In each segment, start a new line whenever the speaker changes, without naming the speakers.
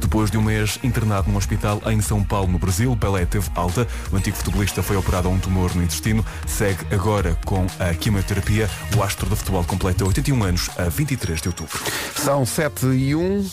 Depois de um mês internado num hospital em São Paulo, no Brasil, Pelé teve alta. O antigo futebolista foi operado a um tumor no intestino. Segue agora com a quimioterapia. O astro do futebol completa 81 anos a 23 de outubro.
São 7 e 1.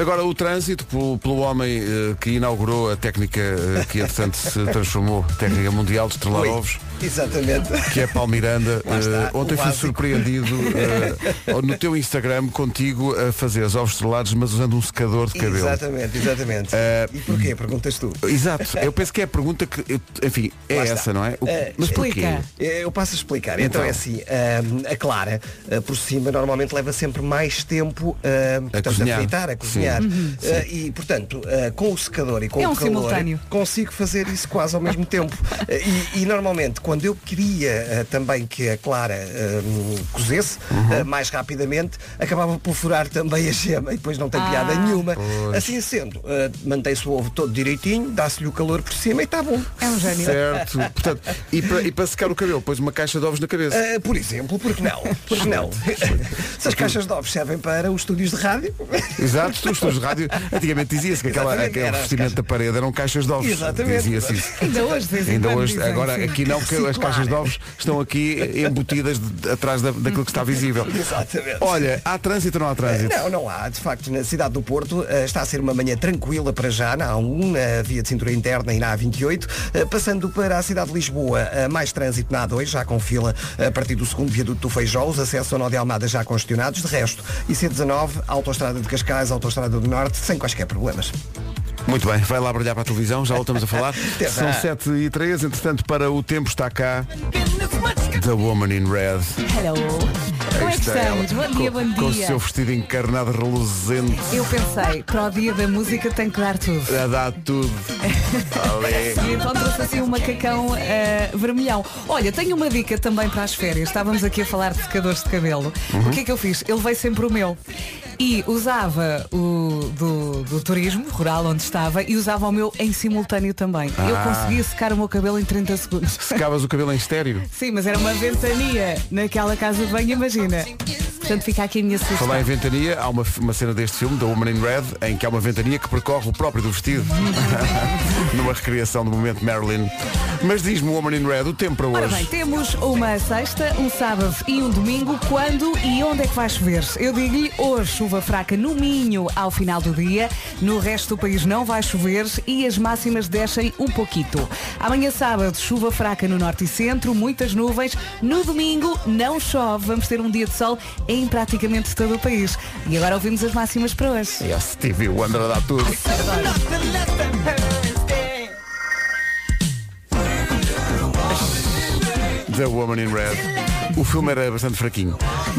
Agora o trânsito pelo, pelo homem eh, que inaugurou a técnica eh, que entretanto se transformou técnica mundial de estrelar
Ui,
ovos,
Exatamente.
que é Paulo Miranda.
Lá está,
Eh, ontem
o
fui
básico.
surpreendido eh, no teu Instagram contigo a fazer os ovos estrelados, mas usando um secador de cabelo.
Exatamente, exatamente. E porquê? Perguntas tu.
Exato. Eu penso que é a pergunta que, eu- enfim, é
Lá está.
essa, não é? O-
Eh,
mas porquê?
explica.
Eh, Eu passo a explicar.
Então.
Então, é assim, ahm, a Clara, ah, por cima, normalmente leva sempre mais tempo ahm, portanto,
cozinhar.
a fritar, a cozinhar. Ah, e, portanto, ah, com o secador e com
É um
o calor,
simultâneo.
consigo fazer isso quase ao mesmo tempo. Ah, e, e, normalmente, quando eu queria ah, também que a Clara ahm, cozesse ah, mais rapidamente, acabava por furar também a gema e depois não tem piada
Ah.
nenhuma. Assim sendo, ah, mantém-se o ovo todo direitinho, dá-se-lhe o calor por cima e está bom.
É um gênio.
Certo. Portanto, e para, e para secar o cabelo, pôs uma caixa de ovos na cabeça.
Ah, por exemplo, porque não? Porque não? Se as caixas de ovos servem para os estúdios de rádio.
Exato, os estudos de rádio. Antigamente dizia-se que aquela,
Exatamente,
aquele
era as
revestimento da parede eram caixas de ovos.
Exatamente.
Dizia-se isso.
Ainda hoje, de vez em
Ainda
quando,
hoje,
dizem, assim.
agora
sim.
aqui não, porque as
Reciclar.
caixas de ovos estão aqui embutidas de- de- atrás da- daquilo que está visível.
Exatamente.
Olha, há trânsito ou não há trânsito?
Não, não há. De facto, na cidade do Porto eh, está a ser uma manhã tranquila para já, na A1, na via de cintura interna e na A28. Eh, passando para a cidade de Lisboa, eh, mais trânsito na A2, já com fila eh, a partir do segundo viaduto do Feijó, os acessos ao Nó de Almada já congestionados. De resto, IC19, Autostrada de Cascais, Autostrada do Norte, sem quaisquer problemas.
Muito bem, vai lá brilhar para a televisão, já voltamos a falar.
Até
São
já.
7 e 3 entretanto, para o tempo está cá. The Woman in Red.
Hello. Como é que
Está ela,
estamos? Bom dia,
com-
bom
Com o
dia.
seu vestido encarnado reluzente.
Eu pensei, para o dia da música tenho que dar tudo.
A dar tudo. Ali.
E então trouxe assim um macacão eh, vermelhão. Olha, tenho uma dica também para as férias. Estávamos aqui a falar de secadores de cabelo.
Uhum.
O que é que eu fiz? Eu levei sempre o meu. E usava o do, do turismo rural onde estava e usava o meu em simultâneo também. Eu
Ah.
conseguia secar o meu cabelo em 30 segundos.
Secavas o cabelo em estéreo?
Sim, mas era uma ventania naquela casa de banho, imagina. Portanto, fica aqui a minha sugestão.
Falar em ventania, há uma, uma cena deste filme, da Woman in Red, em que há uma ventania que percorre o próprio do vestido. Numa recriação do momento Marilyn. Mas diz-me, Woman in Red, o tempo para
Ora bem,
hoje.
temos uma sexta, um sábado e um domingo. Quando e onde é que vai chover? Eu digo-lhe hoje chuva fraca no Minho ao final do dia. No resto do país não vai chover e as máximas descem um pouquito. Amanhã sábado, chuva fraca no norte e centro, muitas nuvens. No domingo não chove. Vamos ter um dia de sol em praticamente todo o país. E agora ouvimos as máximas para hoje.
Yes, Stevie Wonder dá tudo. The Woman in Red. O filme era bastante fraquinho,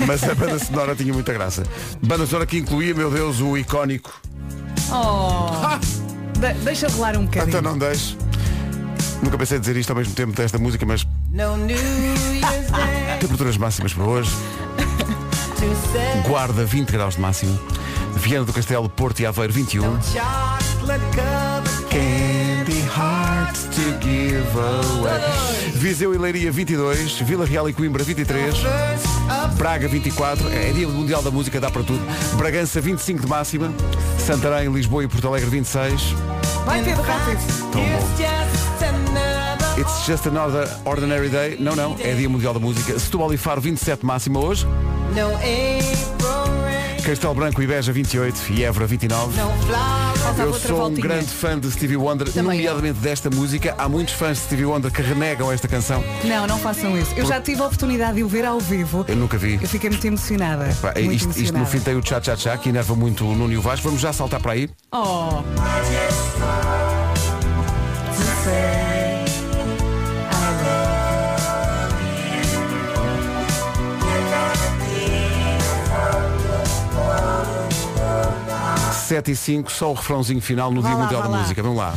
mas a banda sonora tinha muita graça. Banda sonora que incluía, meu Deus, o icónico.
Oh,
Ah!
de- deixa rolar um bocadinho.
Então não deixe. Nunca pensei dizer isto ao mesmo tempo desta música, mas Temperaturas máximas para hoje. Guarda 20 graus de máximo. Viana do Castelo, Porto e Aveiro 21. Candy hard to give away. Viseu e Leiria 22, Vila Real e Coimbra 23, Braga 24, é dia mundial da música, dá para tudo. Bragança 25 de máxima, Santarém, Lisboa e Porto Alegre 26.
Vai ter rápido.
It's just another ordinary day. Não, não, é dia mundial da música. Setúbal e Faro 27 máxima hoje. Castelo Branco e Beja 28 e Évora 29.
Faltava
Eu
outra
sou um
voltinha.
grande fã de Stevie Wonder,
Também eu.
nomeadamente desta música. Há muitos fãs de Stevie Wonder que renegam esta canção.
Não, não façam isso. Eu já tive a oportunidade de o ver ao vivo.
Eu nunca vi.
Eu fiquei muito emocionada.
Pá, é
muito
isto, isto
emocionada.
no fim tem o tchá tchá tchá que enerva muito o Nuno e o Vasco. Vamos já saltar para aí.
Oh.
Sete e cinco, só o refrãozinho final no Dia
lá,
Mundial
vá
da
lá.
Música. Vamos lá.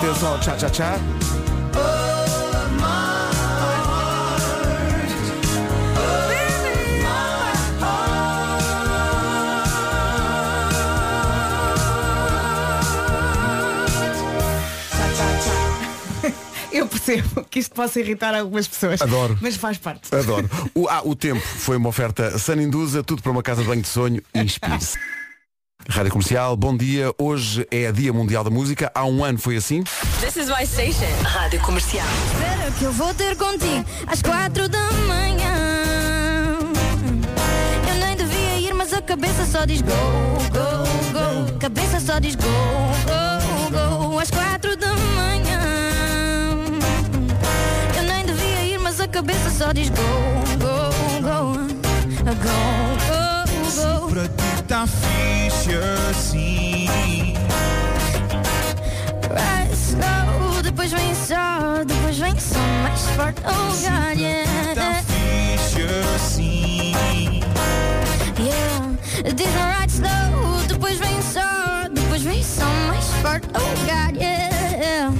vamos ao tchá tchá tchá.
Eu percebo que isto possa irritar algumas pessoas.
Adoro.
Mas faz parte.
Adoro. O, ah, o tempo foi uma oferta Sanindusa, tudo para uma casa de banho de sonho. Inspire-se. Rádio Comercial, bom dia. Hoje é Dia Mundial da Música. Há um ano foi assim.
This is my station.
Rádio Comercial.
Espera que eu vou ter contigo às quatro da manhã. Eu nem devia ir, mas a cabeça só diz go, go, go. Cabeça só diz go, go, go. Às quatro da manhã. Eu nem devia ir, mas a cabeça só diz go, go, go. Go, go, go.
Pra ti tá fixe assim
Vai slow, depois vem só, depois vem só mais forte. Oh, God,
tá
Eh.
yeah.
Fixe assim
Yeah. Diz um right slow, depois vem só, depois vem só mais forte. Oh God, yeah.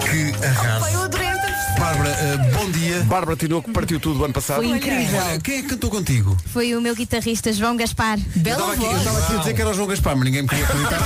Que arraso.
Eu adorei esta versão.
Bárbara, eh, bom dia.
Bárbara Tinoco partiu tudo o ano passado.
Foi incrível.
Olha, quem é que cantou contigo?
Foi o meu guitarrista João Gaspar.
Estava aqui, eu estava aqui a dizer que era o João Gaspar, mas ninguém me queria acreditar.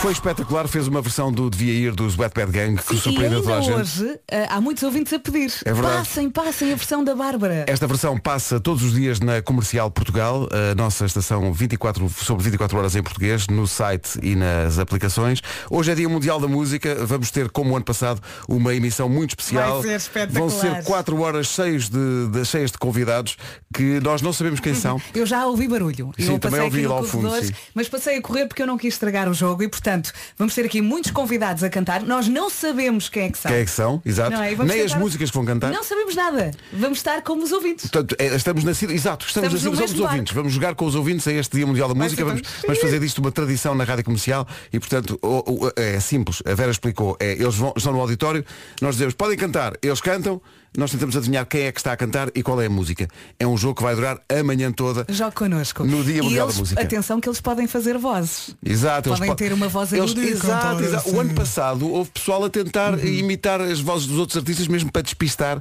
Foi espetacular, fez uma versão do Devia Ir dos Wet Bad Gang que
e
surpreendeu toda
ainda
a gente.
hoje ah, há muitos ouvintes a pedir.
É verdade. É.
Passem, passem a versão da Bárbara.
Esta versão passa todos os dias na Comercial Portugal, a nossa estação 24 sobre 24 horas em português, no site e nas aplicações. Hoje é Dia Mundial da Música, vamos ter, como o ano passado, uma emissão muito especial.
Vai ser espetacular.
Vão ser 4 horas cheias de, de- cheias de convidados que nós não sabemos quem são.
Eu já ouvi barulho.
Sim,
eu
também
passei
ouvi
aqui no
lá ao fundo,
corredor,
sim.
mas passei a correr porque eu não quis estragar o jogo e, portanto, vamos ter aqui muitos convidados a cantar. Nós não sabemos quem é que são.
Quem é que são? Exato.
Não é? E vamos
Nem as
tentar-
músicas que vão cantar.
Não sabemos nada. Vamos estar como os ouvintes.
Portanto, é, estamos na cidade, exato, estamos,
Estamos no
na cidade dos
mesmo
ouvintes. Vamos jogar com os ouvintes a este Dia Mundial da Música,
ser tão
vamos, vamos fazer disto uma tradição na rádio comercial e, portanto, o- o- é simples. A Vera explicou, é, eles vão, estão no auditório, nós dizemos, podem cantar, eles cantam, nós tentamos adivinhar quem é que está a cantar e qual é a música. É um jogo que vai durar a manhã toda.
Jogue connosco.
No Dia
E
Mundial da
eles-
Música.
Atenção que eles podem fazer vozes.
Exato, eles
Podem
po-
ter uma voz
eles,
aguda e
exato,
cantar
exato. O
assim.
ano passado houve pessoal a tentar
Uhum.
imitar as vozes dos outros artistas mesmo para despistar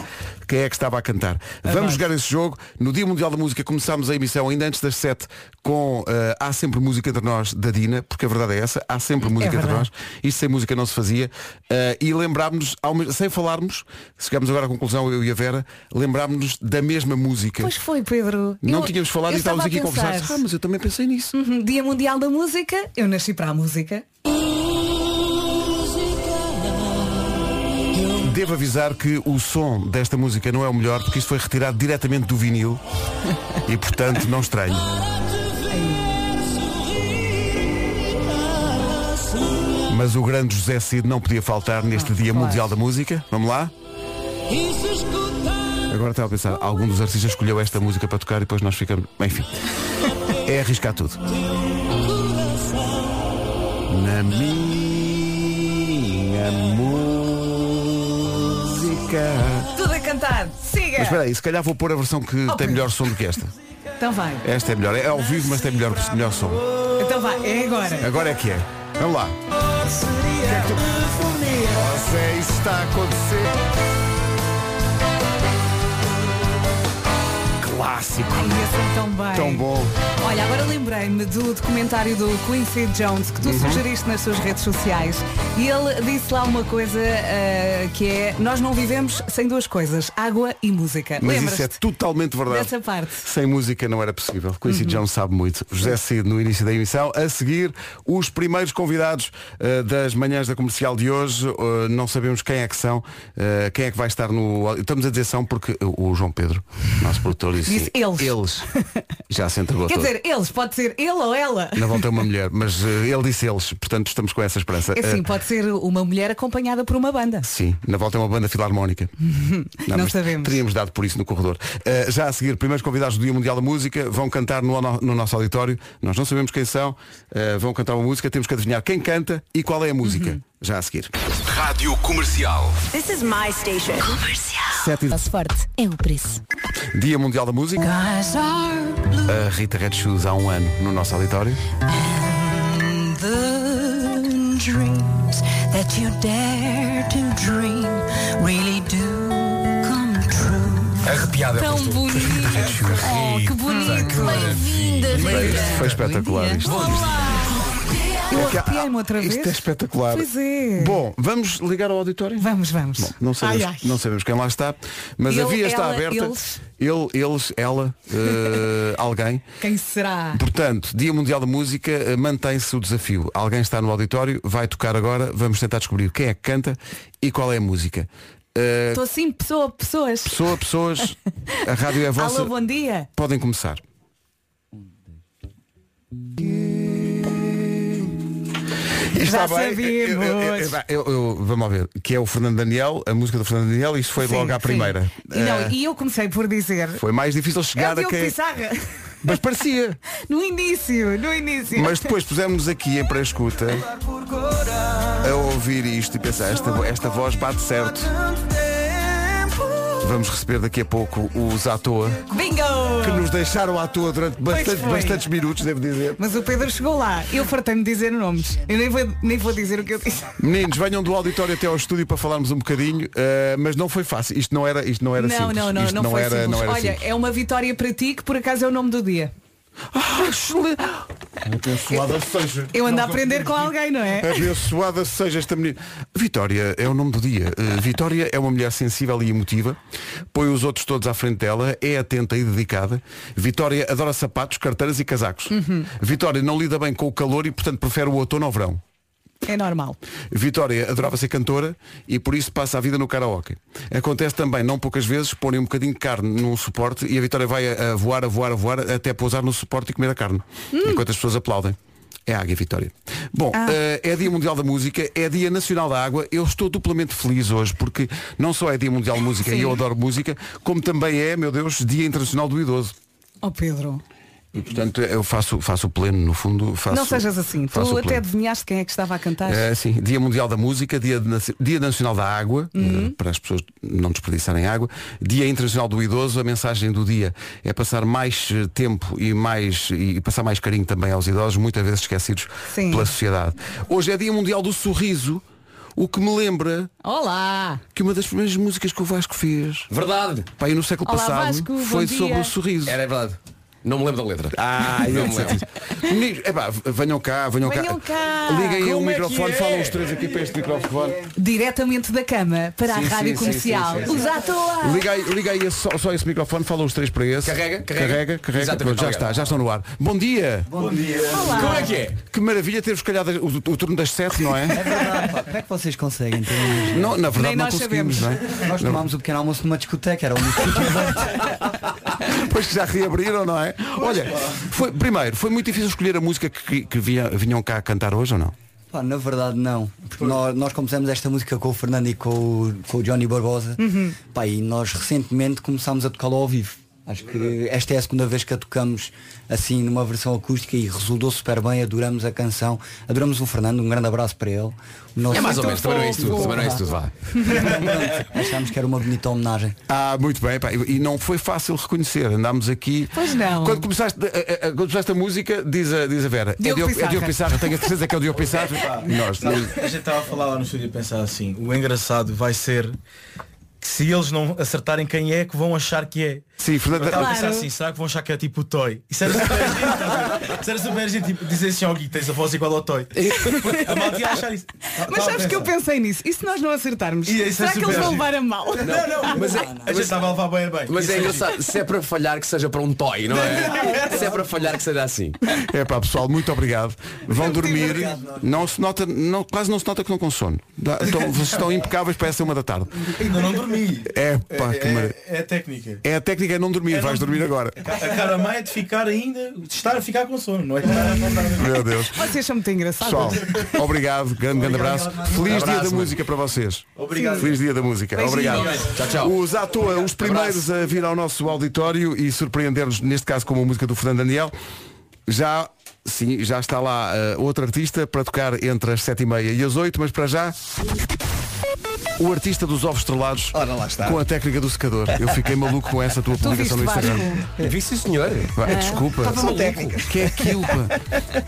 quem é que estava a cantar. Vamos jogar esse jogo. No Dia Mundial da Música começámos a emissão ainda antes das 7 com eh, Há Sempre Música entre Nós da Dina, porque a verdade é essa, há sempre música entre
verdade.
nós. Isto sem música não se fazia. Eh, e lembrámos-nos, ao mes- sem falarmos, chegámos agora à conclusão, eu e a Vera, lembrámos-nos da mesma música.
Pois foi, Pedro.
não
Eu-
tínhamos falado
eu
e estávamos aqui
estava
a
a
conversar.
pensar.
Ah, mas eu também pensei nisso.
Uhum, Dia Mundial da Música, eu nasci para a música.
Devo avisar que o som desta música não é o melhor porque isto foi retirado diretamente do vinil e portanto não estranho. Mas o grande José Cid não podia faltar neste Dia
claro.
Mundial da Música. Vamos lá? Agora estava a pensar, algum dos artistas escolheu esta música para tocar e depois nós ficamos. Enfim. É arriscar tudo. Na minha música.
Tudo a cantar. Siga!
Mas espera aí, se calhar vou pôr a versão que tem
Pedro.
melhor som do que esta.
Então vai.
Esta é melhor. É ao vivo, mas tem melhor, melhor som.
Então vai. É agora.
Agora é que é. Vamos lá. Você está a acontecer. Clássico.
Ai, esse é tão bem.
Tão bom.
Olha, agora lembrei-me do documentário do Quincy Jones que tu
Uhum.
sugeriste nas suas redes sociais e ele disse lá uma coisa ah, que é nós não vivemos sem duas coisas, água e música.
Mas
Lembras-te?
isso é totalmente verdade.
Dessa parte. Uhum.
Sem música não era possível. Quincy Jones sabe muito. José Cid no início da emissão. A seguir, os primeiros convidados eh, das manhãs da comercial de hoje. Eh, não sabemos quem é que são, eh, quem é que vai estar no. Estamos a dizer são porque eh, o João Pedro, nosso produtor, disse,
Disse eles.
Eles. Já se entregou
Quer
todo.
dizer, eles, pode ser ele ou ela.
Na volta é uma mulher, mas eh, ele disse eles, portanto estamos com essa esperança.
É assim,
Eh,
pode ser uma mulher acompanhada por uma banda.
Sim, na volta é uma banda filarmónica.
Não
mas
sabemos.
Teríamos dado por isso no corredor. Uh, já a seguir, primeiros convidados do Dia Mundial da Música vão cantar no, no nosso auditório. Nós não sabemos quem são, uh, vão cantar uma música, temos que adivinhar quem canta e qual é a música.
Uhum.
Já a seguir.
Rádio Comercial.
This is my station.
Sete e-
Nosso forte é o preço.
Dia Mundial da Música. A Rita Red Shoes há um ano no nosso auditório.
that you dare to dream really do come true.
Arrepiada
Tão
foste tu.
bonito. Oh, que bonito. Bem-vinda, Rita.
Foi espetacular isto.
Eu
É que há-
arrepiei-me outra vez.
Isto é espetacular.
Pois é.
Bom, vamos ligar ao auditório?
Vamos, vamos.
Bom, não sabemos,
Ai, ai.
não sabemos quem lá está, mas a
Ele,
via está
ela,
aberta.
eles.
Ele, eles, ela, eh, alguém.
Quem será?
Portanto, Dia Mundial da Música, eh, mantém-se o desafio. Alguém está no auditório, vai tocar agora, vamos tentar descobrir quem é que canta e qual é a música. Eh,
Estou assim, pessoa, pessoas.
pessoa, pessoas, a rádio é vossa.
Alô, bom dia.
Podem começar. E
Já
está bem.
sabíamos.
Eu, eu, eu, eu, eu- vamos lá ver. Que é o Fernando Daniel, a música do Fernando Daniel, isto foi
Sim,
logo à
sim.
primeira.
E, não,
Eh,
e eu comecei por dizer.
Foi mais difícil
É o
chegar a
Diogo
quem.
Pissarra.
Mas parecia.
No início, no início.
Mas depois pusemos aqui em pré-escuta a ouvir isto e pensar, esta, esta voz bate certo. Vamos receber daqui a pouco os à toa,
Bingo!
que nos deixaram à toa durante
Pois
bastante-
foi.
bastantes minutos, devo dizer.
Mas o Pedro chegou lá. Eu fartei-me de dizer nomes. Eu nem vou, nem vou dizer o que eu disse.
Meninos, venham do auditório até ao estúdio para falarmos um bocadinho, eh, mas não foi fácil. Isto não era, isto não era
não,
simples.
não, não,
Isto
não, foi
era,
simples.
não era
Olha,
simples.
é uma vitória para ti, que por acaso é o nome do dia.
Abençoada seja.
Eu ando a aprender com alguém, não é?
Abençoada seja esta menina. Vitória é o nome do dia. Eh, Vitória é uma mulher sensível e emotiva. Põe os outros todos à frente dela. É atenta e dedicada. Vitória adora sapatos, carteiras e casacos. Vitória não lida bem com o calor e, portanto, prefere o outono ao verão.
É normal.
Vitória adorava ser cantora e por isso passa a vida no karaoke. Acontece também, não poucas vezes, porem um bocadinho de carne num suporte e a Vitória vai a, a voar, a voar, a voar, até pousar no suporte e comer a carne.
Hum.
Enquanto as pessoas aplaudem. É a Águia Vitória. Bom,
Ah.
eh, é Dia Mundial da Música, é Dia Nacional da Água. Eu estou duplamente feliz hoje porque não só é Dia Mundial da Música e eu adoro música, como também é, meu Deus, Dia Internacional do Idoso.
Oh Pedro,
E portanto eu faço, faço o pleno, no fundo. Faço,
não sejas assim. Tu
faço o
até
pleno.
adivinhaste quem é que estava a cantar.
É, sim. Dia Mundial da Música, Dia, de Naci- Dia Nacional da Água, eh, para as pessoas não desperdiçarem água, Dia Internacional do Idoso, a mensagem do dia é passar mais eh, tempo e mais e passar mais carinho também aos idosos, muitas vezes esquecidos
Sim.
pela sociedade. Hoje é Dia Mundial do Sorriso, o que me lembra
Olá!
que uma das primeiras músicas que o Vasco fez,
Verdade.
pá, aí no século
Olá,
passado,
Vasco, bom
foi
dia.
sobre o sorriso.
Era verdade. Não me lembro da letra.
Ah,
Não
eu
me lembro.
Meninos, epá, venham cá, venham,
Venham cá.
Liguem aí o
Como é que
microfone,
é?
falam os três aqui para este microfone.
Diretamente da cama para
Sim,
a rádio
sim, sim,
comercial.
sim, sim, sim.
Os à toa!
Liga aí, liga aí esse- só, só esse microfone, fala os três para esse.
Carrega, carrega.
carrega. carrega.
Exatamente,
Pronto, já
obrigado.
está, já estão no ar. Bom dia!
Como é que é?
Que maravilha termos calhado o, o turno das sete, não é?
Como é que vocês conseguem ter um-
não, na verdade
Nem
não
nós
conseguimos,
sabemos.
não
Nós tomámos o pequeno almoço numa discoteca, era um o único
é? Pois que já reabriram, não é? Olha, foi, primeiro, foi muito difícil escolher a música que, que vinha- vinham cá cantar hoje ou não?
Pá, na verdade não. Porque nós, nós compusemos esta música com o Fernando e com o, com o Johnny Barbosa.
Uhum.
Pá, e nós recentemente começámos a tocá-la ao vivo. Acho que esta é a segunda vez que a tocamos assim numa versão acústica e resultou super bem, adoramos a canção, adoramos o Fernando, um grande abraço para ele. O nosso-
É mais ou menos, também não é isso tudo, também não é isso tudo, vá.
Achámos que era uma bonita homenagem.
Ah, muito bem, pá, e e não foi fácil reconhecer. Andámos aqui.
Pois não.
Quando começaste, a- a- a- quando começaste a música, diz a, diz a Vera, é
Diogo
Diogo- é
Pissarra.
Diogo Pissarra, tenho a certeza que é o Diogo Pissarra. Nós,
A gente estava a falar lá no estúdio e pensar assim, o engraçado vai ser que se eles não acertarem quem é, que vão achar que é.
Sim, Fernando-
Eu estava a pensar
Claro.
assim, será que vão achar que é tipo o Toy? Isso era super gente, isso era super gente, tipo, dizer assim, ó Gui, tens a voz igual ao Toy. A malta ia achar isso. Estava
Tá,
Mas
a
sabes que eu
pensar.
pensei nisso. E se nós não acertarmos?
E isso é
Será que eles
super
vão
giro.
levar a mal?
Não, não, mas é, a gente estava a levar bem a bem.
Mas
Isso
é
giro.
engraçado, se é para falhar que seja para um toy, não é? Se é para falhar que seja assim.
É pá, pessoal, muito obrigado. Vão dormir. Não se nota, não, quase não se nota que não com sono. Dá- Estão, vocês estão impecáveis para essa uma da tarde.
Ainda não dormi.
É pá, que maravilha.
É, é a técnica.
É a técnica é não dormir,
É
vais
não-
dormir agora.
A cara má é de ficar ainda, de estar a ficar com sono, não é? de estar a faltar a dormir.
Meu Deus.
Vocês são muito engraçados.
Pessoal, obrigado, grande, grande abraço. Feliz dia da música para vocês.
Obrigado.
Feliz dia da música.
Beijinhos.
Obrigado.
Tchau, tchau.
Os à toa, os primeiros a vir ao nosso auditório e surpreender-nos, neste caso com a música do Fernando Daniel, já. Sim, já está lá eh, outro artista para tocar entre as 7h30 e as 8, mas para já. O artista dos ovos estrelados com a técnica do secador. Eu fiquei maluco com essa tua
Tu
publicação no
viste,
Instagram.
Vasco? Vi, sim, senhor.
Vai,
É.
Desculpa.
Estava maluco.
Que é aquilo, pá?
Mas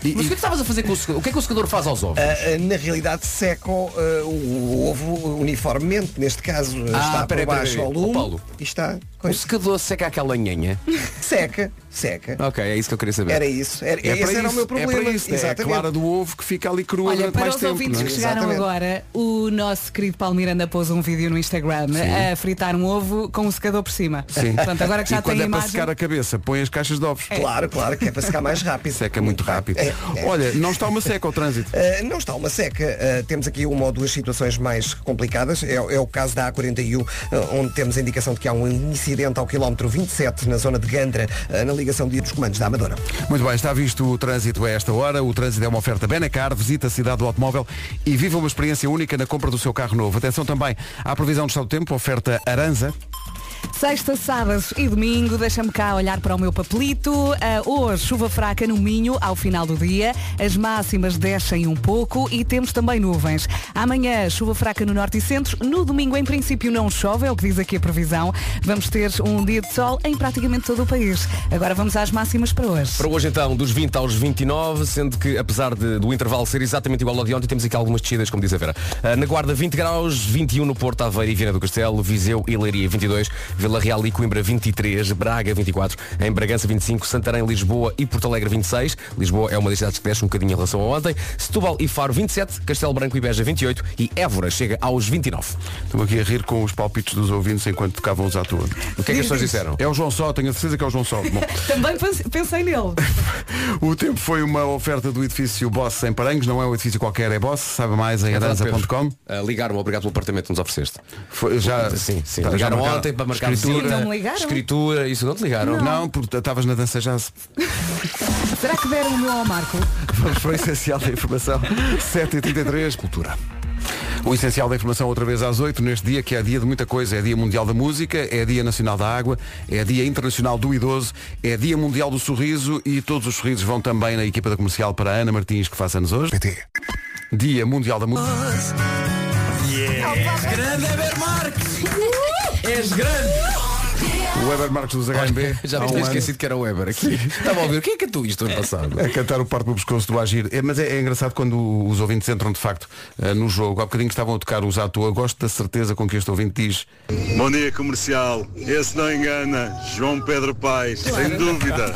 o que é que estavas a fazer com o secador? O que é que o secador faz aos ovos?
Ah, ah, na realidade secam ah, o ovo uniformemente, neste caso ah, está para
peraí,
baixo
peraí.
ao
Ó,
lume
Paulo,
e está
O secador seca aquela nhanha.
seca, seca.
Ok, é isso que eu queria saber. É
Era isso, era-
É
esse era o meu problema. Exatamente.
do ovo que fica ali crua
Olha, para os
é?
ouvintes que chegaram
é? Exatamente.
agora, o nosso querido Paulo Miranda pôs um vídeo no Instagram
Sim.
a fritar um ovo com um secador por cima.
Sim.
Portanto, agora que já
e
tem
quando
a
é para
imagem.
secar a cabeça, põe as caixas de ovos.
É. Claro, claro, que é para secar mais rápido.
Seca muito rápido.
É,
Olha, não está uma seca ao trânsito.
Uh, não está uma seca. Uh, temos aqui uma ou duas situações mais complicadas. É, é o caso da A41, uh, onde temos a indicação de que há um incidente ao quilómetro 27 na zona de Gandra, uh, na ligação de Ia dos Comandos da Amadora.
Muito bem, está visto o trânsito a esta hora. O trânsito é uma oferta Benacar, visita a cidade do automóvel e viva uma experiência única na compra do seu carro novo. Atenção também à previsão do estado do tempo, oferta Aranza.
Sexta, sábado e domingo, deixa-me cá olhar para o meu papelito. Ah, hoje, chuva fraca no Minho ao final do dia. As máximas descem um pouco e temos também nuvens. Amanhã, chuva fraca no norte e centro. No domingo, em princípio, não chove, é o que diz aqui a previsão. Vamos ter um dia de sol em praticamente todo o país. Agora vamos às máximas para hoje.
Para hoje então, dos 20 aos 29, sendo que apesar de- do intervalo ser exatamente igual ao de ontem, temos aqui algumas descidas, como diz a Vera. Ah, na Guarda 20 graus, 21 no Porto, Aveiro e Viana do Castelo, Viseu e Leiria 22, Vila Real e Coimbra 23, Braga 24, em Bragança 25, Santarém, Lisboa e Porto Alegre 26. Lisboa é uma das cidades que desce um bocadinho em relação a ontem. Setúbal e Faro 27, Castelo Branco e Beja 28 e Évora chega aos 29.
Estou aqui a rir com os palpites dos ouvintes enquanto tocavam-os à toa.
O que é que as pessoas disseram?
É o João Só, tenho a certeza que é o João Só. Bom.
Também pense- pensei nele.
O tempo foi uma oferta do edifício Boss em Paranhos, não é um edifício qualquer, é Boss, saiba mais em
verdade,
aranza.com.
Ah, Ligaram-me, obrigado pelo apartamento que nos ofereceste.
Foi, já,
sim, sim.
tá, já
ligaram
marcaram.
ontem para marcar
Escritura.
visita,
Não me ligaram.
Escritura, isso não te ligaram.
Não, porque estavas na dança já.
Será que deram o meu ao Marco?
Vamos para o essencial da informação. 7h33, cultura. O essencial da informação outra vez às 8 neste dia que é dia de muita coisa. É dia mundial da música, é dia nacional da água, é dia internacional do idoso, é dia mundial do sorriso e todos os sorrisos vão também na equipa da comercial para a Ana Martins que faz anos hoje. PT. Dia mundial da música.
És grande, Eber Marques! És grande!
O Weber Marques dos HMB.
Já
há
me
um
tinha
ano.
esquecido que era o Weber aqui. Estava a ouvir. O que é que tu isto ano passado?
A cantar o parte do pescoço do Agir. É, mas é, é engraçado quando os ouvintes entram de facto eh, no jogo. Há bocadinho que estavam a tocar os à toa. Gosto da certeza com que este ouvinte diz.
Bom dia comercial, esse não engana, João Pedro Paes, sem dúvida.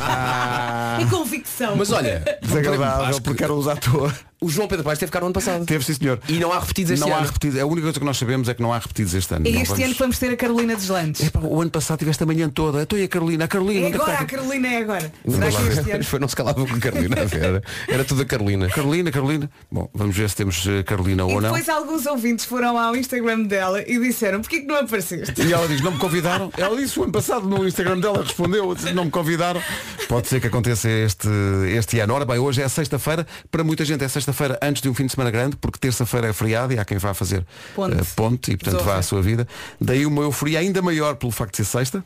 É convicção.
Mas olha,
"É Desagradável, porque era os à toa.
O João Pedro Paes teve cá no ano passado.
Teve, sim senhor.
E não há repetidos este
não Há
ano.
repetidos. A única coisa que nós sabemos é que não há repetidos este ano.
E
Não
este
vamos-
ano vamos ter a Carolina Deslandes.
Epá, o ano passado tiveste a manhã toda. Então e a Carolina? A Carolina.
É
onde é que
agora,
está?
a Carolina é agora. Será
Mas
que este
lá-
ano?
Foi não se calava com a Carolina a ver. Era tudo a Carolina.
Carolina, Carolina. Bom, vamos ver se temos eh, Carolina
E
ou não.
depois alguns ouvintes foram ao Instagram dela e disseram, porquê que não apareceste?
E ela diz, não me convidaram. Ela disse o ano passado no Instagram dela, respondeu, disse, não me convidaram. Pode ser que aconteça este, este ano. Ora bem, hoje é sexta-feira. Para muita gente é sexta-feira antes de um fim de semana grande, porque terça-feira é feriado e há quem vá fazer
Ponte.
eh, ponte e portanto
Zorra.
vá à sua vida. Daí uma euforia ainda maior pelo facto de ser sexta.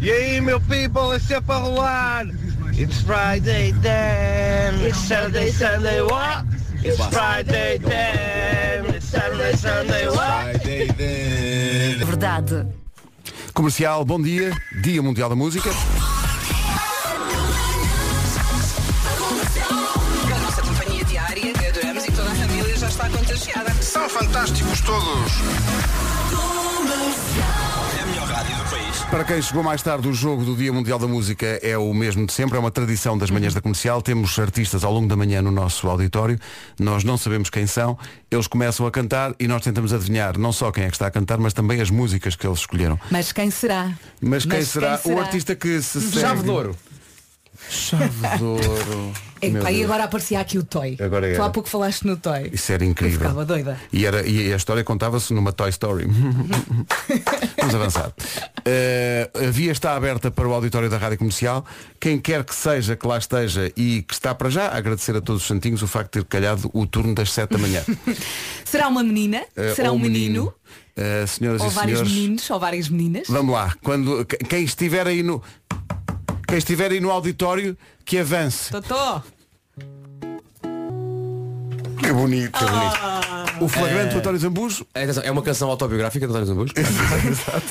E aí, meu people, é sempre a rolar. It's Friday then, it's Saturday, Sunday, what? It's Friday then, it's Saturday, Sunday, what?
Verdade. Comercial, bom dia. Dia Mundial da Música.
A nossa companhia diária, que adoramos e toda a família já está contagiada. São fantásticos todos.
É a melhor rádio do país.
Para quem chegou mais tarde, o jogo do Dia Mundial da Música é o mesmo de sempre, é uma tradição das manhãs da comercial. Temos artistas ao longo da manhã no nosso auditório, nós não sabemos quem são, eles começam a cantar e nós tentamos adivinhar não só quem é que está a cantar, mas também as músicas que eles escolheram.
Mas quem será?
Mas quem, será? o artista que se segue?
Chave de ouro.
Chave de ouro. Meu
Aí
Deus.
agora aparecia aqui o Toy.
Agora
tu há
era.
pouco falaste no Toy.
Isso era incrível.
Ficava doida.
E, era, e a história contava-se numa Toy Story. Vamos avançar. Eh, a via está aberta para o auditório da Rádio Comercial. Quem quer que seja que lá esteja e que está para já, agradecer a todos os santinhos o facto de ter calhado o turno das 7 da manhã.
Será uma menina?
Eh,
será
ou
um menino?
Eh, senhoras
Ou
e
vários
senhores,
meninos? Ou várias meninas?
vamos lá. Quando, que- quem estiver aí no. Quem estiver aí no auditório, que avance.
Totó!
Que bonito, que bonito. O flagrante do António
Zambujo. É uma canção autobiográfica do António Zambujo.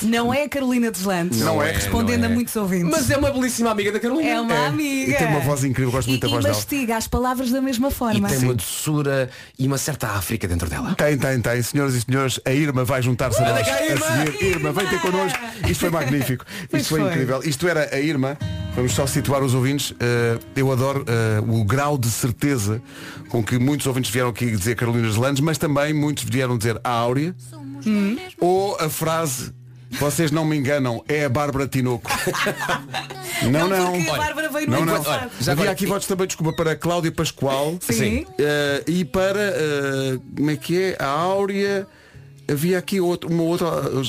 Não é a Carolina dos Landes.
Não é,
Respondendo
não é.
a muitos ouvintes.
Mas é uma belíssima amiga da Carolina.
É uma
É.
amiga.
E tem uma voz
incrível, gosto muito
E-
da voz
E
dela.
mastiga as palavras da mesma
E
forma.
tem uma doçura e uma certa África dentro dela.
Tem, tem, tem. Senhoras e senhores, a Irma vai juntar-se a
Olha
nós.
cá,
a
Irma!
seguir. Irma, vem ter connosco. Isto foi magnífico.
Pois
Isto foi,
foi.
incrível. Isto era a Irma. Vamos só situar os ouvintes. Eh, eu adoro eh, o grau de certeza com que muitos ouvintes vieram aqui dizer Carolinas Landes, mas também muitos vieram dizer a Áurea. Ou a frase, vocês não me enganam, é a Bárbara Tinoco. não, não.
porque a Bárbara veio
não,
muito
não.
passar.
Já Havia aqui votos também, desculpa, para Cláudia Pascoal.
Sim.
Eh, e para, eh, como é que é? A Áurea. Havia aqui outro, uma outra.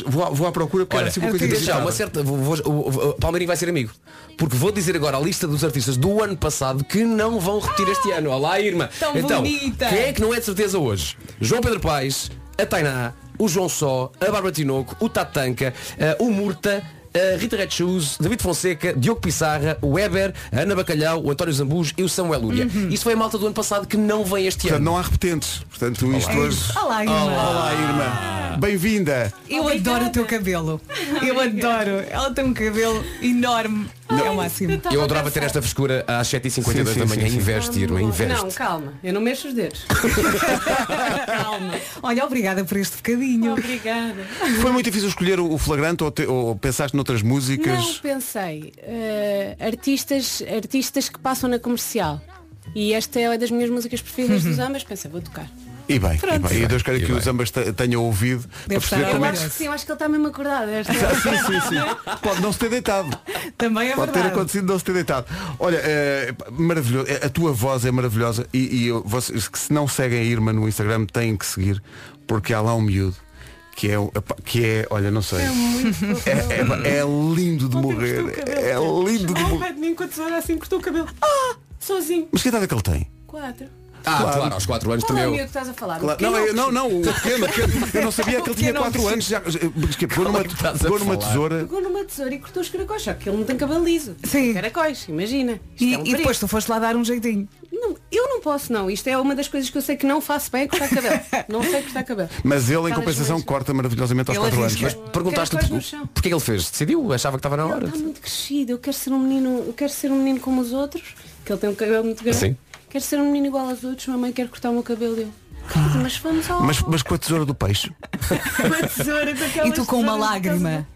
Vou à, vou à procura porque era
Olha,
assim uma coisa
deixa,
inusitada.
uma certa, vou, vou- o- o- o Palmeirinho vai ser amigo. Porque vou dizer agora a lista dos artistas do ano passado que não vão repetir este ano. Olá, Irma.
Tão
então,
bonita.
quem é que não é de certeza hoje? João Pedro Paes, a Tainá, o João Só, a Bárbara Tinoco, o Tatanka, eh, o Murta, a Rita Red Shoes, David Fonseca, Diogo Pissarra, o Weber, a Ana Bacalhau, o António Zambujo e o Samuel Lúria.
Uhum.
Isso foi a malta do ano passado que não vem este
Portanto,
ano.
não há repetentes. Portanto, isto
É
hoje.
isso. Olá, Irma.
Olá, Irma. Bem-vinda.
Eu adoro o teu cabelo. Eu adoro. Ela tem um cabelo enorme. é o máximo.
Eu adorava ter esta frescura às 7h52
Sim, sim,
da manhã.
sim, sim.
Investe, Irma, investe.
Não, calma, eu não mexo os dedos.
Olha, obrigada por este bocadinho.
Obrigada.
Foi muito difícil escolher o o flagrante ou, te- ou pensaste noutras
Não
músicas?
pensei. eh, artistas, artistas que passam na comercial. E esta é uma das minhas músicas preferidas dos ambas, pensei, vou tocar.
E bem, e
Pronto.
bem. E Deus queira que os ambas te- tenham ouvido para
estar
perceber como é
Eu
que.
acho que sim, eu acho que ele está mesmo acordado. Esta... é
sim, sim, sim. Pode não se ter deitado.
Também é
Pode ter
verdade.
acontecido não se ter deitado. Olha, eh, maravilhoso. Eh, A tua voz é maravilhosa e, e eu- vocês que se não seguem a Irma no Instagram têm que seguir, porque há lá um miúdo que é, o- epá, que é olha, não sei.
um
É, é- é lindo de morrer. É lindo de morrer.
pé de mim com a tesoura assim, cortou o cabelo. Ah! Sozinho.
Mas que idade é que ele tem?
Quatro.
Ah, claro, aos 4 anos
Qual
também.
é o
eu-
miúdo que estás a falar?
Claro.
O
Não, é eu,
pequeno?
não, não, o pequeno, o pequeno. Eu não sabia que ele tinha
Pequeno é um
4 anos. Já, mas que pegou
é
numa, pegou numa tesoura.
Pegou numa tesoura e cortou os caracóis, só que ele não tem cabelo liso. Sim. Caracóis, imagina. Isto
E,
é um
e depois
perigo.
tu foste lá dar um jeitinho.
Não, eu não posso não. Isto é uma das coisas que eu sei que não faço bem é cortar cabelo. não sei cortar cabelo.
Mas ele, em
Aquelas
compensação,
vezes-
corta maravilhosamente aos
Ele
4 anos.
arrisca.
Mas
Perguntaste-lhe
Caracóis no chão.
porquê que ele fez? Decidiu? Achava que estava na
Ele
hora.
está muito crescido. Eu quero ser um menino, eu quero ser um menino como os outros, que ele tem um cabelo muito grande.
Sim.
Quero ser um menino igual aos outros, mamãe quer cortar o meu cabelo e eu. "Querido, Mas vamos ao
mas, mas com a tesoura do peixe.
uma tesoura com aquelas
E tu com uma
tesouras
lágrima.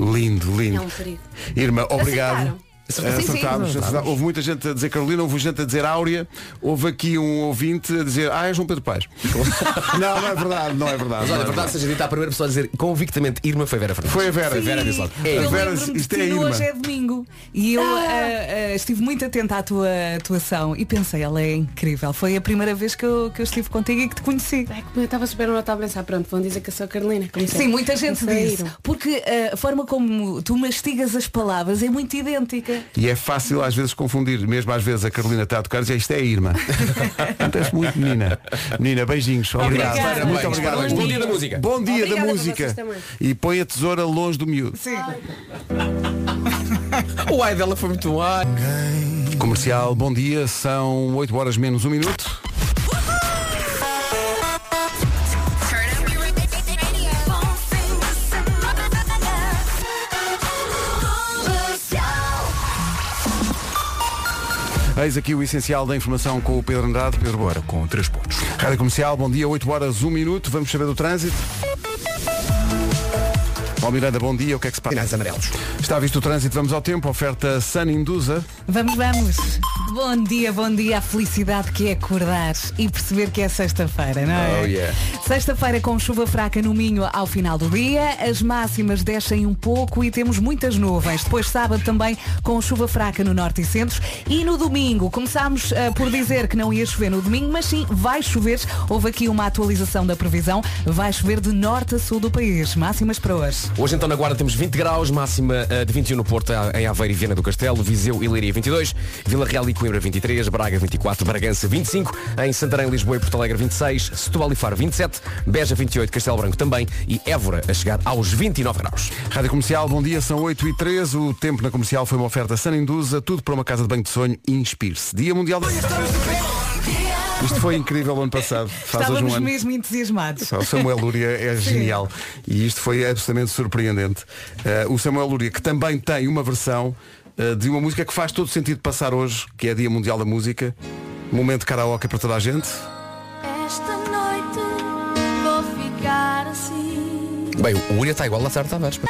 Lindo,
de casa.
lindo.
É um perigo.
Irmã,
Acertaram?
obrigado.
Acertaram. Sim, sim,
Acertámos,
acertámos.
acertámos. Houve muita gente a dizer Carolina, houve gente a dizer Áurea, houve aqui um ouvinte a dizer, ah, é João Pedro Paes. não, não é verdade, não é verdade.
Mas
não
olha,
é
a verdade seja dita, a primeira pessoa a dizer convictamente Irma foi a Vera Fernandes.
Foi a Vera.
Foi a Vera
Sim.
disse logo.
É.
Eu
A Vera,
lembro-me de
isto
ti
é
no
Irma.
hoje é domingo e eu ah, ah, estive muito atenta à tua atuação e pensei, ela é incrível. Foi a primeira vez que eu, que eu estive contigo e que te conheci.
É que eu estava super nota a pensar, pronto, vão dizer que eu sou a Carolina. Comecei-
Sim, muita gente
comecei a
disse.
ir.
Porque ah, a forma como tu mastigas as palavras é muito idêntica.
E é fácil às vezes confundir, mesmo às vezes a Carolina está a tocar e diz, isto é a Irma. Acontece muito, menina. Menina, beijinhos, obrigado.
Obrigada.
Muito
Parabéns,
obrigado.
parabéns. Bom dia da música.
Bom dia
Obrigada
da
para
música.
vocês também.
E põe a tesoura longe do miúdo.
Ah.
O ai dela foi muito ai.
Comercial, bom dia, são 8 horas menos um minuto. Eis aqui o essencial da informação com o Pedro Andrade. Pedro Bora com 3 pontos. Rádio Comercial, bom dia, 8 horas 1 minuto, vamos saber do trânsito. Ó Miranda, bom dia, o que é que se passa? Sinais
amarelos.
Está visto o trânsito, vamos ao tempo, oferta Sun Indusa.
Vamos, vamos. Bom dia, bom dia. A felicidade que é acordar e perceber que é sexta-feira, não é?
Oh, yeah.
Sexta-feira com chuva fraca no Minho ao final do dia, as máximas descem um pouco e temos muitas nuvens. Depois sábado também com chuva fraca no norte e centros e no domingo começámos eh, por dizer que não ia chover no domingo, mas sim vai chover. Houve aqui uma atualização da previsão, vai chover de norte a sul do país. Máximas para hoje.
Hoje então na Guarda temos 20 graus, máxima eh, de 21 no Porto, a- em Aveiro e Viana do Castelo, Viseu e Leiria 22, Vila Real e Coimbra 23, Braga 24, Bragança 25, em Santarém, Lisboa e Porto Alegre 26, Setúbal e Faro 27, Beja 28, Castelo Branco também e Évora a chegar aos 29 graus.
Rádio Comercial, bom dia, são 8 e 13 O tempo na comercial foi uma oferta Sun Indusa, tudo para uma casa de banho de sonho. Inspire-se. Dia Mundial da. Isto foi incrível ano passado. Faz hoje
Estávamos
um ano.
mesmo entusiasmados.
Só, O Samuel Lúria é
Sim.
genial e isto foi absolutamente surpreendente. Eh, o Samuel Lúria, que também tem uma versão eh, de uma música que faz todo sentido passar hoje, que é Dia Mundial da Música, momento de karaoke para toda a gente.
Esta noite vou ficar assim.
Bem, o Uria está igual a Sara Tavares. pá.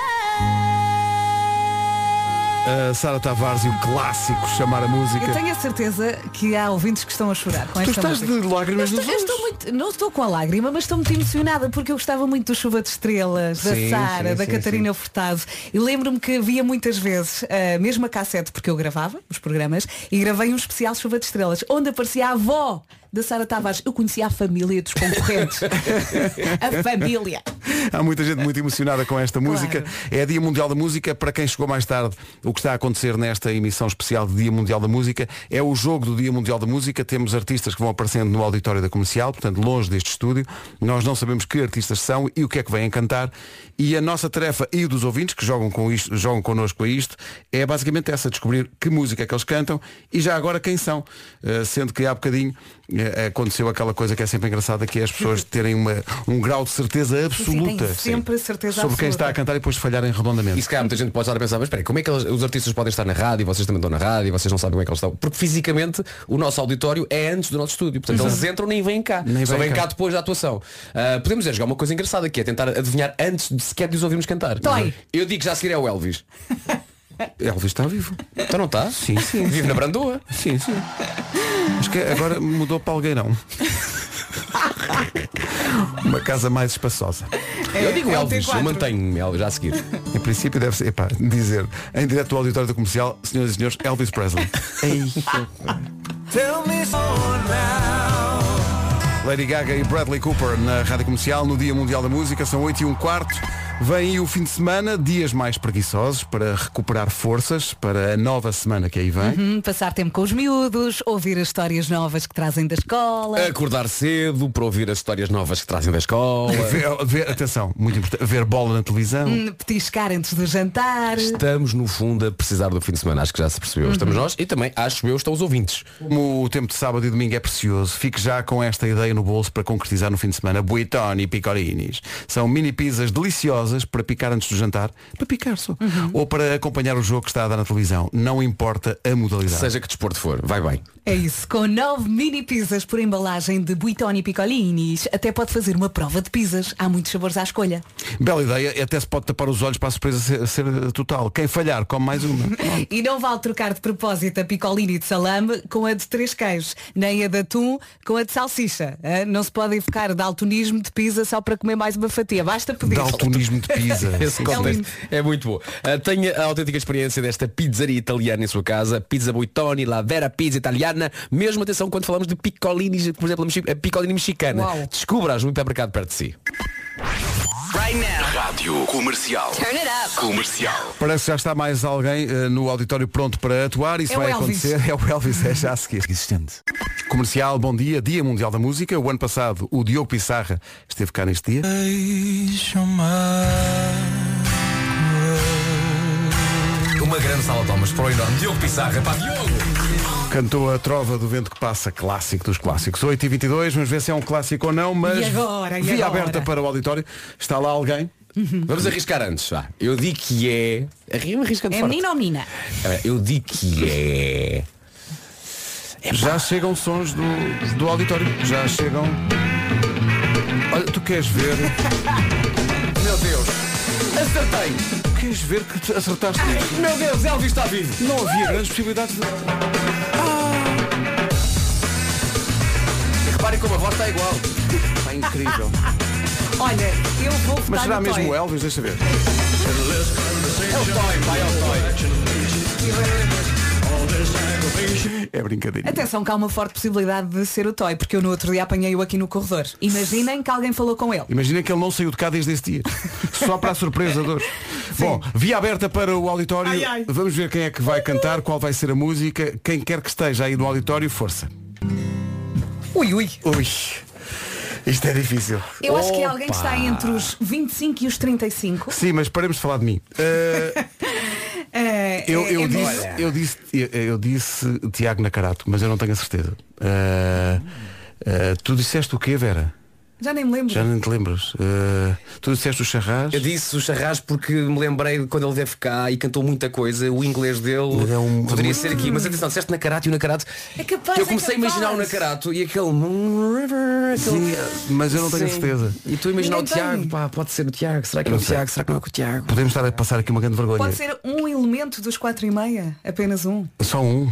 A Sara Tavares e o clássico Chamar a Música.
Eu tenho a certeza que há ouvintes que estão a chorar com
Tu
esta
estás de
música.
lágrimas
eu
nos
estou, eu estou muito, não estou com a lágrima, mas estou muito emocionada porque eu gostava muito do Chuva de Estrelas, da
Sim,
Sara,
sim,
da
sim,
Catarina Furtado. E lembro-me que havia muitas vezes eh, a mesma cassete, porque eu gravava os programas, e gravei um especial Chuva de Estrelas, onde aparecia a avó da Sara Tavares. Eu conhecia a família dos concorrentes. a família.
Há muita gente muito emocionada com esta música. É Dia Mundial da Música. Para quem chegou mais tarde, o que está a acontecer nesta emissão especial de Dia Mundial da Música é o jogo do Dia Mundial da Música. Temos artistas que vão aparecendo no auditório da comercial, portanto, longe deste estúdio. Nós não sabemos que artistas são e o que é que vêm cantar. E a nossa tarefa e dos ouvintes que jogam, com isto, jogam connosco a isto é basicamente essa, descobrir que música é que eles cantam e já agora quem são. Eh, sendo que há bocadinho eh, aconteceu aquela coisa que é sempre engraçada, que é as pessoas terem uma, um grau de certeza absoluta absoluta
Sim, tem sempre a certeza
sobre quem
absoluta.
está a cantar e depois falharem redondamente.
E se calhar muita gente pode estar a pensar, mas espera aí, como é que eles- os artistas podem estar na rádio e vocês também estão na rádio e vocês não sabem como é que eles estão? Porque fisicamente o nosso auditório é antes do nosso estúdio. Portanto,
Exato.
eles entram nem vêm cá.
Nem
Só
vêm
vêm
cá.
cá. depois da atuação. Ah, podemos é jogar uma coisa engraçada que é tentar adivinhar antes de sequer de os ouvirmos cantar.
Toy.
Eu digo que já a seguir é o Elvis.
Elvis está vivo.
Então não está?
Sim, sim.
Vive na Brandoa.
Sim, sim. Acho que agora mudou para Algueirão. Uma casa mais espaçosa.
eu digo Elvis, eu mantenho Elvis já a seguir.
Em princípio deve ser, epá, dizer em direto do auditório da comercial, senhoras e senhores, Elvis Presley.
Tell me so now.
Lady Gaga e Bradley Cooper na Rádio Comercial no Dia Mundial da Música, são 8 e um quarto. Vem aí o fim de semana, dias mais preguiçosos para recuperar forças para a nova semana que aí vem.
Uhum, passar tempo com os miúdos, ouvir as histórias novas que trazem da escola.
Eh,
Acordar cedo para ouvir as histórias novas que trazem da escola.
Ver- ver- atenção, muito importante, ver bola na televisão.
Hum, Petiscar antes do jantar.
Estamos no fundo a precisar do fim de semana, acho que já se percebeu.
Uhum.
Estamos nós e também acho eu estão os ouvintes.
Como o tempo de sábado e domingo é precioso, fique já com esta ideia no bolso para concretizar no fim de semana. Buitoni Picorinis. São mini pizzas deliciosas para picar antes do jantar, para picar só,
Uhum.
ou para acompanhar o jogo que está a dar na televisão. Não importa a modalidade.
Seja que desporto for, vai bem.
É isso, com nove mini pizzas por embalagem de Buitoni Picolinis, até pode fazer uma prova de pizzas. Há muitos sabores à escolha.
Bela ideia, e até se pode tapar os olhos para a surpresa ser, ser total. Quem falhar, come mais uma.
E não vale trocar de propósito a picolini de salame com a de três queijos, nem a de atum com a de salsicha. Ah, Não se pode evocar daltonismo de pizza só para comer mais uma fatia. Basta pedir.
Daltonismo de pizza.
Esse
É
contexto
lindo.
é, muito bom. Ah, tenha a autêntica experiência desta pizzaria italiana em sua casa. Pizza Buitoni, La Vera Pizza Italiana. Mesmo atenção quando falamos de picolini, por exemplo, a mexi- a picolini mexicana.
Uau.
Descubra-as no hipermercado é perto de si.
Right now. Rádio Comercial.
Turn it up.
Comercial.
Parece que já está mais alguém eh, no auditório pronto para atuar. Isso
É o
vai
Elvis.
acontecer. É o Elvis, é já a seguir. Existente. Comercial, bom dia. Dia Mundial da Música. O ano passado, o Diogo Pissarra esteve cá neste dia.
Uma grande sala de palmas para o enorme Diogo Pissarra. Pá,
Cantou a trova do vento que passa, clássico dos clássicos. 8 e 22 vamos ver se é um clássico ou não, mas
E agora, e
via
agora? Uhum.
aberta para o auditório. Está lá alguém?
Vamos arriscar antes, vá. Eu digo que é. Arri-
Um
Arriscando
É
forte.
menino ou menina?
Ah, Eu digo que é.
Já chegam sons do, do auditório. Já chegam. Olha, tu queres ver?
Meu Deus. Acertei.
Queres ver que tu acertaste isto?
Meu Deus, Elvis está vivo. Ah.
Não havia grandes possibilidades de.
Reparem como a voz está igual.
Está incrível.
Olha, eu vou votar
Mas será
Tá no
mesmo
Toy.
o Elvis? Deixa ver.
É o Toy, vai, é o
Toy. É brincadeira.
Atenção que há uma forte possibilidade de ser o Toy, porque eu no outro dia apanhei-o aqui no corredor. Imaginem que alguém falou com ele.
Imagina que ele não saiu de cá desde esse dia. Só para a surpresa de hoje. Bom, via aberta para o auditório.
Ai, ai.
Vamos ver quem é que vai cantar, qual vai ser a música. Quem quer que esteja aí no auditório, força.
Ui, ui.
Ui. Isto é difícil.
Eu acho que é alguém que
Opa.
está entre os 25 e os 35.
Sim, mas paremos de falar de mim. Uh,
É,
eu,
é-
eu,
é
disse,
muito-
eu disse eu, eu disse Tiago Nacarato, mas eu não tenho a certeza. Uh, Eh, tu disseste o quê, Vera?
Já nem me lembro.
Já nem te lembras. Eh, tu disseste o charrás?
Eu disse o Charras porque me lembrei de quando ele deve cá e cantou muita coisa. O inglês dele poderia ser aqui. Mas atenção, disseste na Carato e o na Carato.
É capaz,
eu comecei
é capaz.
a imaginar o Nakarato e aquele Moon River. Aquele...
Sim, mas eu não tenho
Sim.
certeza.
E tu imaginar o
Ninguém tem.
Tiago, pá, pode ser o Tiago, será que é
Eu
o
não sei.
Tiago, será que não é o Tiago?
Podemos estar a passar aqui uma grande vergonha.
Pode ser um elemento dos quatro e meia, apenas um.
Só um.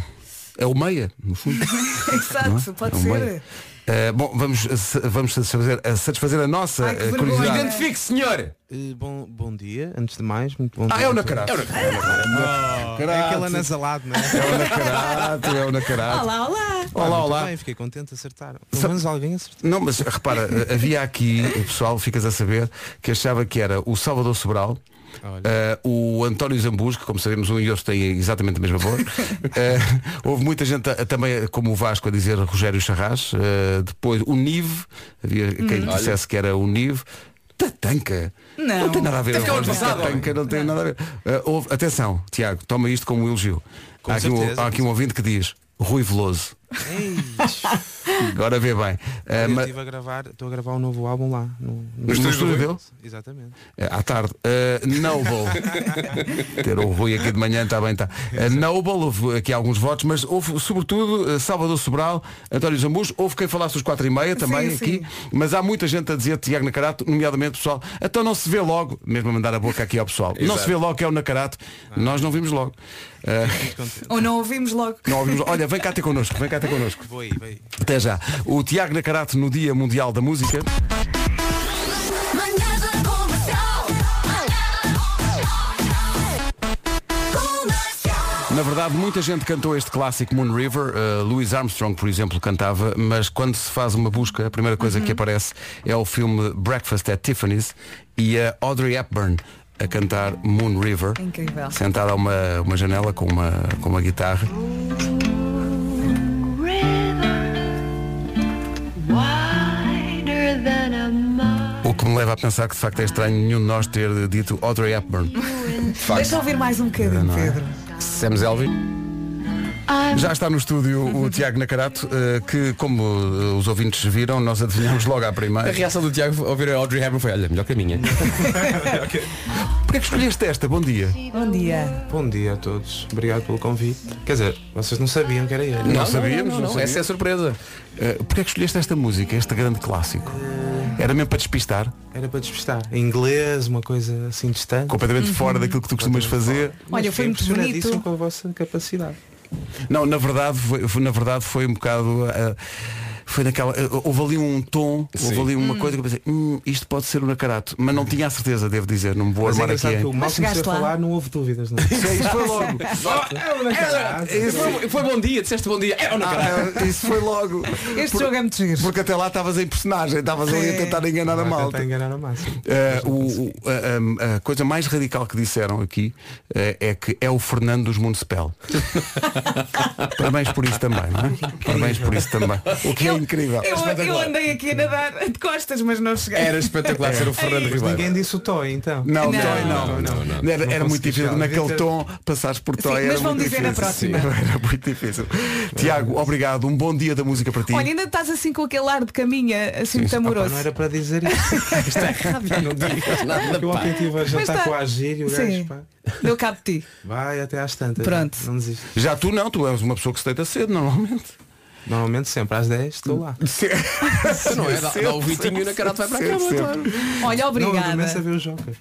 É o meia, no fundo. Não
Exato,
é?
pode
É um
ser.
meio. Eh, bom, vamos, eh, sa- vamos satisfazer, a satisfazer a nossa eh,
vergonha.
curiosidade.
Identifique, senhor!
Bom, bom dia, antes de mais, muito bom
Ah,
dia.
é o Nacarato.
É o Nacarato.
Nacarato.
É aquele anasalado, não é?
É o Nacarato, é o Nacarato.
Olá,
olá.
Olá,
muito
olá.
Bem, Ah, fiquei contente de acertar. Pelo menos alguém acertou.
Não, mas repara, eh, havia aqui, eh, pessoal, ficas a saber, que achava que era o Salvador Sobral, eh, o António Zambus, que como sabemos um e outro têm exatamente a mesma voz. Eh, houve muita gente a- também, eh, como o Vasco, a dizer Rogério Charras. eh, depois o Nive, havia quem
Uhum.
dissesse que era o Nive. Tatanca.
Não.
tem nada a ver.
Tatanca é o
voz do
passado,
Tatanca não tem nada a ver. Eh, houve- atenção, Tiago, toma isto como um elogio.
Com
há, aqui um,
certeza.
há aqui um ouvinte que diz Rui Veloso. Agora vê bem. Eh,
eu
ma-
estive a gravar, estou a gravar um novo álbum lá. No,
No estúdio do Rui?
Exatamente.
Eh, À tarde. Eh, Noble. Ter o Rui aqui de manhã está bem, está. Eh, Noble, houve aqui alguns votos, mas houve, sobretudo, eh, Salvador Sobral, António Zambus, houve quem falasse dos 4 e meia também
Sim,
aqui, mas há muita gente a dizer Tiago Nacarato, nomeadamente pessoal, então não se vê logo, mesmo a mandar a boca aqui ao pessoal, não
Exato.
se vê logo que é o Nacarato,
Ah.
nós não vimos logo. Eh,
Ou não ouvimos logo.
não ouvimos logo. Olha, vem cá ter connosco, vem cá ter connosco.
Vou aí, vou aí.
Até já. O Tiago Nacarato no Dia Mundial da Música. Na verdade, muita gente cantou este clássico Moon River. Uh, Louis Armstrong, por exemplo, cantava, mas quando se faz uma busca, a primeira coisa que aparece é o filme Breakfast at Tiffany's e a Audrey Hepburn a cantar Moon River,
Incrível.
sentada a uma, uma janela com uma, com uma guitarra.
Wider than a mile.
O que me leva a pensar que de facto é estranho nenhum de nós ter dito Audrey Hepburn.
Deixa eu ouvir mais um bocadinho,
Não é?
Pedro.
Sam Elvin. Já está no estúdio o Tiago Nacarato, eh, que como eh, os ouvintes viram, nós adivinhamos logo à primeira.
A reação do Tiago ao ouvir a Audrey Hepburn foi, olha, melhor que a minha.
Porquê é que escolheste esta? Bom dia.
Bom dia.
Bom dia a todos. Obrigado pelo convite. Quer dizer, vocês não sabiam que era ele.
Não, sabíamos, não, sabíamos.
Essa é a surpresa.
Eh, Porquê é que escolheste esta música, este grande clássico? Era mesmo para despistar?
Era para despistar. Em inglês, uma coisa assim distante.
Completamente fora daquilo que tu costumas fazer.
Mas
Olha, foi
fiquei
muito
impressionadíssimo
bonito.
com a vossa capacidade.
Não, na verdade foi, foi- na verdade foi um bocado. eh, foi naquela. eh, houve ali um tom, houve ali uma coisa que eu pensei, "Hum, isto pode ser um nacarato. Mas não tinha a certeza, devo dizer, não me vou
Mas é
armar aqui.
engraçado
em-
que eu mal
Mas
comecei a
chegaste lá.
falar, não houve dúvidas, não é?
Isso foi logo.
Foi, foi bom dia, disseste bom dia. É ou não, caralho?
Ah, isso foi logo.
Este
Por-
jogo é muito giro.
Porque até lá estavas em personagem, estavas ali a tentar enganar a
Estava a
malta.
tentar enganar ao máximo.
Eh, o- o- a, a- a coisa mais radical que disseram aqui eh, é que é o Fernando dos Municipal. Parabéns por isso também, não é? Parabéns por isso também. O que é incrível.
Eu, eu andei aqui a nadar de costas, mas não cheguei.
Era espetacular ser o Fernando
Mas
Ribeiro.
ninguém disse o Toy, então.
Não,
Não.
Toy não.
Não, não, não.
Era,
Não
era muito
consegui
difícil.
chegar.
Naquele
Devia ter-
tom, passares por Toy
Sim,
era
mas vão
muito
dizer
difícil.
na próxima.
Sim, era muito difícil. Tiago, obrigado. Um bom dia da música para ti.
Olha, ainda estás assim com aquele ar de caminha, assim muito
Opa,
amoroso.
não era para dizer isso. Isto é rápido, não digas nada. O objetivo é já
Mas
está
tá.
com a agir e o gajo
Sim.
pá,
Deu cabo de ti.
vai até às tantas.
Pronto.
Não desiste.
Já tu não, tu és uma pessoa que se deita cedo normalmente.
Normalmente sempre às 10 estou lá.
não é? Dá, dá o Vitinho e o Nacarato vai para a cama, claro.
Olha,
Não, eu começo a
obrigada.
ver o Joker.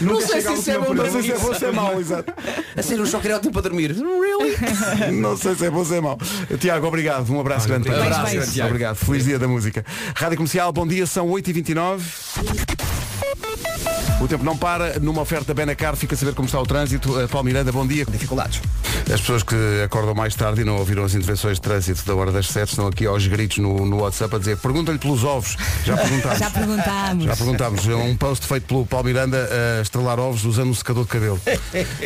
Não sei se isso é bom para
Não sei se
mim.
é bom ou se é mau, exato.
A sério, o choque era o tempo a dormir. Really?
Não sei se é bom ou se é mau. Tiago, obrigado. Um abraço grande para ti.
Abraço, Beijo, beijo. Tiago.
Obrigado. Feliz dia da música. Rádio Comercial, bom dia, são 8h29. O tempo não para, numa oferta Benacar, fica a saber como está o trânsito. Eh, Paulo Miranda, bom dia.
Dificuldades.
As pessoas que acordam mais tarde e não ouviram as intervenções de trânsito da hora das sete estão aqui aos gritos no, no WhatsApp a dizer pergunta-lhe pelos ovos. Já perguntámos.
Já perguntámos.
Já perguntámos. É Um post feito pelo Paulo Miranda a estrelar ovos usando um secador de cabelo.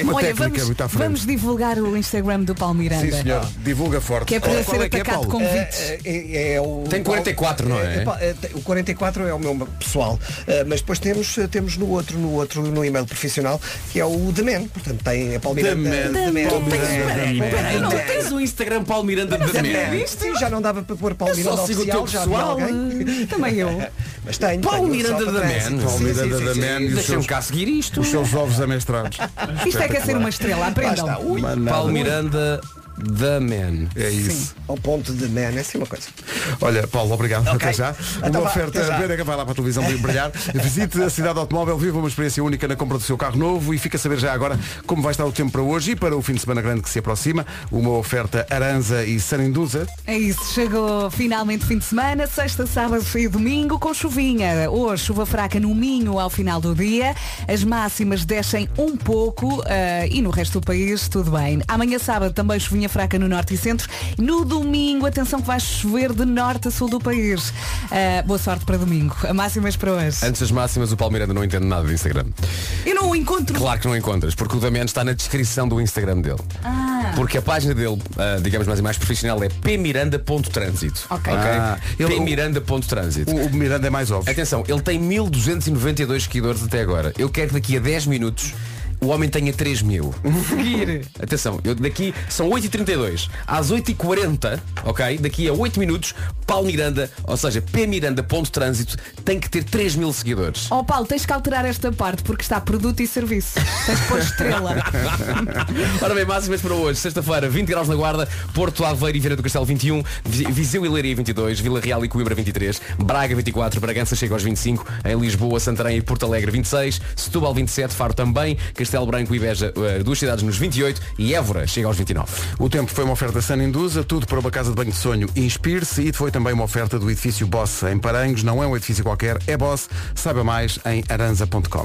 Uma
Olha,
técnica
vamos,
muito à frente.
vamos divulgar o Instagram do Paulo Miranda.
Sim, senhor. Divulga forte.
Que é para
Qual-
ele
qual
ser
é que é,
atacado
Paulo?
com convites.
É, é, é o- Eh,
Tem 44, não é?
pá, te- o 44 é o meu pessoal. Eh, mas depois temos, eh, temos no outro, no outro, no e-mail profissional, que é o The Man. Portanto, tem a Palmeira.
The Man.
The Man. é,
Paulo Miranda.
Peraí, tu tens
um,
o Instagram Paulo Miranda da Merda.
Sim, já não dava para pôr Paulo
Eu só
Miranda
sigo o
oficial,
teu
já
pessoal.
vi alguém.
Também eu.
Mas tenho.
Paulo
tenho,
Miranda
só para
da
trânsito.
Man.
Sim,
Paulo
sim,
Miranda
sim,
da
sim.
Man e os
Deixa-me
seus,
cá seguir isto.
os seus ovos amestrados.
Isto é que é ser uma estrela, aprendam.
é
Paulo Miranda da Man.
É isso.
Ao ponto de man, é assim uma coisa.
Olha, Paulo, obrigado.
Ok.
Até já.
Então
uma
vá,
oferta
até já.
Benega vai lá para a televisão para brilhar. Visite a cidade automóvel, viva uma experiência única na compra do seu carro novo e fica a saber já agora como vai estar o tempo para hoje e para o fim de semana grande que se aproxima. Uma oferta Aranza e Sarinduza.
É isso, chegou finalmente fim de semana, sexta, sábado e domingo com chuvinha. Hoje, chuva fraca no Minho ao final do dia. As máximas descem um pouco eh, e no resto do país tudo bem. Amanhã, sábado, também chuvinha fraca no norte e centro. No domingo, atenção que vai chover de norte a sul do país. Eh, boa sorte para domingo. A máximas para hoje.
Antes das máximas, o Paulo Miranda não entende nada do Instagram.
Eu não o encontro.
Claro que não encontras, porque o Damiano está na descrição do Instagram dele.
Ah.
Porque a página dele, ah, digamos mais, mais profissional, é pmiranda.trânsito.
Ok.
Ah, ele-
pmiranda.trânsito.
O, o Miranda é mais óbvio.
Atenção, ele tem 1292 seguidores até agora. Eu quero que daqui a 10 minutos o homem tenha 3 mil.
Seguir.
Atenção, eu daqui são 8h32. Às 8h40, ok? Daqui a 8 minutos, Paulo Miranda, ou seja, pmiranda.trânsito, tem que ter 3 mil seguidores.
Oh Paulo, tens que alterar esta parte porque está produto e serviço. Tens que pôr estrela.
Ora bem, máximas para hoje, sexta-feira, 20 graus na Guarda, Porto Aveiro e Vieira do Castelo 21, Vi- Viseu e Leiria 22, Vila Real e Coimbra 23, Braga 24, Bragança chega aos 25, em Lisboa, Santarém e Porto Alegre 26, Setúbal 27, Faro também, Castelo Branco e Beja, eh, duas cidades nos 28 e Évora chega aos 29.
O tempo foi uma oferta Saninduza, tudo para uma casa de banho de sonho. Inspire-se e foi também uma oferta do edifício Boss em Paranhos. Não é um edifício qualquer, é Boss. Saiba mais em aranza.com.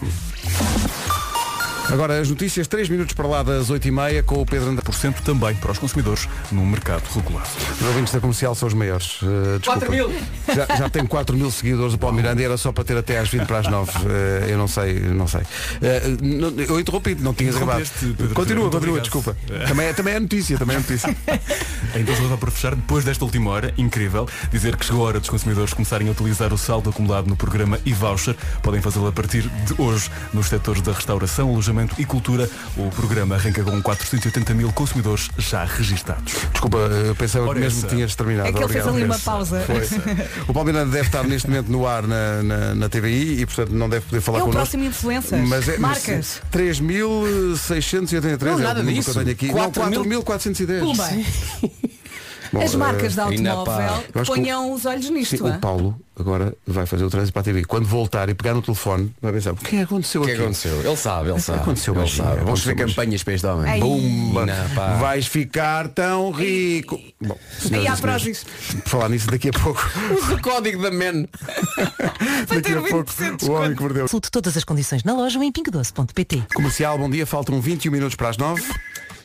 Agora as notícias, 3 minutos para lá das 8h30 com o Pedro André.
Por cento também para os consumidores no mercado regular.
Os ouvintes da comercial são os maiores. Uh, desculpa.
4 mil.
Já, já tenho 4 mil seguidores do Paulo Miranda e era só para ter até às 20 para as 9. Uh, eu não sei, não sei. Uh, não- eu interrompi, não tinhas acabado.
Interrompeste, Pedro.
Continua,
Muito
continua,
obrigado.
desculpa.
Eh.
Também é, também é notícia, também é notícia.
Então só dá para fechar, depois desta última hora, incrível, dizer que chegou a hora dos consumidores começarem a utilizar o saldo acumulado no programa e-voucher. Podem fazê-lo a partir de hoje nos setores da restauração, alojamento e cultura. O programa arranca com 480 mil consumidores já registados.
Desculpa, eu pensava
Ora,
que mesmo
essa.
tinhas terminado.
É que ele fez
Obrigado.
ali uma
Essa.
pausa.
Foi. O Paulo Miranda deve estar neste momento no ar na, na, na TVI e portanto não deve poder falar
É o
connosco.
próximo influencer.
Mas é, mas
Marcas.
3.683
Não,
é o
nada
número
disso.
que eu tenho aqui. Não,
4.000.
4.410.
Pumba.
Bom,
As marcas de
eh, ainda
automóvel
pá. Eu acho que o-
ponham os olhos nisto. ah.
Sim,
hã?
o Paulo agora vai fazer o trânsito para a TV. Quando voltar e pegar no telefone, vai pensar, o que é que aconteceu
O que
aqui?
aconteceu? Ele sabe, ele sabe.
é Aconteceu,
ele
magia.
sabe. Vamos
Aconteceu
fazer
magia.
campanhas para este
Ai.
homem.
Bumba.
Ina, pá.
Vais ficar tão rico. Bom, senhoras
Ai, há
e senhores, por falar nisso daqui a pouco.
Usa o código da MEN.
daqui a pouco o homem que mordeu.
Consulte todas as condições na loja ou em pingo12.pt.
Comercial, bom dia, faltam 21 minutos para as 9.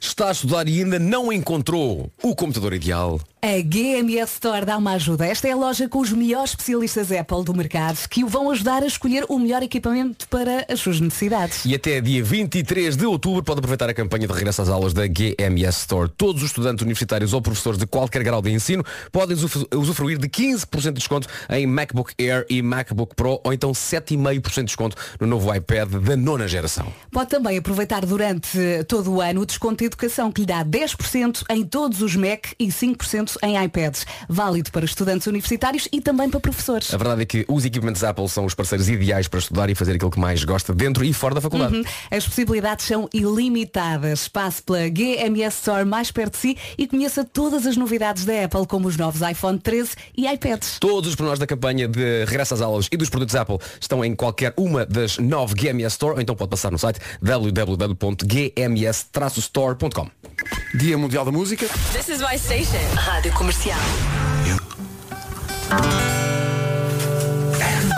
Está a estudar e ainda não encontrou o computador ideal.
A GMS Store dá uma ajuda. Esta é a loja com os melhores especialistas Apple do mercado que o vão ajudar a escolher o melhor equipamento para as suas necessidades.
E até dia 23 de outubro pode aproveitar a campanha de regresso às aulas da GMS Store. Todos os estudantes universitários ou professores de qualquer grau de ensino podem usufru- usufruir de 15% de desconto em MacBook Air e MacBook Pro ou então 7,5% de desconto no novo iPad da nona geração.
Pode também aproveitar durante eh, todo o ano o desconto de educação que lhe dá 10% em todos os Mac e 5% em iPads. Válido para estudantes universitários e também para professores.
A verdade é que os equipamentos Apple são os parceiros ideais para estudar e fazer aquilo que mais gosta dentro e fora da faculdade.
Uhum. As possibilidades são ilimitadas. Passe pela GMS Store mais perto de si e conheça todas as novidades da Apple, como os novos iPhone 13 e iPads.
Todos os pormenores da campanha de regresso às aulas e dos produtos Apple estão em qualquer uma das nove GMS Store, ou então pode passar no site www.gms-store.com.
Dia Mundial da Música.
This is my station.
Rádio Comercial.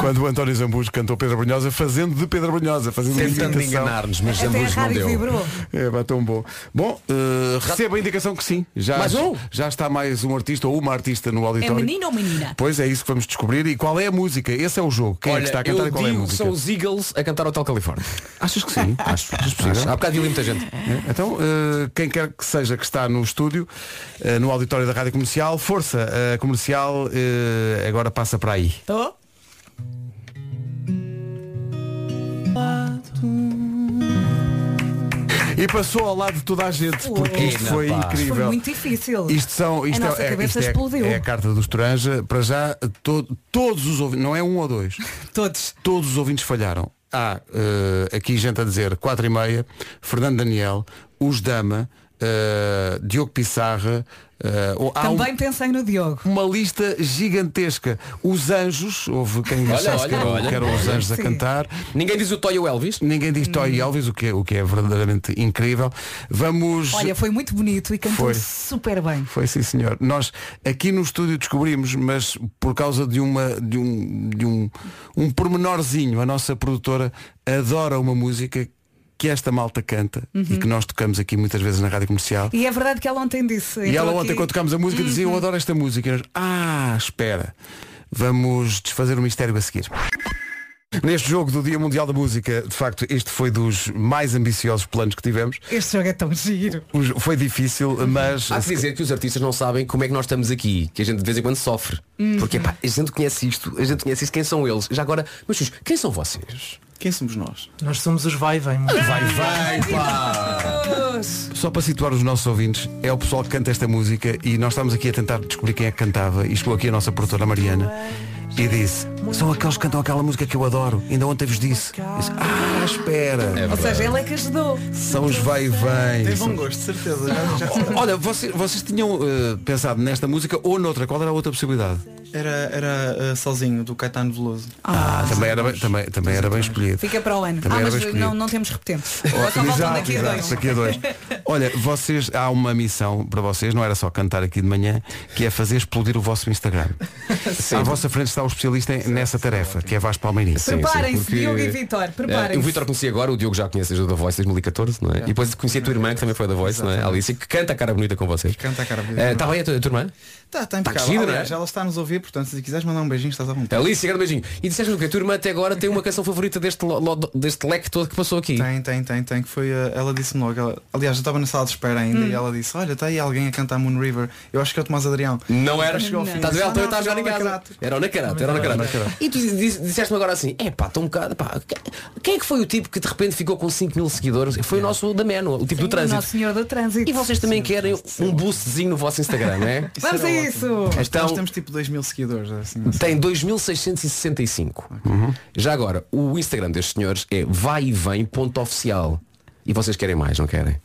Quando o António Zambujo cantou Pedro Brunhosa, fazendo de Pedro Brunhosa, fazendo uma
Tentando
imitação.
enganar-nos, mas Até a Zambujo não rádio deu. vibrou.
É, pá, tão bom. Bom, eh, recebo a indicação que sim. Já,
Mais um?
já está mais um artista ou uma artista no
É
auditório.
menino ou menina?
Pois é isso que vamos descobrir. E qual é a música? Esse é o jogo. Quem é
Olha,
que está a cantar
eu
e qual é a
digo que
música? Ah,
são os Eagles a cantar Hotel Califórnia.
Achas que sim? Acho. Achas
possível? Há bocado vi ali muita gente.
É, Então, eh, quem quer que seja que está no estúdio, eh, no auditório da Rádio Comercial, força, a comercial eh, agora passa para aí.
Estou?
E passou ao lado de toda a gente, porque isto foi incrível.
Foi muito difícil.
Isto são, isto
a nossa
é, é-
cabeça
isto é-
explodiu.
é a carta do Estoranja. Para já, to- todos os ouvintes, não é um ou dois.
todos.
Todos os ouvintes falharam. Há eh, aqui gente a dizer 4 e meia, Fernando Daniel, os Dama, eh, Diogo Pissarra. eh, ou- há um-
Também pensei no Diogo.
Uma lista gigantesca. Os anjos, houve quem
Olha,
achasse que,
olha,
eram-
olha.
que eram os anjos a
Sim.
cantar.
Ninguém diz o Toy ou Elvis?
Ninguém diz
Hum.
Toy e Elvis, o que, é, o que é verdadeiramente incrível. Vamos.
Olha, foi muito bonito e cantou
Foi.
super bem.
Foi sim senhor. Nós aqui no estúdio descobrimos, mas por causa de uma de um de um um pormenorzinho, a nossa produtora adora uma música que esta malta canta
Uhum.
e que nós tocamos aqui muitas vezes na rádio comercial.
E é verdade que ela ontem disse.
E
"Eu
ela
tô
ontem
aqui." Uhum.
quando tocámos a música dizia eu adoro esta música. E nós, ah, espera. Vamos desfazer o mistério a seguir. Neste jogo do Dia Mundial da Música, de facto, este foi dos mais ambiciosos planos que tivemos.
Este jogo é tão giro.
Os- Foi difícil, mas.
Há que dizer que os artistas não sabem como é que nós estamos aqui, que a gente de vez em quando sofre.
Uhum.
Porque pá, a gente conhece isto, a gente conhece isto, quem são eles? Já agora, mas Jesus, quem são vocês?
Quem somos nós? Nós somos os vai vem.
Vai vai, Só para situar os nossos ouvintes, é o pessoal que canta esta música e nós estamos aqui a tentar descobrir quem é que cantava e chegou aqui a nossa produtora Mariana e disse, são aqueles que cantam aquela música que eu adoro, ainda ontem vos disse. Eu disse, ah, espera.
Ou seja, ela é que ajudou.
São os vai e vem.
Tem bom um gosto, certeza. Já, já-
Olha, vocês, vocês tinham eh, pensado nesta música ou noutra, qual era a outra possibilidade?
Era, era eh, sozinho, do Caetano Veloso.
Ah, também era bem, também, também era bem escolhido.
Fica para o ano.
Também
ah,
era
mas
bem escolhido.
não, não temos repetentes.
Oh,
Só faltam
exato,
daqui a
exato,
dois.
daqui a dois. Olha, vocês, há uma missão para vocês, não era só cantar aqui de manhã, que é fazer explodir o vosso Instagram. À vossa frente está o especialista em- nessa tarefa, que é Vasco Palmeirinho.
Preparem-se, Diogo e
é,
Vitor,
Eh,
preparem-se.
o Vitor conheci agora, o Diogo já conhece desde o da Voice 2014, não é? E depois conheci a tua irmã, que também foi da Voice, não é? A Alice, que canta a cara bonita com vocês.
Canta a cara bonita.
Está bem a tua, a tua irmã?
Está, está
Tá
impecável.
crescido, não é?
Aliás, ela está a nos ouvir, portanto, se quiseres mandar um beijinho, estás à vontade.
Alice, grande beijinho. E disseste-me que a tua irmã até agora tem uma canção favorita deste, lo- lo- deste leque todo que passou aqui.
Tem, tem, tem, tem, que foi eh, ela disse-me logo, ela- aliás eu estava na sala de espera ainda
Hum.
e ela disse, olha, está aí alguém a cantar Moon River, eu acho que é o Tomás Adrião.
Não era?
Ela chegou ao fim.
Estás a ver? Ela
Ah,
também
não, tá
está a jogar em
era o
casa.
Nakarato.
Era o Nakarato, era o
Era o
Nakarato. E tu dis- disseste-me agora assim, é pá, estou um bocado. Pá, que- quem é que foi o tipo que de repente ficou com 5 mil seguidores? Foi o nosso da Meno, o tipo do
O
trânsito.
Nosso Senhor do Trânsito.
E vocês também querem um boostzinho no vosso Instagram, não é?
Vamos a isso.
Então-
Nós temos tipo 2 mil seguidores, assim.
Tem 2665. Já agora, o Instagram destes senhores é vai e vem ponto oficial. E vocês querem mais, não querem?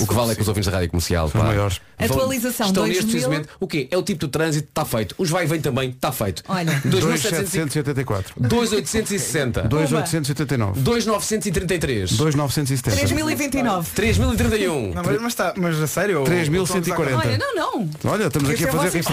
O que vale é que os ouvintes da rádio comercial pá,
maiores.
vão-
Atualização,
estão
2000.
neste preciso momento. O quê? É o tipo do trânsito, está feito. Os vai e vem também, está feito.
Olha.
2700
2784.
2860.
2889.
2933.
2970.
3029.
3031.
Não, mas, mas, está, mas a sério?
3140.
Olha, não, não.
Olha, estamos aqui a
Esse é
fazer
vocês.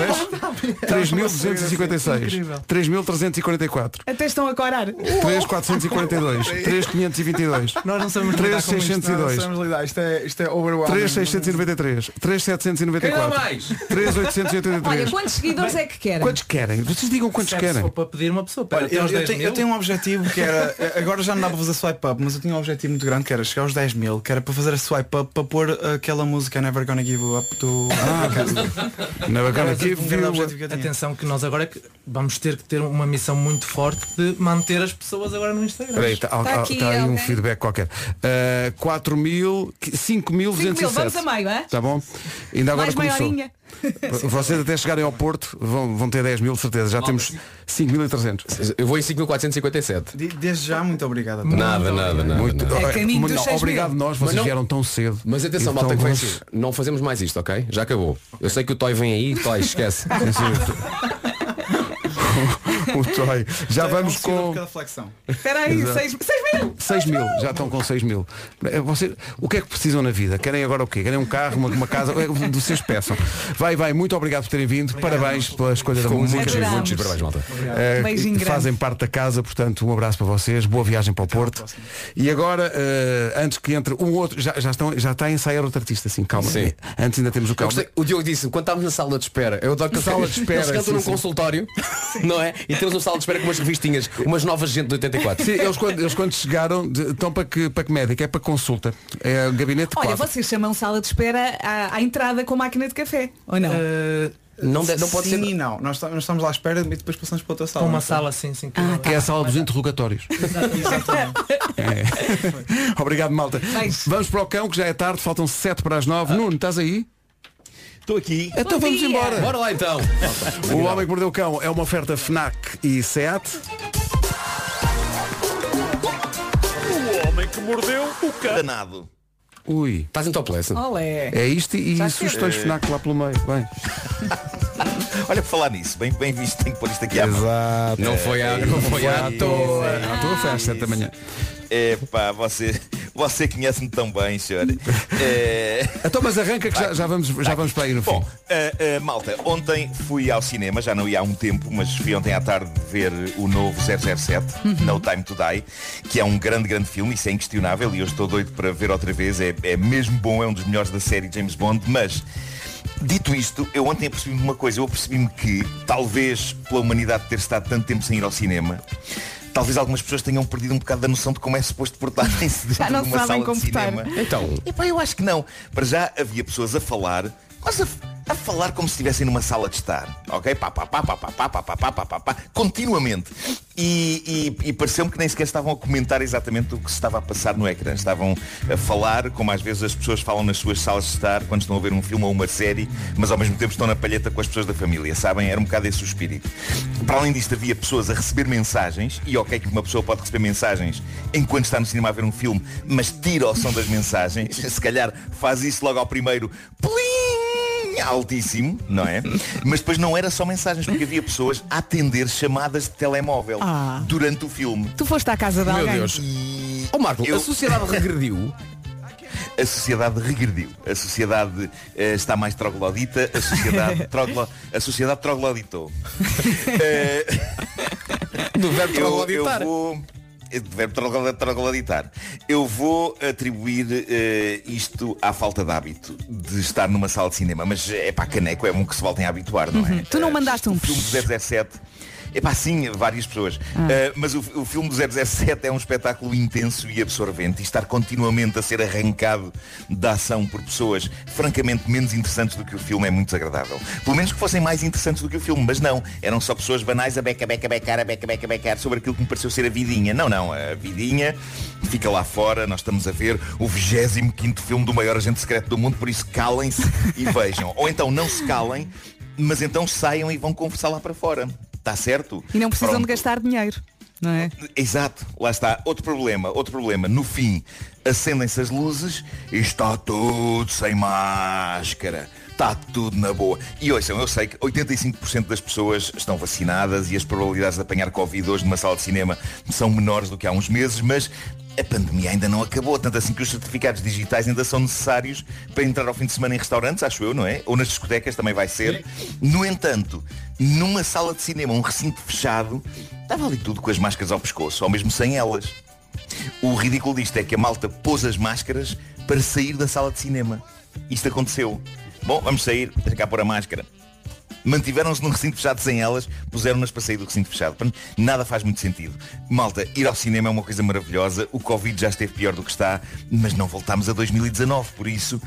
refresh. 3256.
Incrível.
3344.
Até estão a corar.
3442. 3522.
Nós não sabemos lidar com isto, não, não
3602.
sabemos lidar, isto é, isto é overwhelming.
3693, 3794,
Quem dá mais?
3883.
Olha, quantos seguidores é que querem?
Quantos querem? Vocês digam quantos querem.
para pedir uma pessoa,
pera, até
eu,
aos
eu
10
tenho,
mil?
eu tenho um objetivo que era. eh, Agora já não dá para fazer swipe up, mas eu tinha um objetivo muito grande que era chegar aos 10 mil, que era para fazer a swipe up para pôr eh, aquela música Never Gonna Give Up do.
Never
Gonna Give You Up.
Atenção que nós agora que vamos ter que ter uma missão muito forte de manter as pessoas agora no Instagram.
Peraí, está aí um feedback qualquer. Uh, 4 mil, 5 mil,
5.000, vamos a meio, é?
Tá bom? Ainda agora
Mais
começou.
maiorinha.
Vocês até chegarem ao Porto vão, vão ter 10 mil, certeza. Já temos 5.300.
Eu vou em 5.457.
De- Desde já, muito
Um
obrigado. a todos.
Nada, nada, nada.
Muito-
nada.
É caminho dos
Mas-
6.000.
Obrigado nós, vocês
Mas não-
vieram
tão cedo.
Mas atenção,
E
malta,
tão
que foi
longe.
assim. Não fazemos mais isto, ok? Já acabou. Eu sei que o Toy vem aí, Toy, esquece.
O Toy. Já vamos com.
Espera aí,
Exato.
6 mil.
6 mil, já estão com 6 mil. Eh, vocês- o que é que precisam na vida? Querem agora o quê? Querem um carro, uma, uma casa? É, Vocês peçam. Vai, vai, muito obrigado por terem vindo. Parabéns pela escolha
Ficou
da música.
muito giro, muito giro. Parabéns, malta. Obrigado.
Eh,
Beijinho grande.
fazem parte da casa, portanto, um abraço para vocês. Boa viagem para o Porto. E agora, eh, antes que entre um outro, já, já, estão, já está a ensaiar outro artista, assim, calma.
Sim.
Antes ainda temos o
Eu
calma.
gostei- o Diogo disse, quando estávamos na sala de espera, eu adoro que
Sala de espera,
Eles cantam
sim,
num
sim.
consultório, não é? E e temos um salão de espera com umas revistinhas, umas novas gente de 84.
Sim, eles quando, eles quando chegaram, de- estão para que, para que médico? É para consulta. É gabinete 4.
Olha, vocês chamam sala de espera à, à entrada com máquina de café, ou não?
não, deve- não pode
sim
ser-
e não. Nós, ta- nós estamos lá à espera e depois passamos para outra sala.
Para uma
não sei.
sala,
sim, sim.
Que é a sala dos interrogatórios. É. Obrigado, malta. Vamos para o cão, que já é tarde, faltam 7 para as 9. Nuno, estás aí?
Estou aqui.
Então
Ah. Bom
vamos
dia.
embora.
Bora lá então.
O Homem que Mordeu o Cão é uma oferta FNAC e SEAT.
O homem que mordeu o cão. Danado.
Ui.
Estás em topless.
Olé.
É isto e
Já
sugestões
sei.
FNAC lá pelo meio. Bem.
Olha, por falar nisso, bem, bem visto, tenho que pôr isto aqui à
Exato.
Não foi à-
É,
não foi à
isso,
toa.
é
À toa foi às sete da manhã.
É pá, você, você conhece-me tão bem, senhor. É...
Então, mas arranca que já, já vamos, já vamos para aí no fim.
Bom, uh, uh, malta, ontem fui ao cinema, já não ia há um tempo, mas fui ontem à tarde ver o novo 007,
Uhum.
No Time to Die, que é um grande, grande filme, isso é inquestionável e eu estou doido para ver outra vez, é, é mesmo bom, é um dos melhores da série James Bond, mas Dito isto, eu ontem apercebi-me de uma coisa, eu apercebi-me que talvez pela humanidade ter estado tanto tempo sem ir ao cinema, talvez algumas pessoas tenham perdido um bocado da noção de como é suposto portarem-se dentro
Já não
de uma
sabem
sala de
comportar.
cinema. Então. Epá, eu acho que não. Para já havia pessoas a falar, quase a, a falar como se estivessem numa sala de estar. Ok? Pá, pá, pá, pá, pá, pá, pá, pá, pá, pá, pá, pá, continuamente. E, e, e pareceu-me que nem sequer estavam a comentar exatamente o que se estava a passar no ecrã. Estavam a falar, como às vezes as pessoas falam nas suas salas de estar quando estão a ver um filme ou uma série, mas ao mesmo tempo estão na palheta com as pessoas da família, sabem? Era um bocado esse o espírito. Para além disto, havia pessoas a receber mensagens, e ok que uma pessoa pode receber mensagens enquanto está no cinema a ver um filme, mas tira o som das mensagens, se calhar faz isso logo ao primeiro. Plim! Altíssimo, não é? Mas depois não era só mensagens, porque havia pessoas a atender chamadas de telemóvel
Ah.
durante o filme.
Tu foste à casa de
Meu
alguém?
Deus. Ó Marco,
a sociedade
regrediu? A sociedade regrediu. A sociedade eh, está mais troglodita, a sociedade, troglo, a sociedade trogloditou. Eh,
Do verbo trogloditar.
Eu, eu vou, eh, do verbo troglo- trogloditar. Eu vou atribuir eh, isto à falta de hábito de estar numa sala de cinema, mas é para caneco, é bom que se voltem a habituar, não é?
Uhum. Tu não mandaste um
O filme do 017. Epá, sim, várias pessoas. Ah, mas o, o filme do 017 é um espetáculo intenso e absorvente e estar continuamente a ser arrancado da ação por pessoas francamente menos interessantes do que o filme é muito desagradável. Pelo menos que fossem mais interessantes do que o filme, mas não. Eram só pessoas banais a beca, beca, becar, a beca, beca, becar sobre aquilo que me pareceu ser a vidinha. Não, não. A vidinha fica lá fora. Nós estamos a ver o 25 filme do maior agente secreto do mundo, por isso calem-se e vejam. Ou então não se calem, mas então saiam e vão conversar lá para fora. Está certo?
E não precisam
Pronto.
de gastar dinheiro, não é?
Exato, lá está. Outro problema, outro problema. No fim, acendem-se as luzes e está tudo sem máscara. Está tudo na boa. E ouçam, eu sei que 85% das pessoas estão vacinadas e as probabilidades de apanhar Covid hoje numa sala de cinema são menores do que há uns meses, mas a pandemia ainda não acabou, tanto assim que os certificados digitais ainda são necessários para entrar ao fim de semana em restaurantes, acho eu, não é? Ou nas discotecas também vai ser. No entanto, numa sala de cinema, um recinto fechado, estava ali tudo com as máscaras ao pescoço, ou mesmo sem elas. O ridículo disto é que a malta pôs as máscaras para sair da sala de cinema. Isto aconteceu. Bom, vamos sair, deixa cá pôr a máscara. Mantiveram-se num recinto fechado sem elas, puseram-nas para sair do recinto fechado. Portanto, Nada faz muito sentido. Malta, ir ao cinema é uma coisa maravilhosa, o Covid já esteve pior do que está, mas não voltámos a 2019, por isso,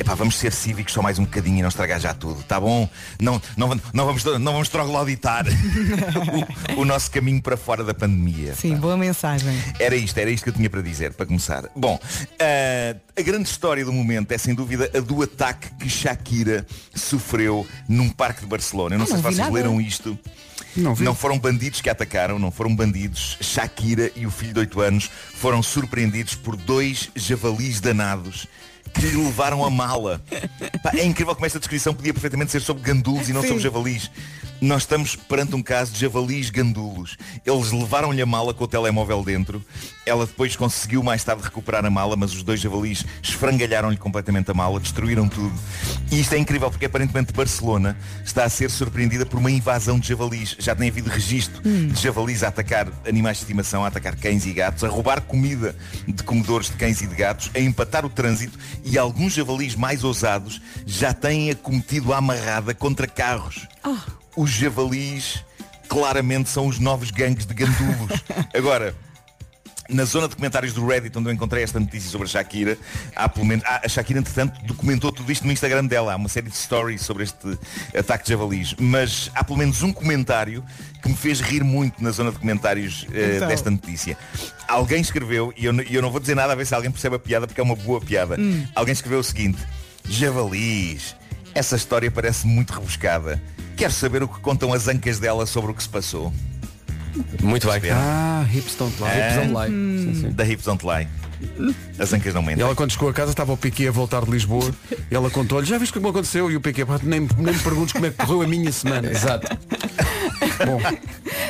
epá, vamos ser cívicos só mais um bocadinho e não estragar já tudo, tá bom? Não, não, não vamos, não vamos trogloditar o, o nosso caminho para fora da pandemia.
Sim, boa mensagem.
Era isto, era isto que eu tinha para dizer, para começar. Bom, ah, a grande história do momento é sem dúvida a do ataque que Shakira sofreu num parque de Barcelona. Eu não
Ah,
sei
não
se
vi
vocês
nada.
leram isto.
Não vi.
foram bandidos que a atacaram, não foram bandidos. Shakira e o filho de 8 anos foram surpreendidos por dois javalis danados que lhe levaram a mala. Pá, é incrível como esta descrição podia perfeitamente ser sobre gandulos e não
Sim.
sobre javalis. Nós estamos perante um caso de javalis gandulos. Eles levaram-lhe a mala com o telemóvel dentro. Ela depois conseguiu mais tarde recuperar a mala, mas os dois javalis esfrangalharam-lhe completamente a mala, destruíram tudo. E isto é incrível porque aparentemente Barcelona está a ser surpreendida por uma invasão de javalis. Já tem havido registro
Hum.
de javalis a atacar animais de estimação, a atacar cães e gatos, a roubar comida de comedores de cães e de gatos, a empatar o trânsito e alguns javalis mais ousados já têm acometido a amarrada contra carros. Os javalis claramente são os novos gangues de gandulos. Agora, na zona de comentários do Reddit, onde eu encontrei esta notícia sobre a Shakira, há pelo menos, ah, a Shakira, entretanto, documentou tudo isto no Instagram dela. Há uma série de stories sobre este ataque de javalis. Mas há pelo menos um comentário que me fez rir muito na zona de comentários eh,
Então.
desta notícia. Alguém escreveu, e eu, n- e eu não vou dizer nada a ver se alguém percebe a piada, porque é uma boa piada.
Hum.
Alguém escreveu o seguinte, javalis, essa história parece muito rebuscada. Quero saber o que contam as ancas dela sobre o que se passou.
Muito bem.
Ah, hips don't
lie. Hips don't lie. Hum. Sim, sim.
Da hips don't lie. As ancas não mentem.
Ela quando chegou a casa estava o Piquet a voltar de Lisboa Ela contou-lhe, já viste como aconteceu? E o Piquet, pá, nem, nem me perguntes como é que correu a minha semana Exato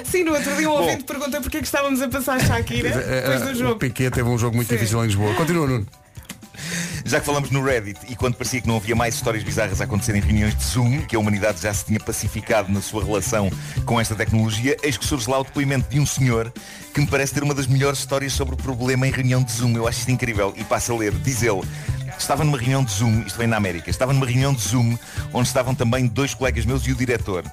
Sim, no outro dia um ouvinte pergunta porque é que estávamos a passar
Eh,
Shakira depois do
Eh, O
jogo.
Piquet teve um jogo muito difícil em Lisboa Continua, Nuno
Já que falamos no Reddit e quando parecia que não havia mais histórias bizarras a acontecer em reuniões de Zoom, que a humanidade já se tinha pacificado na sua relação com esta tecnologia, eis que surge lá o depoimento de um senhor que me parece ter uma das melhores histórias sobre o problema em reunião de Zoom. Eu acho isto incrível. E passa a ler, diz ele. Estava numa reunião de Zoom, isto vem na América, estava numa reunião de Zoom onde estavam também dois colegas meus e o diretor.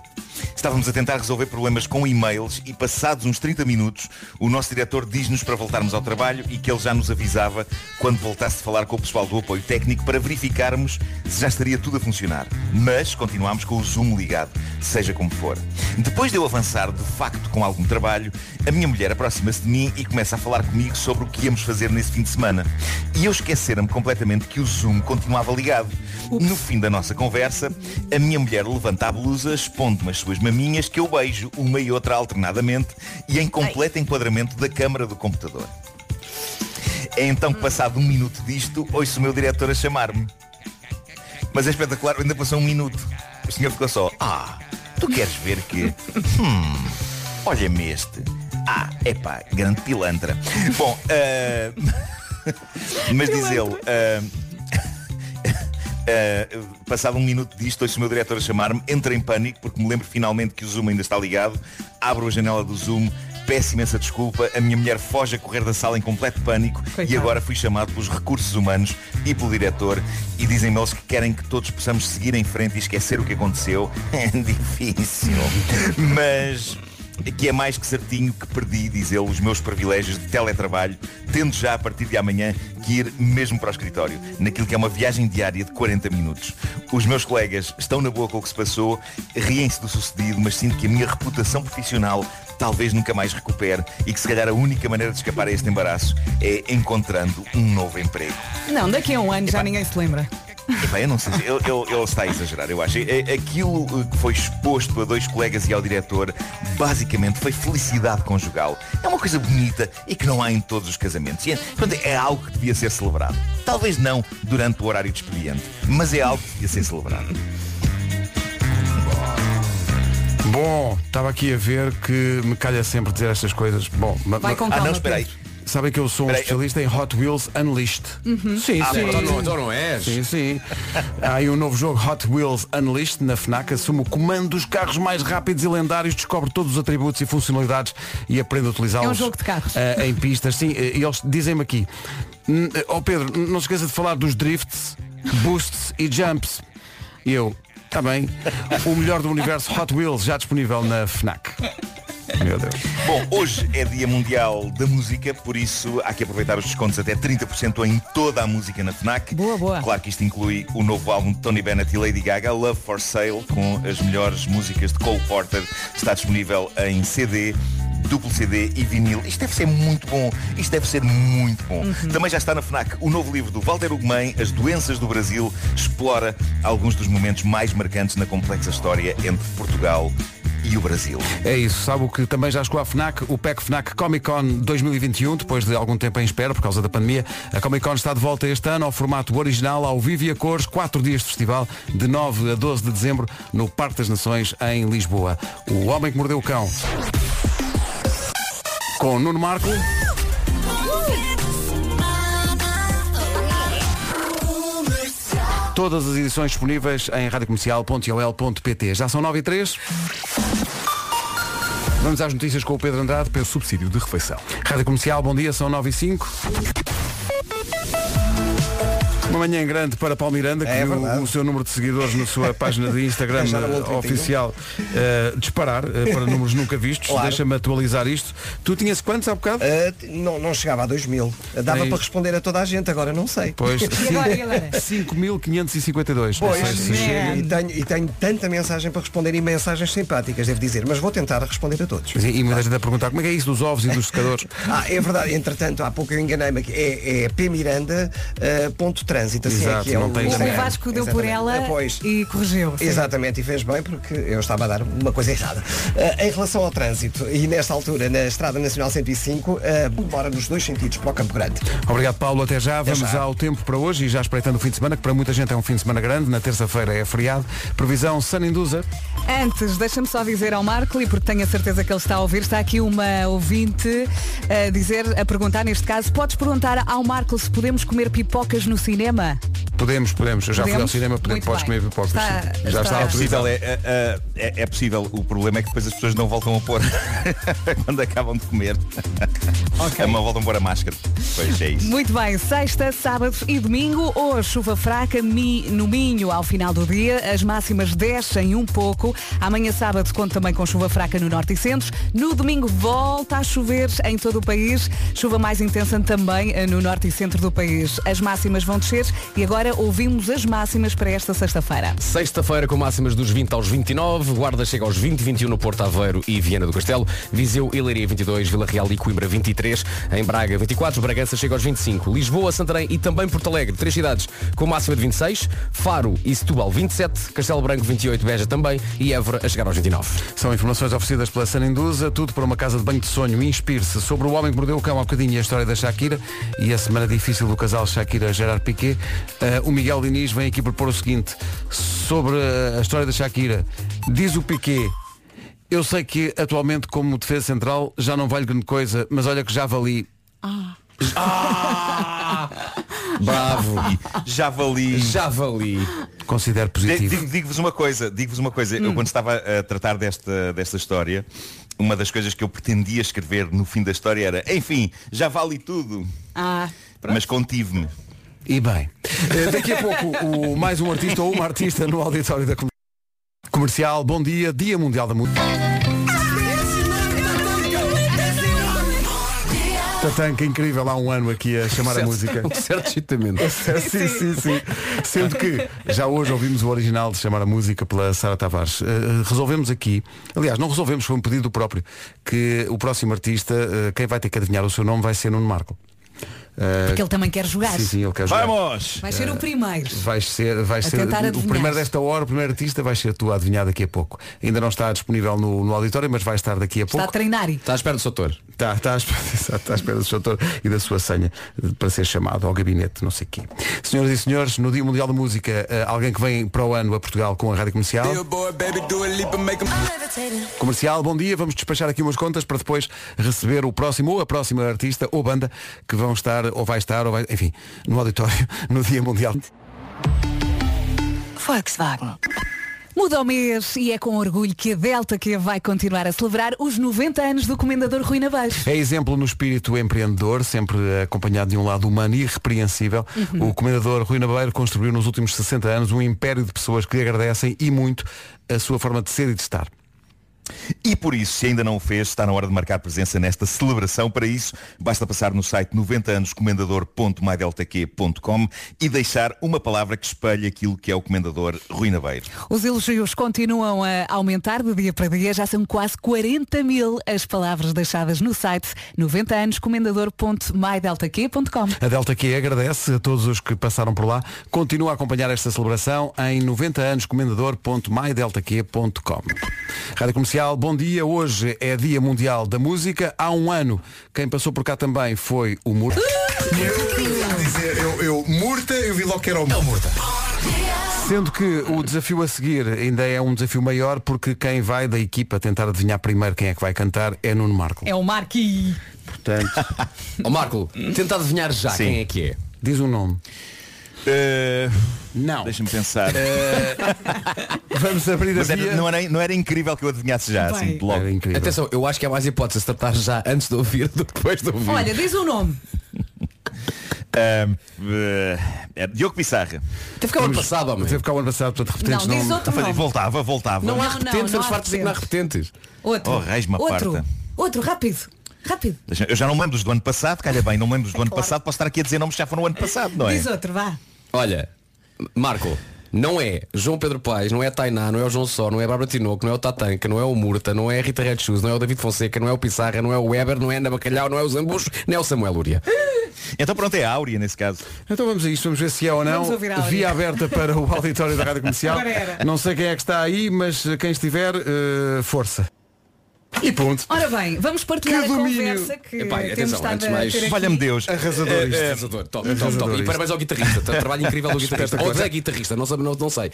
Estávamos a tentar resolver problemas com e-mails e passados uns 30 minutos o nosso diretor diz-nos para voltarmos ao trabalho e que ele já nos avisava quando voltasse de falar com o pessoal do apoio técnico para verificarmos se já estaria tudo a funcionar. Mas continuámos com o Zoom ligado, seja como for. Depois de eu avançar de facto com algum trabalho, a minha mulher aproxima-se de mim e começa a falar comigo sobre o que íamos fazer nesse fim de semana. E eu esquecera-me completamente que o Zoom continuava ligado. No fim da nossa conversa, a minha mulher levanta a blusa, expondo-me as suas maminhas, que eu beijo uma e outra alternadamente e em completo enquadramento da câmara do computador. É então que, passado um minuto disto, ouço o meu diretor a chamar-me. Mas é espetacular, ainda passou um minuto. O senhor ficou só, ah, tu queres ver que... Hum, olha-me este. Ah, epá, grande pilantra. Bom, ah, mas diz ele... ah, Uh, passado um minuto disto, ouço o meu diretor a chamar-me, entro em pânico porque me lembro finalmente que o Zoom ainda está ligado, abro a janela do Zoom, peço imensa desculpa, a minha mulher foge a correr da sala em completo pânico e agora fui chamado pelos recursos humanos e pelo diretor e dizem-me eles que querem que todos possamos seguir em frente e esquecer o que aconteceu. É difícil. Mas que é mais que certinho que perdi, diz ele, os meus privilégios de teletrabalho, tendo já a partir de amanhã que ir mesmo para o escritório, naquilo que é uma viagem diária de 40 minutos. Os meus colegas estão na boa com o que se passou, riem-se do sucedido, mas sinto que a minha reputação profissional talvez nunca mais recupere e que se calhar a única maneira de escapar a este embaraço é encontrando um novo emprego.
Não, daqui a um ano já ninguém se lembra.
Epá, eu não sei, ele, ele- ele está a exagerar, eu acho. É- é Aquilo eh, que foi exposto a dois colegas e ao diretor, basicamente foi felicidade conjugal. É uma coisa bonita e que não há em todos os casamentos. E é, portanto, é algo que devia ser celebrado. Talvez não durante o horário de expediente, mas é algo que devia ser celebrado.
Bom, estava aqui a ver que me calha sempre dizer estas coisas Bom, ma-
Vai
ma-
com Ah, não, calma, espera aí.
Sabem que eu sou um especialista em Hot Wheels Unleashed
Uhum.
Sim,
Ah,
sim
então não- então não és.
Sim, sim Há aí um novo jogo Hot Wheels Unleashed na FNAC Assume o comando dos carros mais rápidos e lendários Descobre todos os atributos e funcionalidades E aprende a utilizá-los
É um jogo de carros.
eh, Em pistas, sim eh, E eles dizem-me aqui "Hum, eh, Ó Pedro, n- não se esqueça de falar dos drifts Boosts e jumps E eu, está bem O melhor do universo Hot Wheels já disponível na FNAC Meu Deus.
Bom, hoje é Dia Mundial da Música, por isso há que aproveitar os descontos até 30% em toda a música na FNAC. Boa, boa. Claro que isto inclui o novo álbum de Tony Bennett e Lady Gaga, Love for Sale, com as melhores músicas de Cole Porter. Está disponível em CD, duplo CD e vinil. Isto deve ser muito bom. Isto deve ser muito bom. Também já está na FNAC o novo livro do Walter Ugumem, As Doenças do Brasil, explora alguns dos momentos mais marcantes na complexa história entre Portugal e o Brasil.
É isso, sabe o que também já chegou à FNAC, o PEC FNAC Comic Con 2021, depois de algum tempo em espera por causa da pandemia. A Comic Con está de volta este ano ao formato original, ao vivo e a cores, quatro dias de festival, de 9 a 12 de dezembro, no Parque das Nações, em Lisboa. O Homem que Mordeu o Cão. Com Nuno Marco. Todas as edições disponíveis em radiocomercial.ol.pt. Já são 9 e 3. Vamos às notícias com o Pedro Andrade pelo subsídio de refeição. Rádio Comercial, bom dia, são 9 e 5. Uma manhã em grande para Paulo Miranda, que viu o seu número de seguidores na sua página de Instagram
Já era um
eh,
outro
oficial eh, disparar eh, para números nunca vistos.
Claro. Eh,
Deixa-me atualizar isto. Tu tinhas quantos há bocado?
Ah, não, não chegava a 2 mil. Ah, Dava
Aí.
para responder a toda a gente, agora não sei.
É Pois,
E agora, e agora?
5.552. Não sei
Pois,
se-
chega. E tenho, e tenho tanta mensagem para responder e mensagens simpáticas, devo dizer, mas vou tentar responder a todos.
E e muita gente a perguntar como é que é isso dos ovos e dos secadores.
Ah, é verdade, entretanto, há pouco eu enganei-me aqui. É, é P Miranda, eh, ponto trânsito, assim
Exato,
é que é
não tem
O Vasco deu por
Exatamente.
ela
Ah, pois.
e corrigiu. sim.
Exatamente, e fez bem porque eu estava a dar uma coisa errada. Ah, em relação ao trânsito, e nesta altura, na Estrada Nacional 105, ah, bora nos dois sentidos para o Campo Grande.
Obrigado Paulo, até já. Vamos
já.
ao tempo para hoje e já espreitando o fim de semana, que para muita gente é um fim de semana grande. Na terça-feira é feriado. Previsão Sun Indusa.
Antes, deixa-me só dizer ao Marco, e porque tenho a certeza que ele está a ouvir, está aqui uma ouvinte a dizer, a perguntar neste caso, podes perguntar ao Marco se podemos comer pipocas no cinema?
Podemos, podemos. Eu já fui
Podemos?
ao cinema, podemos,
Muito
podes
bem.
comer pipocas.
Está-
sim.
está-
já está
é possível,
autorizado.
é, é, é- é possível. O problema é que depois as pessoas não voltam a pôr quando acabam de comer. Não voltam a pôr a máscara. Pois é isso.
Muito bem, sexta, sábado e domingo, hoje chuva fraca mi, no Minho ao final do dia, as máximas descem um pouco, amanhã sábado conto também com chuva fraca no norte e centro, no domingo volta a chover em todo o país, chuva mais intensa também eh, no norte e centro do país. As máximas vão descer e agora ouvimos as máximas para esta sexta-feira.
Sexta-feira com máximas dos 20 aos 29, Guarda chega aos 20, 21 no Porto Aveiro e Viana do Castelo, Viseu e Leiria 22, Vila Real e Coimbra 23, em Braga 24, Bragança chega aos 25, Lisboa, Santarém e também Porto Alegre, três cidades com máxima de 26, Faro e Setúbal 27, Castelo Branco 28, Beja também e Évora a chegar aos 29.
São informações oferecidas pela Sun Indusa, tudo para uma casa de banho de sonho. Inspire-se sobre o homem que mordeu o cão há bocadinho e a história da Shakira e a semana difícil do casal Shakira-Gerard Piqué. Eh, o Miguel Diniz vem aqui propor o seguinte sobre eh, a história da Shakira. Diz o Piqué, eu sei que atualmente como defesa central já não vale grande coisa, mas olha que já vali.
Ah.
Bravo.
Já vali.
Já vali. Eh,
Considero positivo.
Digo- Digo-vos uma coisa, digo-vos uma coisa. Eu quando estava a tratar desta, desta história, uma das coisas que eu pretendia escrever no fim da história era, enfim, já vale tudo.
Ah.
Mas contive-me.
E bem. Eh, Daqui a pouco, o- mais um artista ou uma artista no auditório da Com- comercial. Bom dia, Dia Mundial da Música. Tatanca, incrível, há um ano aqui a chamar a
Certo-
música. É
um certo excitamento.
sim, sim, sim. Sendo que já hoje ouvimos o original de chamar a música pela Sara Tavares. Eh, resolvemos aqui, aliás, não resolvemos, foi um pedido próprio, que o próximo artista, eh, quem vai ter que adivinhar o seu nome vai ser Nuno Marco. Eh,
Porque ele também quer jogar.
Sim, Eh, sim, ele quer jogar. Vamos!
Vai ser o primeiro.
Vai ser, vai
A
ser
tentar
o
adivinhar.
primeiro desta hora, o primeiro artista vai ser tu a adivinhar daqui a pouco. Ainda não está disponível no, no auditório, mas vai estar daqui a
Está a
pouco.
treinar e
Está à espera do Soutor.
Está, está, à espera- exato, está à espera do seu autor e da sua senha eh, para ser chamado ao gabinete, não sei quê. Senhoras e senhores, no Dia Mundial da Música, eh, alguém que vem para o ano a Portugal com a Rádio Comercial. Comercial, bom dia. Vamos despachar aqui umas contas para depois receber o próximo ou a próxima artista ou banda que vão estar, ou vai estar, ou vai, enfim, no auditório no Dia Mundial.
Volkswagen.
Muda o mês e é com orgulho que a Delta que vai continuar a celebrar os 90 anos do Comendador Rui Naveiro.
É exemplo no espírito empreendedor, sempre acompanhado de um lado humano e irrepreensível.
Uhum.
O comendador Rui Nabeiro construiu nos últimos 60 anos um império de pessoas que lhe agradecem e muito a sua forma de ser e de estar.
E por isso, se ainda não o fez, está na hora de marcar presença nesta celebração. Para isso, basta passar no site 90anoscomendador.mydeltaq.com e deixar uma palavra que espelhe aquilo que é o comendador Rui Naveiro.
Os elogios continuam a aumentar de dia para dia, já são quase 40 mil as palavras deixadas no site 90anoscomendador.mydeltaq.com.
A Delta Q agradece a todos os que passaram por lá. Continua a acompanhar esta celebração em 90anoscomendador.mydeltaq.com Rádio Comercial, bom dia. Hoje é Dia Mundial da Música. Há um ano, quem passou por cá também foi o Muro.
Dizer, eu, eu murta, eu vi logo que era o murta.
Sendo que o desafio a seguir ainda é um desafio maior porque quem vai da equipa tentar adivinhar primeiro quem é que vai cantar é Nuno Marco.
É o Marqui.
Portanto.
Ó Marco, tenta adivinhar já
Sim.
quem é que é.
Diz um nome.
Não. Eh, Deixa-me pensar.
Vamos abrir
Mas era- não, era, não era incrível que eu adivinhasse já,
Bem.
assim, de logo.
Atenção, eu
um
acho que é mais hipótese tratar já antes de ouvir do que depois de ouvir.
Olha, diz o nome.
Ahm, eh, Diogo Pissarra.
Teve cá o ano passado, homem.
Teve cá o ano passado, portanto,
repetentes Não, diz não- outro
Fazer-
nome.
Voltava, voltava.
Então Não há Não, não, repetentes, não estamos há fartos de assinar
repetentes.
Outro.
Oh, raiz-me a
Outro.
parta.
Outro, rápido. Rápido.
Deixa- Eu já não me lembro dos do ano passado, calha bem, não me lembro dos do ano passado, posso estar aqui a dizer nomes que já foram no ano passado, não é?
Diz outro, vá.
Olha, Marco, não é João Pedro Paes, não é a Tainá, não é o João Só, não é a Bárbara Tinoco, não é o Tatanka, não é o Murta, não é a Rita Red Shoes, não é o David Fonseca, não é o Pissarra, não é o Weber, não é a Ana Bacalhau, não é o Zambucho, não é o Samuel Lúria.
Então pronto, é a Áurea nesse caso.
Então vamos a isto, vamos ver se é ou não.
Vamos ouvir a Áurea.
Via aberta para o auditório da Rádio Comercial.
Agora era.
Não sei quem é que está aí, mas eh, quem estiver, eh, força. E ponto.
Ora bem, vamos partilhar a conversa que temos estado a ter aqui.
valha-me Deus.
Arrasador
É,
isto.
é, arrasador, top, top,
Arrasador
top. E
isto.
parabéns ao guitarrista. Tem um trabalho incrível do guitarrista. Ou da
Espetacular.
guitarrista, não, sabe, não, não sei.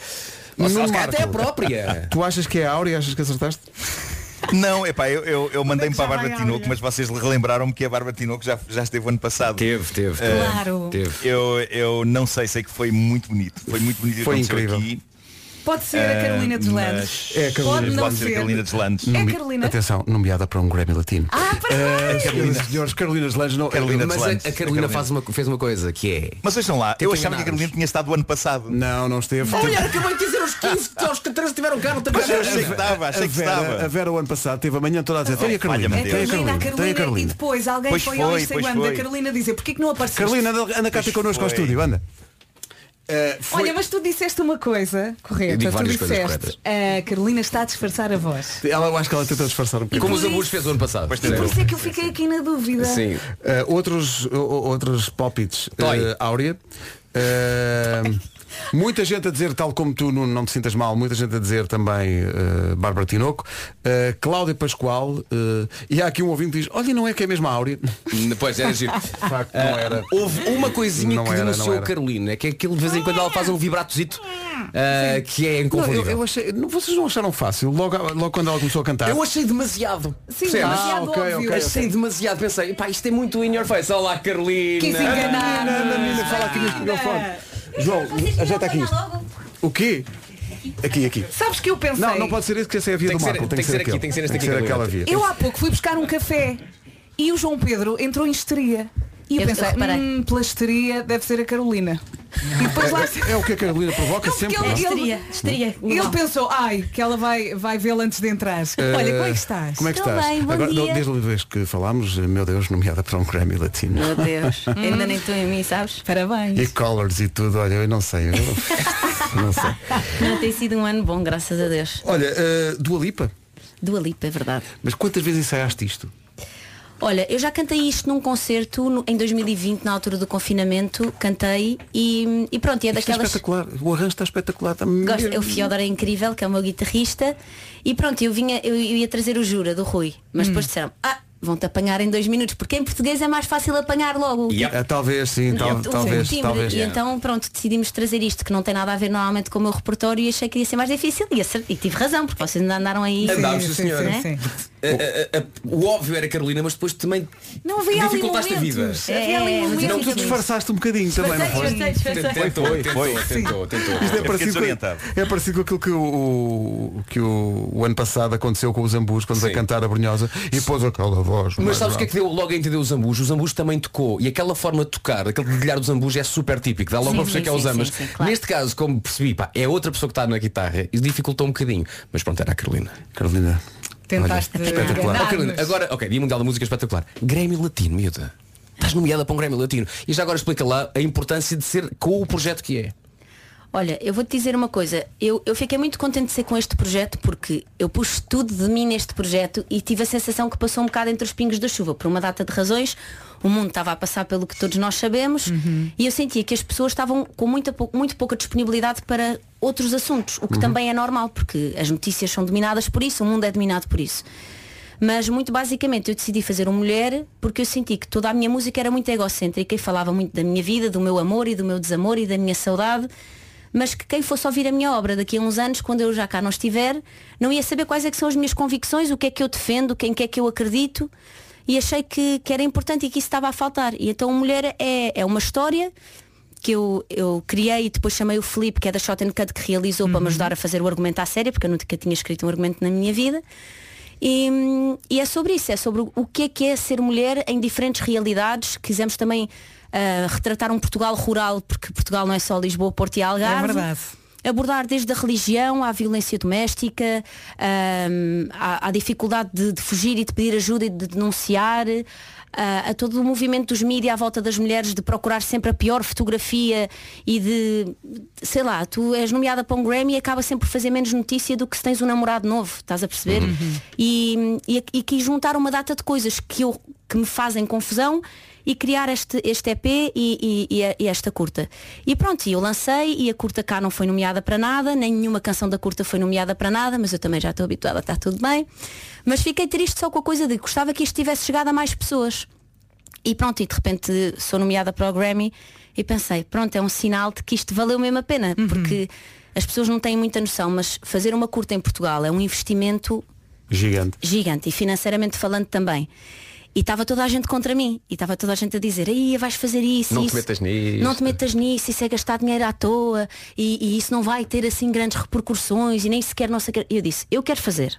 Ou
Nuno
seja, até a
Marco,
própria.
Tu achas que é a Áurea? Achas que acertaste?
Não, é pá, eu, eu, eu mandei-me para a Bárbara
vai a
Tinoco, mas vocês relembraram-me que a Bárbara Tinoco já, já esteve o ano passado.
Teve, teve.
teve. Claro.
Eu, eu não sei, sei que foi muito bonito. Foi muito bonito o que
Foi
aconteceu
incrível.
aqui.
Pode ser a Carolina dos
Ah,
Landes.
mas- É a Carolina
Pode
dos
não
Landes, é a
ser.
Carolina dos Landes.
É a
Nomi-
Carolina.
Atenção, nomeada para um Grammy Latino.
Ah,
Eh, senhoras e senhores, Carolina dos Landes não.
Carolina
Mas
dos
a-
Landes.
a Carolina faz uma, fez uma coisa que é.
Mas vejam lá,
Tem
eu
que
achava que a
enganar-nos.
Carolina tinha estado o ano passado.
Não, não esteve.
Olha, acabei de dizer aos 15 que aos 14 tiveram cá, não tem
Mas eu
é,
achei que estava, achei
a
que
Vera,
estava.
A Vera o ano passado teve a manhã toda a dizer, tem a Carolina,
É
tem a Carolina,
a
tem a
Carolina e
Carolina.
depois alguém
Pois
foi, ao
foi,
Instagram
pois
da
foi.
Carolina dizer porquê que não apareceste?
Carolina, anda- anda cá ter connosco ao
foi.
estúdio, anda. Eh,
Olha, mas tu disseste uma coisa
Eu
correta.
digo
Tu
várias coisas
disseste a Carolina está a disfarçar a voz.
Ela, eu acho que ela tentou disfarçar um bocadinho.
Como os abusos fez o ano passado.
E por isso é que eu fiquei aqui na dúvida.
Eh, outros, o- o- outros palpites. Eh, Áurea. Eh, muita gente a dizer, tal como tu, Nuno, não te sintas mal, muita gente a dizer também eh, Bárbara Tinoco. Eh, Cláudia Pascoal. eh, e há aqui um ouvinte que diz, olha, não é que é mesmo a Áurea.
Depois era giro.
De facto, Eh, não
Ah,
era.
Houve uma coisinha
Não
que
era, não
denunciou a
era.
Carolina, que é que ele, de vez em quando ela faz um vibratozito ah, que é
Não, eu,
inconfundível.
eu achei, não- vocês não acharam fácil logo, logo quando ela começou a cantar?
Eu achei demasiado.
Sim,
Percebes?
demasiado Ah, ok, óbvio. ok,
achei
ok.
demasiado. Pensei, pá, isto é muito in your face. Olá, Carolina.
Quis enganar. A menina, a menina fala aqui neste microfone. João, ajeita aqui isto. O quê? Aqui, aqui.
Sabes que eu pensei.
Não, não pode ser esse que essa é a via
Tem
do
que ser-
Marco.
tem que ser aqui,
aquele.
tem que ser este
Tem que
aqui,
ser aquela via.
Eu há pouco fui buscar um café e o João Pedro entrou em histeria. E eu,
Eu- eu
pensei,
reparei.
hum, pela histeria deve ser a Carolina. E depois lá
É, é o que a Carolina provoca sempre.
Porque
não é?
ele, ele, ele pensou, ai, que ela vai, vai vê-la antes de entrar.
Eh,
Olha, como é que estás?
Como é que estás? Agora, não, desde a última vez que falámos, eh, meu Deus, nomeada para um Grammy Latino.
Meu Deus, ainda nem estou em mim, sabes?
Parabéns.
E colors e tudo, olha, eu não sei. Eu não sei.
Não tem sido um ano bom, graças a Deus.
Olha, eh, Dua Lipa,
Dua Lipa, é verdade.
mas quantas vezes ensaiaste isto?
Olha, eu já cantei isto num concerto no- em 2020, na altura do confinamento, cantei e, e pronto, e é
Isto é
daquelas.
espetacular, o arranjo está espetacular. Está
Gosto,
mesmo-
o Fiodor é incrível, que é o meu guitarrista. E pronto, eu vinha, eu, eu ia trazer o Jura do Rui, mas
Hum.
depois disseram, ah, vão-te apanhar em dois minutos, porque em português é mais fácil apanhar logo.
Ah, Talvez, sim, tal-
o- o
talvez,
timbre.
talvez.
E então, pronto, decidimos trazer isto, que não tem nada a ver normalmente com o meu repertório e achei que ia ser mais difícil. E, acer- e tive razão, porque vocês ainda andaram aí.
Andámos, sim, é senhora.
né?
A- a- a- Eh, O óbvio era Carolina, mas depois também
Não havia ali
dificultaste a vida.
momentos. Havia ali É, momentos.
Não, tu disfarçaste um bocadinho também, não foi?
Disfarcei, disfarcei, disfarcei.
Tentou,
Foi,
tentou,
foi.
tentou, tentou.
Isto é
Eu fiquei
parecido,
desorientado.
com, é parecido com aquilo que o, o- que o, o ano passado aconteceu com os Zambus quando a cantar a Brunhosa e pôs aquela voz.
Mas
mais
sabes o que é
alta.
que deu logo a entender o Zambujo? O Zambujo também tocou e aquela forma de tocar, aquele dedilhar do Zambujo é super típico, dá logo
Sim,
para perceber
sim,
que é o
sim,
Zambas.
sim, sim, claro.
Neste caso, como percebi, pá, é outra pessoa que está na guitarra e dificultou um bocadinho. Mas pronto, era a Carolina.
Carolina.
Tentaste
É
enganar-nos.
Ó, Carolina, agora, ok, Dia Mundial da Música é espetacular. Grêmio Latino, miúda. Estás nomeada para um Grêmio Latino. E já agora explica lá a importância de ser com o projeto que é.
Olha, eu vou-te dizer uma coisa. Eu, eu fiquei muito contente de ser com este projeto porque eu pus tudo de mim neste projeto e tive a sensação que passou um bocado entre os pingos da chuva. Por uma data de razões, o mundo estava a passar pelo que todos nós sabemos e eu sentia que as pessoas estavam com muita, pou- muito pouca disponibilidade para outros assuntos, o que
Uhum.
também é normal porque as notícias são dominadas por isso, o mundo é dominado por isso. Mas muito basicamente eu decidi fazer um mulher porque eu senti que toda a minha música era muito egocêntrica e falava muito da minha vida, do meu amor e do meu desamor e da minha saudade. Mas que quem fosse ouvir a minha obra daqui a uns anos, quando eu já cá não estiver, não ia saber quais é que são as minhas convicções, o que é que eu defendo, quem que é que eu acredito. E achei que, que era importante e que isso estava a faltar. E então Mulher é, é uma história que eu, eu criei e depois chamei o Felipe, que é da Shot and Cut, que realizou para me ajudar a fazer o argumento à série, porque eu nunca tinha escrito um argumento na minha vida. E, hum, e é sobre isso, é sobre o que é que é ser mulher em diferentes realidades. Quisemos também ah, retratar um Portugal rural, porque Portugal não é só Lisboa, Porto e Algarve.
verdade.
Abordar desde a religião à violência doméstica, ahm, à, à dificuldade de, de fugir e de pedir ajuda e de denunciar, ah, a todo o movimento dos mídias à volta das mulheres de procurar sempre a pior fotografia e de, sei lá, tu és nomeada para um Grammy e acaba sempre por fazer menos notícia do que se tens um namorado novo, estás a perceber?
Uhum.
E, e, e quis juntar uma data de coisas que, eu, que me fazem confusão e criar este, este EP e, e- e a- e esta curta. E pronto, e eu lancei e a curta cá não foi nomeada para nada, nem nenhuma canção da curta foi nomeada para nada, mas eu também já estou habituada, está tudo bem. Mas fiquei triste só com a coisa de gostava que isto tivesse chegado a mais pessoas. E pronto, e de repente sou nomeada para o Grammy e pensei, pronto, é um sinal de que isto valeu mesmo a pena, porque as pessoas não têm muita noção, mas fazer uma curta em Portugal é um investimento
Gigante.
gigante e financeiramente falando também. E estava toda a gente contra mim. E estava toda a gente a dizer, aí vais fazer isso.
Não te
isso.
metas nisso."
Não te metas nisso, isso é gastar dinheiro à toa e, e isso não vai ter assim grandes repercussões e nem sequer não sei o quê." Eu disse, eu quero fazer.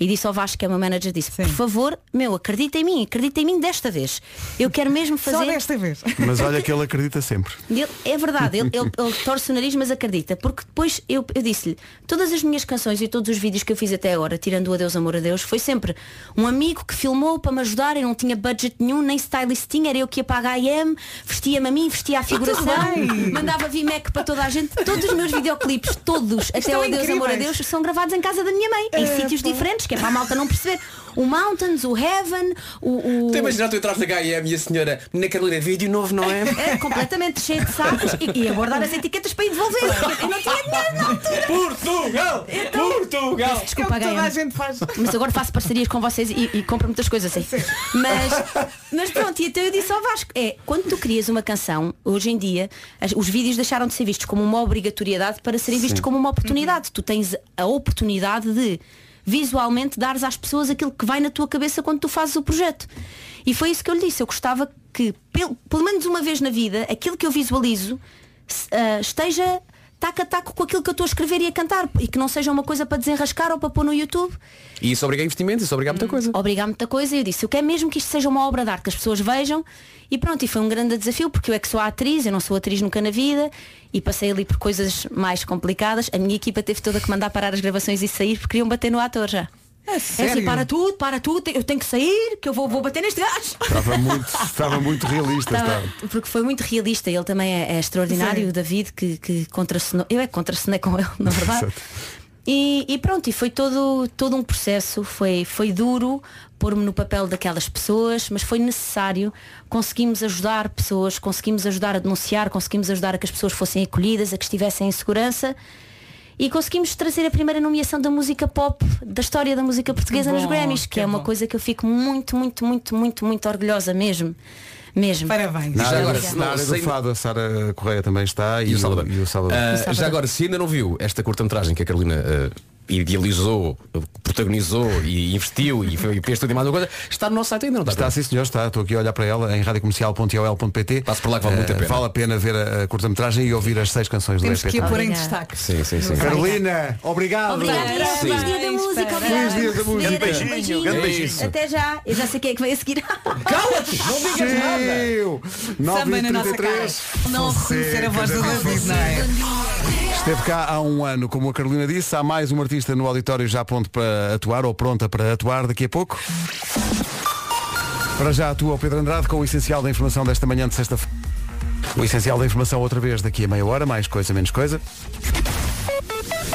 E disse ao Vasco, que é o meu manager, disse, por favor, meu, acredita em mim, acredita em mim desta vez. Eu quero mesmo fazer. Só
desta vez.
Mas olha que ele acredita sempre.
Ele- é verdade, ele, ele- ele torce o nariz, mas acredita. Porque depois eu, eu disse-lhe, todas as minhas canções e todos os vídeos que eu fiz até agora, tirando o Adeus Amor Adeus, foi sempre um amigo que filmou para me ajudar, eu não tinha budget nenhum, nem stylist tinha, era eu que ia para a HM, vestia-me a mim, vestia a figuração,
tudo Ah, tá bem.
mandava Vimec para toda a gente. Todos os meus videoclipes, todos, até
Estão
o Adeus Amor
incríveis.
Adeus, são gravados em casa da minha mãe, em
É,
sítios
pá.
diferentes, que é para a malta não perceber. O Mountains, o Heaven, o. o...
Tu imaginar tu entras na HM e a senhora na Carolina vídeo novo, não é?
É, completamente cheio de sacos e, e a guardar as etiquetas para ir devolver. Eu não tinha dinheiro na altura.
Portugal! Portugal!
Peço
É
Desculpa,
o que toda
HM.
a gente faz.
Mas agora faço parcerias com vocês e, e compro muitas coisas assim. Mas, mas pronto, e então eu disse ao Vasco, é, quando tu crias uma canção, hoje em dia, as- os vídeos deixaram de ser vistos como uma obrigatoriedade para serem
Sim.
vistos como uma oportunidade. Tu tens a oportunidade de visualmente dares às pessoas aquilo que vai na tua cabeça quando tu fazes o projeto. E foi isso que eu lhe disse. Eu gostava que, pelo, pelo menos uma vez na vida, aquilo que eu visualizo se- ah, esteja taco a taco com aquilo que eu estou a escrever e a cantar e que não seja uma coisa para desenrascar ou para pôr no YouTube.
E isso obriga a investimento, isso obriga
Hum.
a muita coisa.
Obrigar muita coisa e eu disse, eu quero mesmo que isto seja uma obra de arte, que as pessoas vejam e pronto, e foi um grande desafio porque eu é que sou atriz, eu não sou atriz nunca na vida e passei ali por coisas mais complicadas. A minha equipa teve toda que mandar parar as gravações e sair porque queriam bater no ator já. É assim,
sério?
para tudo, para tudo, eu tenho que sair, que eu vou, vou bater neste gajo.
Estava muito, estava muito realista.
Estava-
estava.
Tá, porque foi muito realista, ele também é, é extraordinário,
Sim.
o David, que, que contracenou. Eu é que contracenei com ele, na verdade. E, e pronto, e foi todo, todo um processo, foi, foi duro pôr-me no papel daquelas pessoas, mas foi necessário. Conseguimos ajudar pessoas, conseguimos ajudar a denunciar, conseguimos ajudar a que as pessoas fossem acolhidas, a que estivessem em segurança. E conseguimos trazer a primeira nomeação da música pop da história da música portuguesa
Que
nos
bom,
Grammys, que,
que
é uma
bom.
coisa que eu fico muito, muito, muito, muito, muito orgulhosa mesmo. Mesmo. Parabéns.
Na área,
se
do, na
não
área do
sei-
fado, a Sara Correia também está e, o Salvador. E o Salvador.
Ah, já agora, se ainda não viu esta curta-metragem que a Carolina ah, idealizou, ah, protagonizou e investiu e foi e fez tudo e mais uma coisa, está no nosso site ainda, não está?
Está sim senhor, está, estou aqui a olhar para ela em radiocomercial.ol.pt Passo por lá
que vale muito a pena.
Vale a pena ver a, a curta-metragem e ouvir as seis canções
Temos
do EP.
que a pôr em
também.
destaque.
Sim, sim, sim.
Carolina, obrigado.
Obrigada.
Sim.
Feliz dia da música.
Feliz dia da música. Grande beijinho, grande beijinho.
Até já. Eu já sei quem é que vai a seguir.
Cala-te! Não
digas nada.
Samba na nossa cara.
Não reconhecer a voz do David, não é?
Esteve cá há um ano, como a Carolina disse, há mais um artista no auditório já pronto para atuar ou pronta para atuar daqui a pouco. Para já atua o Pedro Andrade com o essencial da informação desta manhã de sexta-feira. O essencial da informação outra vez daqui a meia hora, mais coisa, menos coisa.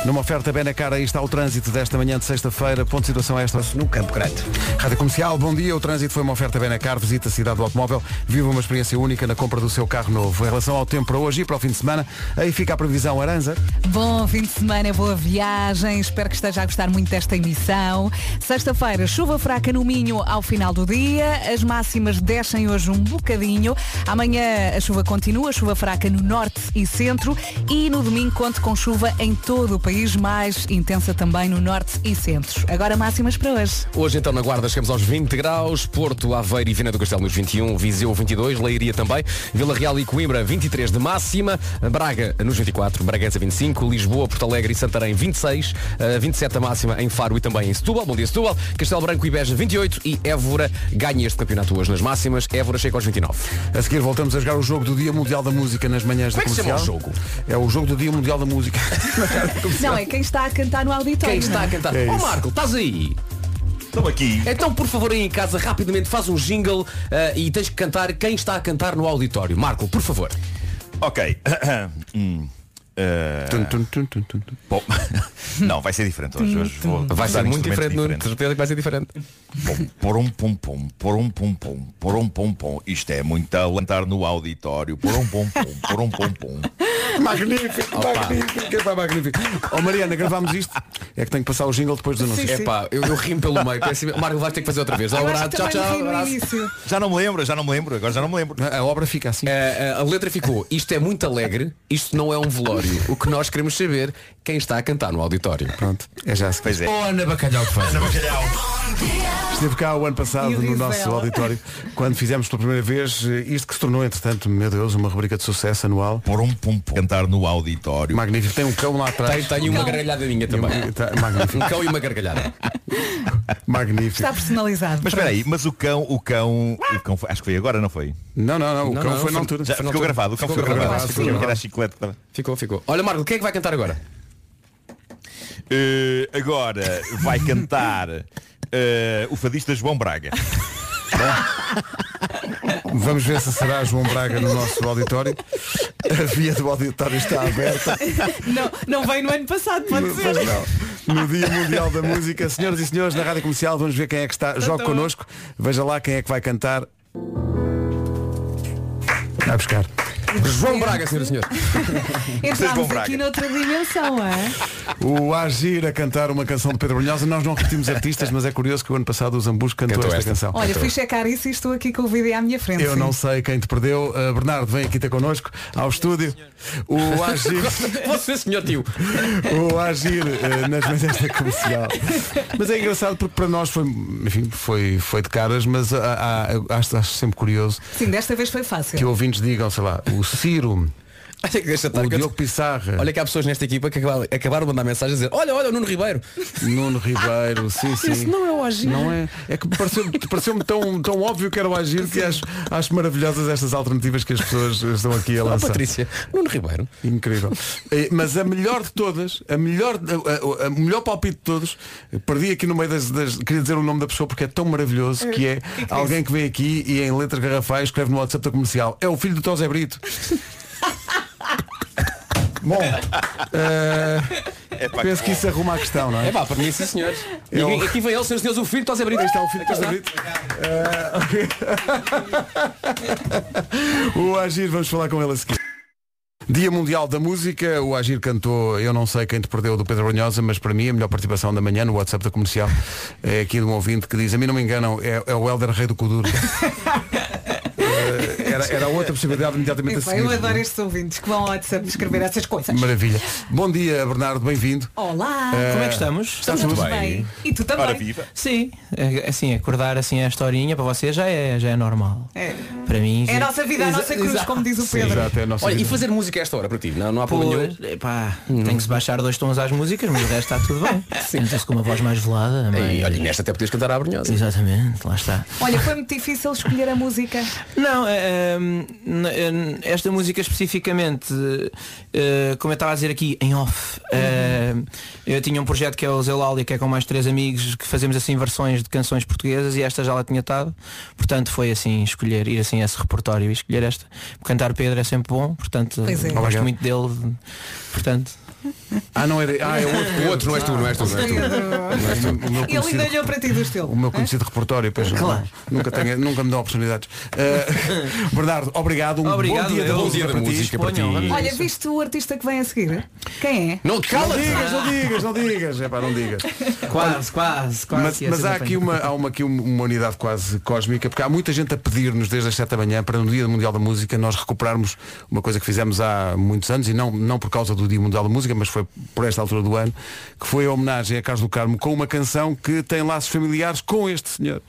Numa oferta bem na cara, aí está o trânsito desta manhã de sexta-feira. Ponto de situação esta. No Campo Grande. Rádio Comercial, bom dia. O trânsito foi uma oferta bem na cara. Visita a cidade do automóvel. Viva uma experiência única na compra do seu carro novo. Em relação ao tempo para hoje e para o fim de semana, aí fica a previsão Aranza.
Bom fim de semana, boa viagem. Espero que esteja a gostar muito desta emissão. Sexta-feira, chuva fraca no Minho ao final do dia. As máximas descem hoje um bocadinho. Amanhã a chuva continua, chuva fraca no norte e centro. E no domingo conto com chuva em todo o país. país, mais intensa também no norte e centros. Agora máximas para hoje.
Hoje então na Guarda chegamos aos 20 graus, Porto, Aveiro e Viana do Castelo nos 21, Viseu 22, Leiria também, Vila Real e Coimbra 23 de máxima, Braga nos 24, Bragança 25, Lisboa, Porto Alegre e Santarém 26, eh, 27 a máxima em Faro e também em Setúbal, bom dia Setúbal, Castelo Branco e Beja 28 e Évora ganha este campeonato hoje nas máximas, Évora chega aos 29.
A seguir voltamos a jogar o jogo do Dia Mundial da Música nas manhãs
Como é
da
que se
comercial.
chama o
É o jogo do Dia Mundial da Música.
Não, é quem está a cantar no
Quem
auditório.
está a cantar?
É
Ó
isso.
Marco, estás aí?
Estou aqui.
Então, por favor, aí em casa, rapidamente, faz um jingle eh, e tens que cantar quem está a cantar no auditório. Marco, por favor.
Ok. Hum, eh, Bom, não, vai ser diferente hoje. hoje vou
Vai ser
usar
muito
instrumentos
diferente, Nuno.
diferentes.
De certeza que vai ser diferente.
Porum pum pum, porum pum pum, porum pum pum. Isto é muito a lantar no auditório. Porum pum pum, porum pum pum.
Magnífico,
Opa.
magnífico, epá, magnífico.
Oh,
Ó Mariana, gravámos isto. É que tenho que passar o jingle depois do anúncio.
É pá, eu, eu rimo pelo meio. peço imen- Marco, vais ter que fazer outra vez.
Eu acho
Abraço,
que
tchau,
também
tchau.
ri no
abraço.
início.
Já não me lembro, já não me lembro. Agora já não me lembro.
A obra fica
É.
assim.
Eh, a letra ficou, isto é muito alegre, isto não é um velório. O que nós queremos saber, quem está a cantar no auditório.
Pronto, é já se
Pois
é.
Oh, Ana Bacalhau que faz.
Esteve cá o ano passado
E o
no
Lisela.
nosso auditório, quando fizemos pela primeira vez eh, isto que se tornou, entretanto, meu Deus, uma rubrica de sucesso anual.
Por um pum pum. Cantar no auditório.
Magnífico, tem um cão lá atrás.
Tenho, tenho uma gargalhada minha também.
magnífico.
Um cão e uma gargalhada.
Magnífico.
Está personalizado.
Mas espera aí, mas o cão, o cão, o cão foi- acho que foi agora, não foi?
Não, não, não, o
Não,
cão
não,
foi na
foi-
altura.
já
Foi na
ficou
altura.
gravado, o cão ficou gravado. Ficou gravado. Era a chiclete que estava-
Ficou, ficou. Olha, Marco, quem é que vai cantar agora?
Eh, agora vai cantar eh, o fadista João Braga.
Vamos ver se será João Braga no nosso auditório. A via do auditório está aberta.
não, não veio no ano passado, pode ser.
Pois não. No Dia Mundial da Música, senhoras e senhores, na Rádio Comercial, vamos ver quem é que está. Jogue connosco, veja lá quem é que vai cantar. Vai buscar.
João Braga, senhoras e senhores.
Entramos aqui noutra dimensão, é?
O Agir a cantar uma canção de Pedro Brunhosa. Nós não repetimos artistas, mas é curioso que o ano passado o Zambus cantou, esta, canção.
Olha, fui checar isso e estou aqui com o vídeo à minha frente.
Eu
sim.
não sei quem te perdeu. Uh, Bernardo, vem aqui ter connosco ao estúdio. O Agir.
Você, senhor tio.
o agir eh, nas manhãs da comercial. Mas é engraçado porque para nós foi, enfim, foi, foi de caras, mas há- há- eu acho, acho sempre curioso
Sim, desta vez foi fácil.
que ouvintes digam, sei lá, o Ciro,
Olha que deixa estar,
o
que eu-
Diogo Pissarra,
Olha que há pessoas nesta equipa que acabaram, acabaram de mandar mensagem a dizer Olha, olha, o Nuno Ribeiro.
Nuno Ribeiro, sim, sim.
Isso não é o Agir.
Não é. É que pareceu- pareceu-me tão, tão óbvio que era o agir que acho, acho maravilhosas estas alternativas que as pessoas estão aqui a
é
Olá,
lançar.
Ah, Patrícia. Nuno Ribeiro.
Incrível. Eh, Mas a melhor de todas, a melhor, eh, a, a- a melhor palpite de todos, eh, perdi aqui no meio das, das- Queria dizer o nome da pessoa porque é tão maravilhoso que é
que é que
alguém que vem aqui e em letras garrafais escreve no WhatsApp da comercial. É o filho do Tosé Brito. Bom, eh,
Epá,
penso que isso arruma a questão, não é?
É pá, para mim sim senhores. E
Eu-
aqui vem ele, senhores e senhores, o filho está a abrir.
Este é o filho que está Eh, a abrir. O Agir, vamos falar com ele a seguir. Dia Mundial da Música, o Agir cantou Eu Não Sei Quem Te Perdeu do Pedro Brunhosa, mas para mim a melhor participação da manhã no WhatsApp da comercial é aqui de um ouvinte que diz, a mim não me enganam, é, é o Helder Rei do Coduro. Eh, era, era outra possibilidade imediatamente a
Epá, eu adoro
seguir.
estes ouvintes que vão ao WhatsApp escrever essas coisas.
Maravilha. Bom dia, Bernardo, bem-vindo.
Olá!
Eh,
Como
é que estamos?
Estamos
Estamos
muito
bem.
E tu também.
Sim, é- assim, acordar assim esta horinha para vocês já é, já é normal.
É.
Para mim.
É a nossa vida, a
Exa-
nossa cruz,
exa-
como diz o
Sim.
Pedro.
Olha, e
fazer
é
música a esta hora para Hum. ti? Não, não há problema
Pois, tipo, epá, tem que se baixar dois tons às músicas, mas o resto está tudo bem. Sinto-se com uma voz mais velada.
E olha, nesta até podias cantar à brunhosa.
Exatamente, lá está.
Olha, foi muito difícil escolher a música.
Não, eh, eh, n- esta música especificamente, eh, como eu estava a dizer aqui, em off, eh,
Uhum.
eu tinha um projeto que é o Zelália, que é com mais três amigos, que fazemos assim versões de canções portuguesas e esta já lá tinha estado. Portanto, foi assim, escolher, ir assim a esse repertório e escolher esta. Cantar Pedro é sempre bom, portanto,
Pois é.
gosto
Obrigado.
muito dele. Portanto.
Ah, não era. Ah, é o outro.
O outro, não és tu, não és tu, não és tu.
Não és tu. O meu
Ele ainda
conhecido-
olhou para ti do estilo.
O meu conhecido repertório, pois
Claro.
não, nunca, tenho, nunca me dão oportunidades. Uh, Bernardo, obrigado. Um
Obrigado,
bom dia da
eu.
música
Bom dia da
para ti.
música para ti. Olha,
Olha, viste o artista que vem a seguir? Quem é?
Não,
Não digas, não digas, não digas. É pá, não digas.
Quase, quase, quase.
Mas,
que ia
mas
ser
há
bem.
aqui, uma, há uma, aqui uma, uma unidade quase cósmica, porque há muita gente a pedir-nos desde as 7 da manhã para no Dia Mundial da Música nós recuperarmos uma coisa que fizemos há muitos anos e não, não por causa do Dia Mundial da Música, música, mas foi por esta altura do ano, que foi a homenagem a Carlos do Carmo com uma canção que tem laços familiares com este senhor,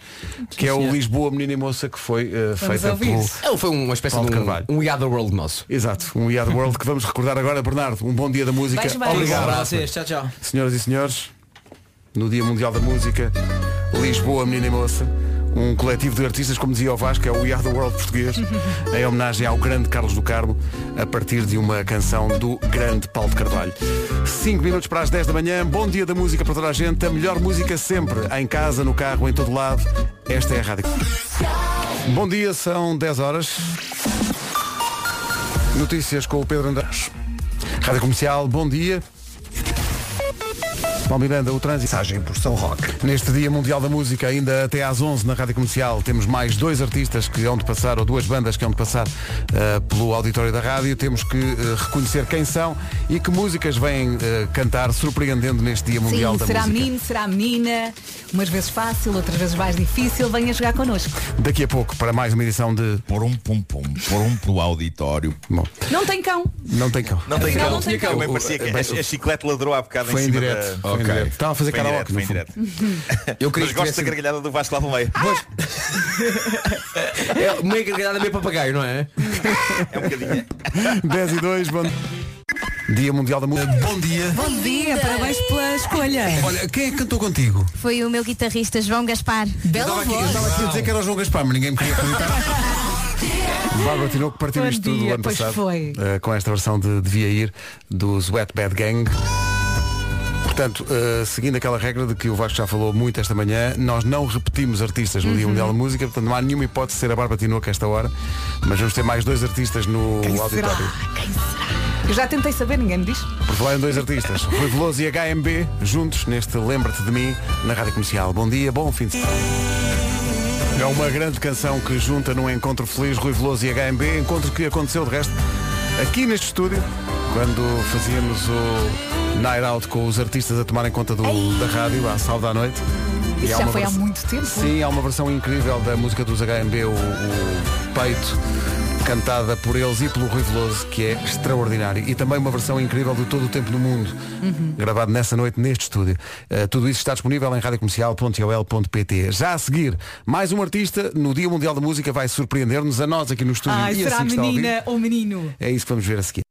que é o
senhor.
Lisboa Menina e Moça, que foi eh, feita pelo
Ele foi uma espécie
Paulo
de
Carvalho.
um, um We Are the World nosso.
Exato, um We Are the World que vamos recordar agora, Bernardo. Um bom dia da música.
Beijo, beijo.
Obrigado.
Para vocês. Um Tchau, tchau.
Senhoras e senhores, no Dia Mundial da Música, Lisboa, Menina e Moça, um coletivo de artistas, como dizia o Vasco, é o We Are the World português, em homenagem ao grande Carlos do Carmo, a partir de uma canção do grande Paulo de Carvalho. 5 minutos para as 10 da manhã, bom dia da música para toda a gente, a melhor música sempre, em casa, no carro, em todo lado. Esta é a rádio. Bom dia, são 10 horas. Notícias com o Pedro Andrés. Rádio Comercial, bom dia. Paulo Miranda, o trânsito. Mensagem por São Roque. Neste Dia Mundial da Música, ainda até às 11 na Rádio Comercial, temos mais dois artistas que hão de passar, ou duas bandas que hão de passar eh, pelo auditório da rádio. Temos que eh, reconhecer quem são e que músicas vêm eh, cantar, surpreendendo neste Dia Mundial
Sim,
da
será
Música.
menino, será menina, umas vezes fácil, outras vezes mais difícil, venha jogar connosco.
Daqui a pouco, para mais uma edição de...
Por um pum pum, por um pelo auditório.
Bom,
Não tem cão.
não tem cão.
Não tem
Afinal,
cão,
não tem
tinha cão.
cão.
Bem parecia que
O-
a, a chiclete ladrou há bocado
Foi
em
em
cima
direto,
da...
foi em
Ok.
direto. Estava a fazer
Foi em
karaoke,
direto, foi em
no
direto.
Eu queria
Mas
que
gosto da
tivesse-
gargalhada do Vasco lá pelo meio.
É meio gargalhada, meio papagaio, não é?
10 e 2, bom Dia Mundial da Música. Bom dia.
Bom dia, parabéns pela escolha.
Olha, quem é que cantou contigo?
Foi o meu guitarrista João Gaspar.
eu estava aqui, eu estava aqui a dizer que era o João Gaspar, mas ninguém me queria acreditar.
Bárbara Tinoco partiu
Bom
isto tudo
dia,
o ano
pois
passado
foi.
eh, com esta versão de Devia Ir dos Wet Bad Gang. Portanto, eh, seguindo aquela regra de que o Vasco já falou muito esta manhã, nós não repetimos artistas no Dia
Uhum.
Mundial da Música, portanto não há nenhuma hipótese de ser a Bárbara Tinoco a esta hora, mas vamos ter mais dois artistas no
Quem será?
auditório.
Quem será? Eu já tentei saber, ninguém me diz.
Por falar em dois artistas, Rui Veloso e HMB, juntos neste Lembra-te de mim, na Rádio Comercial. Bom dia, bom fim de semana. É uma grande canção que junta num encontro feliz Rui Veloso e HMB, encontro que aconteceu de resto aqui neste estúdio, quando fazíamos o Night Out com os artistas a tomarem conta do- da rádio, à salve da noite. E
Isso
há
já
uma
foi há
vers-
muito tempo. é?
Sim, há uma versão incrível da música dos HMB, o, o Peito, cantada por eles e pelo Rui Veloso, que é extraordinário. E também uma versão incrível de Todo o Tempo no Mundo,
Uhum.
gravado nessa noite neste estúdio. Uh, tudo isso está disponível em radiocomercial.ol.pt. Já a seguir, mais um artista no Dia Mundial da Música vai surpreender-nos a nós aqui no estúdio.
Ai,
e
será
assim que está a ouvir.
menina ou menino?
É isso que vamos ver a seguir.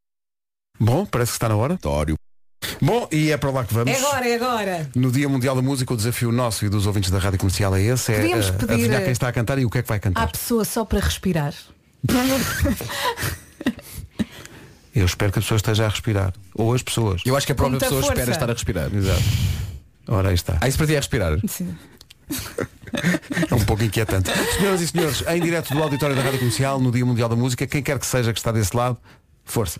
Bom, parece que está na hora. Bom, e é para lá que vamos.
É agora, é agora.
No Dia Mundial da Música, o desafio nosso e dos ouvintes da Rádio Comercial é esse, é
Podíamos
eh,
pedir,
adivinhar
eh,
quem está a cantar e o que é que vai cantar.
Há pessoa só para respirar.
Ah.
Eu espero que a pessoa esteja a respirar. Ou as pessoas. Eu acho
que a própria Com muita pessoa força. espera estar a respirar.
Exato. Ora, aí está.
Ah, isso para ti é respirar.
É um pouco inquietante. Senhoras e senhores, em direto do auditório da Rádio Comercial, no Dia Mundial da Música, quem quer que seja que está desse lado, força.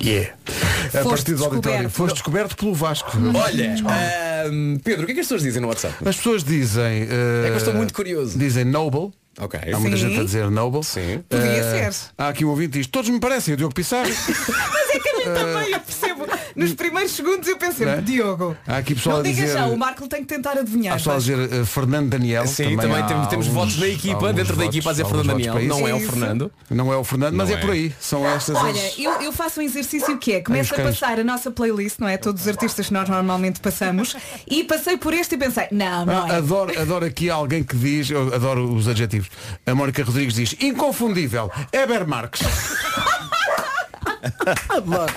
Yeah. A
Foste
partir do auditório,
descoberto. Uhum.
foste descoberto pelo Vasco.
Olha,
Descobre.
ahm, Pedro, o que é que as pessoas dizem no WhatsApp?
As pessoas dizem.
É
eh,
que eu estou muito curioso.
Dizem noble.
Ok.
Há muita
Sim.
gente a dizer noble. Sim.
Podia ser.
Há aqui um ouvinte que diz, todos me parecem, o Diogo Pissarro.
Mas é que a mim também, eu percebo. Nos primeiros segundos eu pensei,
Eh, Não é?
Diogo.
Há aqui pessoal
Não
a
digas
dizer.
já, o Marco tem que tentar
Há
adivinhar.
pessoal a
mas-
dizer eh, Fernando Daniel.
Sim, também
há
temos- temos
alguns-
votos da equipa,
alguns
dentro da equipa a dizer
alguns
Fernando
votos
Daniel.
para
Não
isso.
é o Fernando.
Não é o Fernando, mas
Não
é. por
é.
aí. São estas as-
Olha, eu, eu faço um exercício que é, começo
Ai,
a
os cães.
passar a nossa playlist, não é? Todos os artistas que nós normalmente passamos, e passei por este e pensei, não, não
Ah,
é.
adoro, adoro aqui alguém que diz, eu adoro os adjetivos. A Mónica Rodrigues diz, inconfundível, Eber Marques. adoro.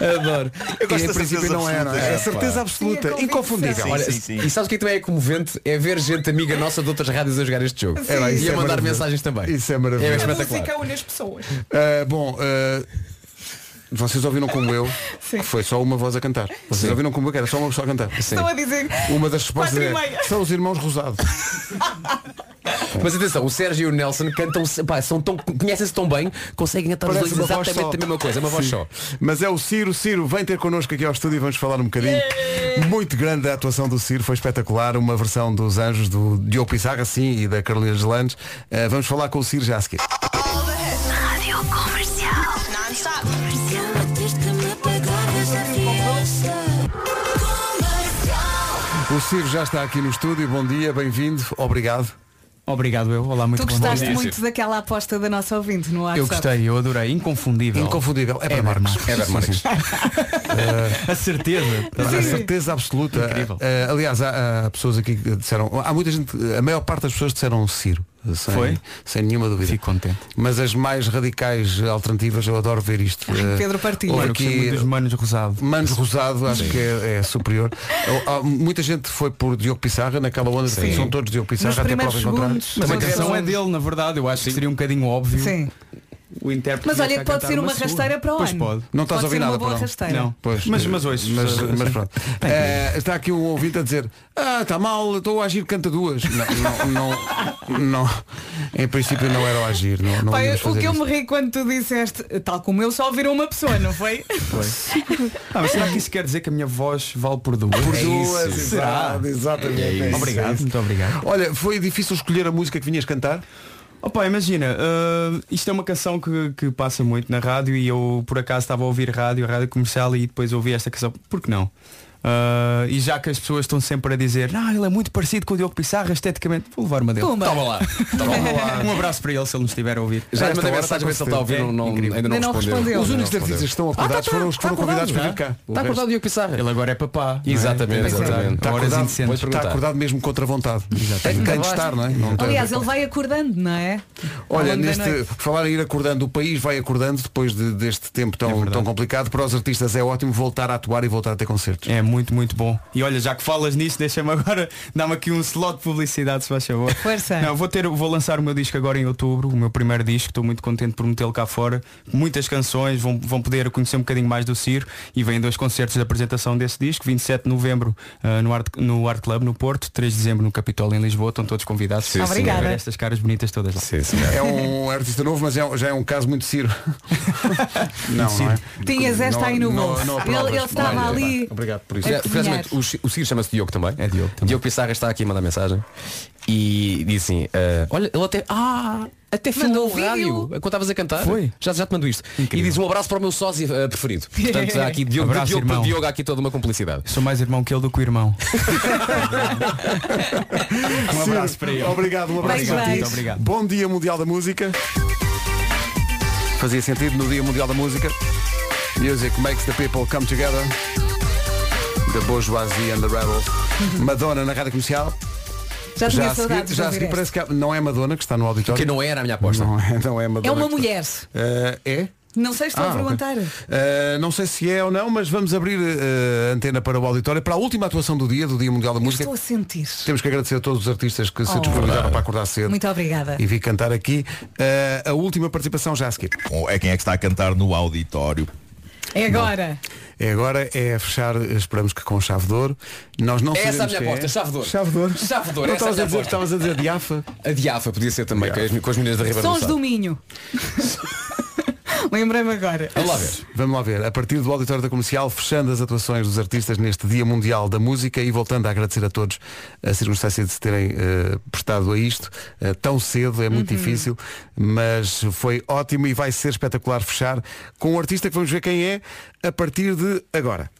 Adoro.
Eu gosto
e em
da
princípio
certeza
não é, não
absoluta,
é? É
já,
certeza
pá.
absoluta,
Sim, a
inconfundível.
Olha,
Olha,
E sabes o que é que também é comovente? É ver gente amiga nossa de outras rádios a jogar este jogo.
É lá, isso
e a
é
mandar
maravilhoso.
mensagens também.
Isso é maravilhoso.
É
A
espetacular.
Fica une as pessoas.
Uh, bom, uh, vocês ouviram como eu, que foi só uma voz a cantar. Vocês ouviram como eu, que era só uma pessoa a cantar.
Estão a dizer.
Uma das respostas
Quatro e
é,
meia.
são os irmãos Rosado.
Mas atenção, o Sérgio e o Nelson cantam, pá, são tão, conhecem-se tão bem, conseguem cantar os dois
Parece uma voz
exatamente
só.
a mesma coisa, é uma voz
Sim.
só.
Mas é o Ciro, Ciro, vem ter connosco aqui ao estúdio e vamos falar um bocadinho. Muito grande a atuação do Ciro, foi espetacular, uma versão dos anjos do Diogo Pissarra, sim, e da Carolina Gelandes. Eh, vamos falar com o Ciro já a seguir.
Rádio comercial. Non-stop. Comercial. Bateste-me pegadas na fiesta. Comercial.
O Ciro já está aqui no estúdio, bom dia, bem-vindo, obrigado.
Obrigado eu. Olá, muito
Tu
bom
gostaste
dia.
muito daquela aposta da nossa ouvinte no WhatsApp.
Eu gostei, eu adorei. Inconfundível.
Inconfundível. É
para Marcos.
É para Marcos.
A certeza.
A Ah, certeza absoluta.
Incrível.
Eh, aliás, há, há pessoas aqui que disseram. Há muita gente, a maior parte das pessoas disseram Ciro. Sem,
Foi?
sem nenhuma dúvida.
Fico contente.
Mas as mais radicais alternativas, eu adoro ver isto. Eh,
Pedro Partilha. Mano,
houve
eu gostei muito dos
Manos Rosado. Manos Rosado, acho
Sim.
que é, é superior. Há- há- muita gente foi por Diogo Pissarra, naquela onda de
Sim.
são todos Diogo Pissarra, até prova em contrário.
Mas a canção é dele, na verdade. Eu acho que seria um bocadinho óbvio.
Sim.
O intérprete
Mas
ia
olha
estar
que pode
a cantar
ser uma
segunda.
rasteira para o
Pois
ano.
pode.
Não estás
Pode
a ouvir
ser uma
nada,
boa
não.
rasteira.
Não. Pois,
Mas-
eh,
mas ouço.
Mas,
Sim.
mas pronto.
Tem que
Eh, está aqui um ouvinte a dizer, ah, está mal, estou a agir, canta duas. Não, não, não, não. Em princípio não era o agir. Não, não
Pai,
íamos
o
fazer
que eu
isso.
me ri quando tu disseste, tal como eu, só ouviram uma pessoa, não foi?
Ah, mas será que isso quer dizer que a minha voz vale por duas?
Por duas, exato,
será?
exatamente, é isso,
obrigado,
é isso.
muito obrigado.
Olha, foi difícil escolher a música que vinhas cantar?
Opa, imagina, eh, isto é uma canção que, que passa muito na rádio e eu por acaso estava a ouvir rádio, a rádio comercial e depois ouvi esta canção, por que não? Eh, e já que as pessoas estão sempre a dizer, ah, ele é muito parecido com o Diogo Pissarra esteticamente, vou levar uma dele.
Pumba.
Toma lá. Toma lá. um abraço para ele se ele nos estiver a ouvir.
Já lhe mandei mensagem ver se ele está a ouvir, não- não- ainda não Ainda não respondeu. respondeu.
Os
Não
únicos
respondeu.
artistas que estão
Ah, tá,
acordados
tá,
foram os que
tá
foram
acordado
convidados para
já.
vir cá.
Tá acordado o Diogo Pissarra.
Ele agora é papá.
Exatamente, exatamente.
Está
Horas
acordado,
indecentes.
está acordado mesmo contra a vontade. Tem, tem de estar, não é? Não tem-
Aliás, ele vai acordando, não é? Ao
Olha,
longo da
neste
noite.
falar em ir acordando, o país vai acordando depois de- deste tempo
É
tão, tão complicado. Para os artistas é ótimo voltar a atuar e voltar a ter concertos.
É muito, muito bom. E olha, já que falas nisso, deixa-me agora dar-me aqui um slot de publicidade, se faz favor.
Força.
Não, vou, ter, vou lançar o meu disco agora em outubro, o meu primeiro disco, estou muito contente por metê-lo cá fora. Muitas canções, vão, vão poder conhecer um bocadinho mais do Ciro e vêm dois concertos de apresentação desse disco, 27 de novembro ah, no, Art, no Art Club no Porto, 3 de dezembro no Capitólio em Lisboa, estão todos convidados
Sim, Obrigada.
Ver estas caras bonitas todas lá.
É um artista novo, mas é um- já é um caso muito Ciro. não, não é?
Tinhas esta aí no
Não-
bolso.
não
Ele- ele,
aprovas.
estava
Olha,
ali.
Obrigado por
a
Aliás,
É cozinhar.
curiosamente, é, o Ci- o Ciro chama-se Diogo também. É Diogo Diogo Pissarra está aqui a mandar mensagem e diz assim, ah, olha, ele até. Ah! Até filmou
Mandou um
o
vídeo.
rádio quando estavas a cantar.
Foi.
Já, já te mando isto. E diz um abraço para o meu sócio ah, preferido. Portanto, há aqui Diogo,
Abraço,
de Diogo para
irmão.
Diogo há aqui toda uma cumplicidade.
Sou mais irmão que ele do que o irmão. um abraço para ele.
Obrigado, um abraço
Obrigado,
para ti.
muito obrigado.
Bom dia Mundial da Música. Fazia sentido no Dia Mundial da Música. Music makes the people come together. The bourgeoisie and the rebels. Madonna na rádio comercial.
Já Uhum. tinha
a seguir,
saudades de
já a
ouvir
seguir
esta.
parece que há- não é Madonna que está no auditório.
Que não era a minha aposta.
Não é, não é
É
Madonna.
uma
que
mulher.
está- Eh, é?
Não sei se estou
Ah,
a
ok.
perguntar.
Uh, não sei se é ou não, mas vamos abrir uh, a antena para o auditório para a última atuação do dia, do Dia Mundial da Música.
Estou a sentir.
Temos que agradecer a todos os artistas que se
Oh.
disponibilizaram para acordar cedo
Muito obrigada.
e vir cantar aqui. Uh, a última participação já a seguir.
É quem é que está a cantar no auditório.
É agora.
É agora é a fechar, esperamos que com chave de ouro. Nós não
Essa é a
sabemos
minha
quem
aposta,
é.
chave de ouro.
Chave de ouro.
Chave de ouro,
Não
essa é a minha
estavas a dizer,
aposta.
estavas a dizer Diafa.
A Diafa podia ser também, com as, com as meninas da Ribeira
Sons
Sá.
do Minho. Lembrei-me agora.
Vamos lá ver. A partir do auditório da comercial, fechando as atuações dos artistas neste Dia Mundial da Música e voltando a agradecer a todos a circunstância de se terem eh, prestado a isto eh, tão cedo, é muito difícil, mas foi ótimo e vai ser espetacular fechar com um artista que vamos ver quem é a partir de agora.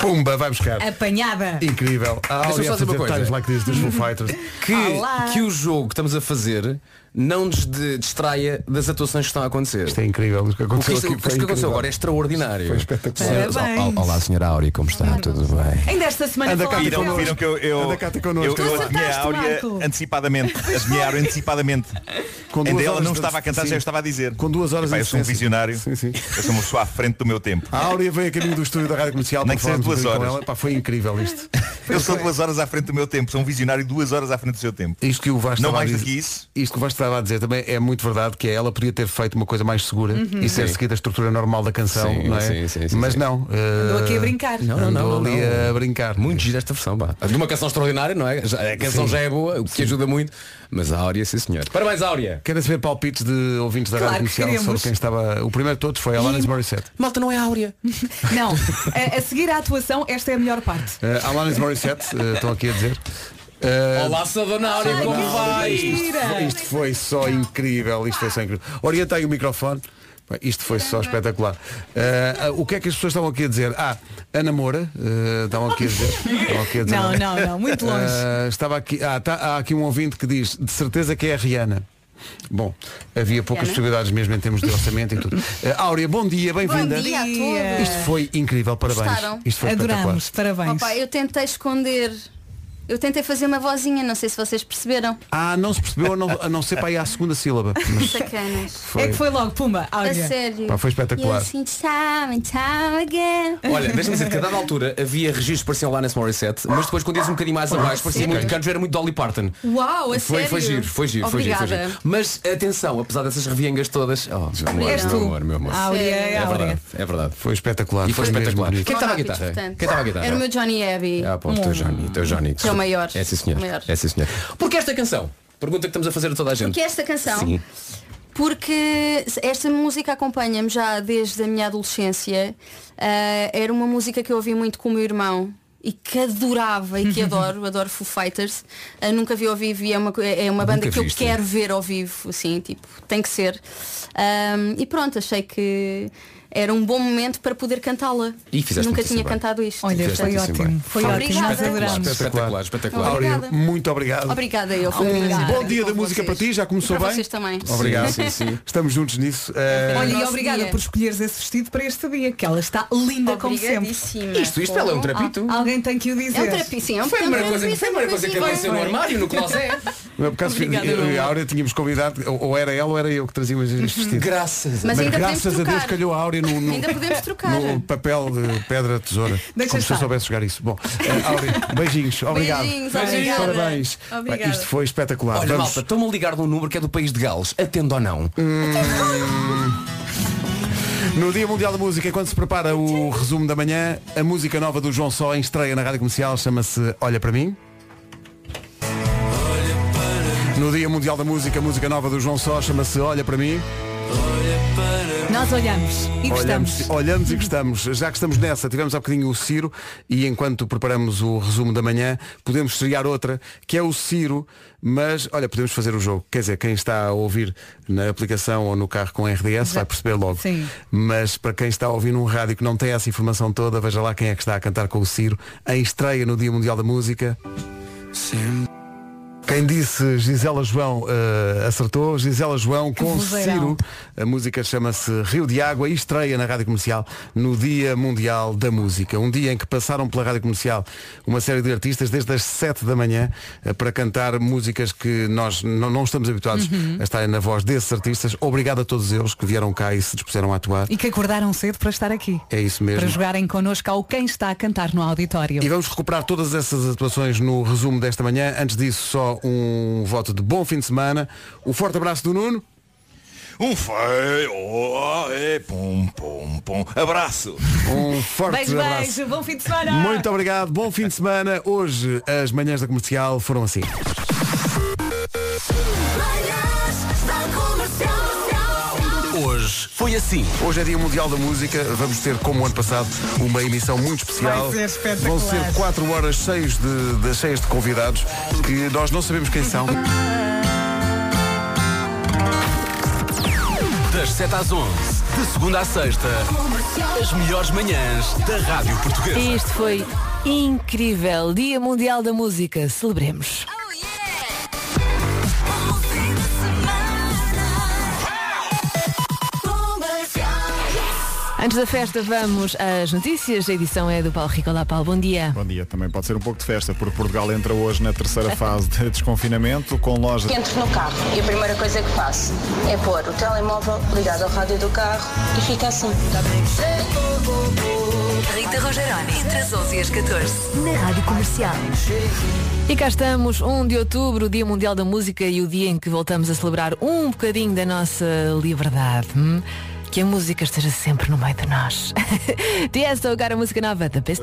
Pumba, vai buscar.
É. Apanhada.
Incrível. A
Deixa-me só
audiência
dizer uma
de
coisa.
Times Like This dos Foo Fighters.
que, que o jogo que estamos a fazer não nos de- distraia das atuações que estão a acontecer. Isto
é incrível. O que
isto- o que,
aconteceu aqui foi
aconteceu
incrível.
agora é extraordinário.
Foi espetacular.
Olá, olá, senhora Áurea, como está? Tudo bem?
Ainda esta semana falámos
viram,
connosco.
viram que eu, eu,
Anda cá ter connosco.
eu- eu
Tu
adivinhei a
acertaste,
Áurea
Marco.
antecipadamente. Adivinhei a Áurea antecipadamente.
Com duas
Ainda ela
horas
não
de-
estava a cantar,
sim.
já eu estava a dizer.
Com duas horas
Epá,
de
eu sou um
distância.
visionário. Eu sou uma pessoa à frente do meu tempo.
A Áurea veio a caminho do estúdio da Rádio Comercial para
Nem que seja
falarmos um
duas
bocadinho com
horas.
ela. Pá, foi incrível isto.
Eu
é.
sou duas horas à frente do meu tempo. Sou um visionário duas horas à frente do seu tempo.
Isto que o Vasco
Não
estava
mais
a
do
dizer-
que isso.
Isto que o Vasco estava a dizer também é muito verdade que é ela podia ter feito uma coisa mais segura
Uhum.
e ter
Sim.
seguido a estrutura normal da canção,
Sim,
não é?
sim, sim, sim,
Mas
sim.
não. eh,
Andou aqui a brincar.
Não, não, não, não,
ali
não.
a brincar.
Muito giro esta versão, pá. De uma canção extraordinária, não é? Já- A canção
Sim.
já é boa, o que ajuda muito. Mas a Áurea, sim senhor. Parabéns, Áurea.
Querem saber palpites de ouvintes da
Claro
Rádio
que
Comercial sobre
queremos.
quem estava. O primeiro de todos foi Alanis Morissette.
Malta não é áurea.
Não. A, a seguir à atuação, esta é a melhor parte.
Uh, Alanis Morissette, eh, estão aqui a dizer. Eh,
Olá, sou a Dona Áurea, como vai?
É.
Isto, isto foi só incrível, isto foi só incrível. Orientei o microfone Pá, Isto foi só espetacular. Ah, ah, o que é que as pessoas estavam aqui a dizer? Ah, Ana Moura, ah, estavam aqui a dizer. estavam aqui a dizer.
Não, não, não, muito longe.
Ah, estava aqui, ah, tá- há aqui um ouvinte que diz, de certeza que é a Rihanna. Bom, havia poucas
Rihanna?
possibilidades mesmo em termos de orçamento e tudo. Ah, Áurea, bom dia, bem-vinda.
Bom dia a todos.
Isto foi incrível, parabéns.
Gostaram?
Isto foi espetacular.
Opa, eu tentei esconder. Eu tentei fazer uma vozinha, não sei se vocês perceberam.
Ah, não se percebeu a não, a não ser para aí à segunda sílaba. Mas
Sacanas.
Foi. É que foi
logo, puma,
A sério. assim
Pá, foi espetacular.
Yes, it's time and time again.
Olha, deixa-me dizer que a dada altura havia registros que pareciam Alanis Morissette, mas depois quando ias um bocadinho mais abaixo, parecia muito country, era muito Dolly Parton.
Uau,
Foi,
a sério.
foi giro, foi giro, foi giro, foi
Obrigada.
giro. Mas atenção, apesar dessas reviengas todas. Oh, meu amor,
És tu.
meu amor, meu amor.
Áurea,
é
Áurea.
verdade, é verdade.
Foi espetacular.
E foi,
foi mesmo
espetacular. Quem
bonito.
estava à
Rápidos,
guitarra? Quem
portanto.
estava à guitarra?
Era o meu Johnny Abbey.
Ah, pô,
Hum.
teu Johnny, teu Johnny.
Que é o maior.
É sim senhor.
O maior.
É sim senhor. Porque esta canção? Pergunta que estamos a fazer a toda a gente.
Porque esta canção,
Sim.
porque esta música acompanha-me já desde a minha adolescência. Ah, era uma música que eu ouvi muito com o meu irmão e que adorava e que adoro, adoro Foo Fighters. Ah, nunca vi ao vivo e é uma, co- é uma banda
Nunca
que eu
viste.
quero ver ao vivo, assim, tipo, tem que ser. Ah, e pronto, achei que era um bom momento para poder cantá-la.
E fizeste
Nunca
muitíssimo
tinha
bem.
cantado isto.
Olha, Fizeste assim, foi muitíssimo ótimo, bem. foi
Obrigada.
ótimo, nós
Obrigada.
Espetacular, espetacular.
Áurea,
Obrigada.
muito obrigado.
Obrigada, eu. Foi
Um
obrigada.
bom dia da música para ti, já começou
E para
bem?
vocês também.
Obrigado.
Sim, sim, sim.
Estamos juntos nisso. Eh,
Olha, e
nosso
obrigada
dia.
por escolheres esse vestido para este dia, que ela está linda como sempre.
Obrigadíssima.
Isto- isto, ela é um trapito?
Al- alguém tem que o dizer.
É um trapito, sim, é um
Foi a
é um
primeira
trapito,
coisa- foi
é
a
um
primeira coisa que é.
trapito.
apareceu no armário, no closet.
Por acaso,
Obrigada,
eu- eu-
meu
a
amor.
Áurea tínhamos convidado, ou- ou era ela ou era eu que trazia os vestidos.
Graças
Uhum. Mas ainda podemos
graças a
trocar.
Deus calhou a Áurea no, no-
Ainda podemos trocar.
no papel de pedra tesoura. como
Deixa
se eu
estar.
soubesse jogar isso. Bom, eh, Áurea, beijinhos, obrigado.
Beijinhos, obrigada.
Parabéns.
Obrigada.
Pá, Isto foi espetacular.
Olha,
Vamos-
malta, estão-me a ligar de um número que é do país de Gales. Atendo ou não?
No Dia Mundial da Música, quando se prepara o resumo da manhã, a música nova do João Só em estreia na Rádio Comercial chama-se Olha Para Mim. No Dia Mundial da Música, a música nova do João Só chama-se Olha Para Mim.
Nós olhamos e gostamos.
Olhamos, olhamos e gostamos. Já que estamos nessa, tivemos há bocadinho o Ciro e enquanto preparamos o resumo da manhã, podemos estrear outra, que é o Ciro, mas olha, podemos fazer o jogo. Quer dizer, quem está a ouvir na aplicação ou no carro com RDS vai perceber logo.
Sim.
Mas para quem está a ouvir num rádio que não tem essa informação toda, veja lá quem é que está a cantar com o Ciro em estreia no Dia Mundial da Música. Sim. Quem disse Gisela João eh, acertou. Gisela João com
vozeirão.
Ciro. A música chama-se Rio de Água e estreia na Rádio Comercial no Dia Mundial da Música. Um dia em que passaram pela Rádio Comercial uma série de artistas desde as 7 da manhã eh, para cantar músicas que nós não, não estamos habituados
Uhum.
a estarem na voz desses artistas. Obrigado a todos eles que vieram cá e se dispuseram a atuar.
E que acordaram cedo para estar aqui.
É isso mesmo.
Para jogarem connosco ao quem está a cantar no auditório.
E vamos recuperar todas essas atuações no resumo desta manhã. Antes disso, só um voto de bom fim de semana. O forte abraço do Nuno.
Um feio, oh, é, pum, pum, pum. Abraço.
Um forte
beijo,
abraço.
beijo, bom fim de semana.
Muito obrigado, bom fim de semana. Hoje as manhãs da comercial foram assim. Hoje foi assim. Hoje é Dia Mundial da Música. Vamos ter, como o ano passado, uma emissão muito especial.
Vai ser espetacular.
Vão ser quatro horas cheias de, de- cheias de convidados que nós não sabemos quem são.
Das 7 às 11, de segunda à sexta, as melhores manhãs da Rádio Portuguesa.
Isto foi incrível. Dia Mundial da Música. Celebremos. Antes da festa, vamos às notícias. A edição é do Paulo Rico. Olá, Paulo. Bom dia.
Bom dia, também pode ser um pouco de festa, porque Portugal entra hoje na terceira fase de desconfinamento, com lojas.
Entro no carro e a primeira coisa que faço é pôr o telemóvel ligado ao rádio do carro e fica assim.
Rita Rogeroni, entre as 11 e as 14, na Rádio Comercial.
E cá estamos, 1 de outubro, o Dia Mundial da Música e o dia em que voltamos a celebrar um bocadinho da nossa liberdade. hum? Que a música esteja sempre no meio de nós. Tiesto, agora a música nova da Pest.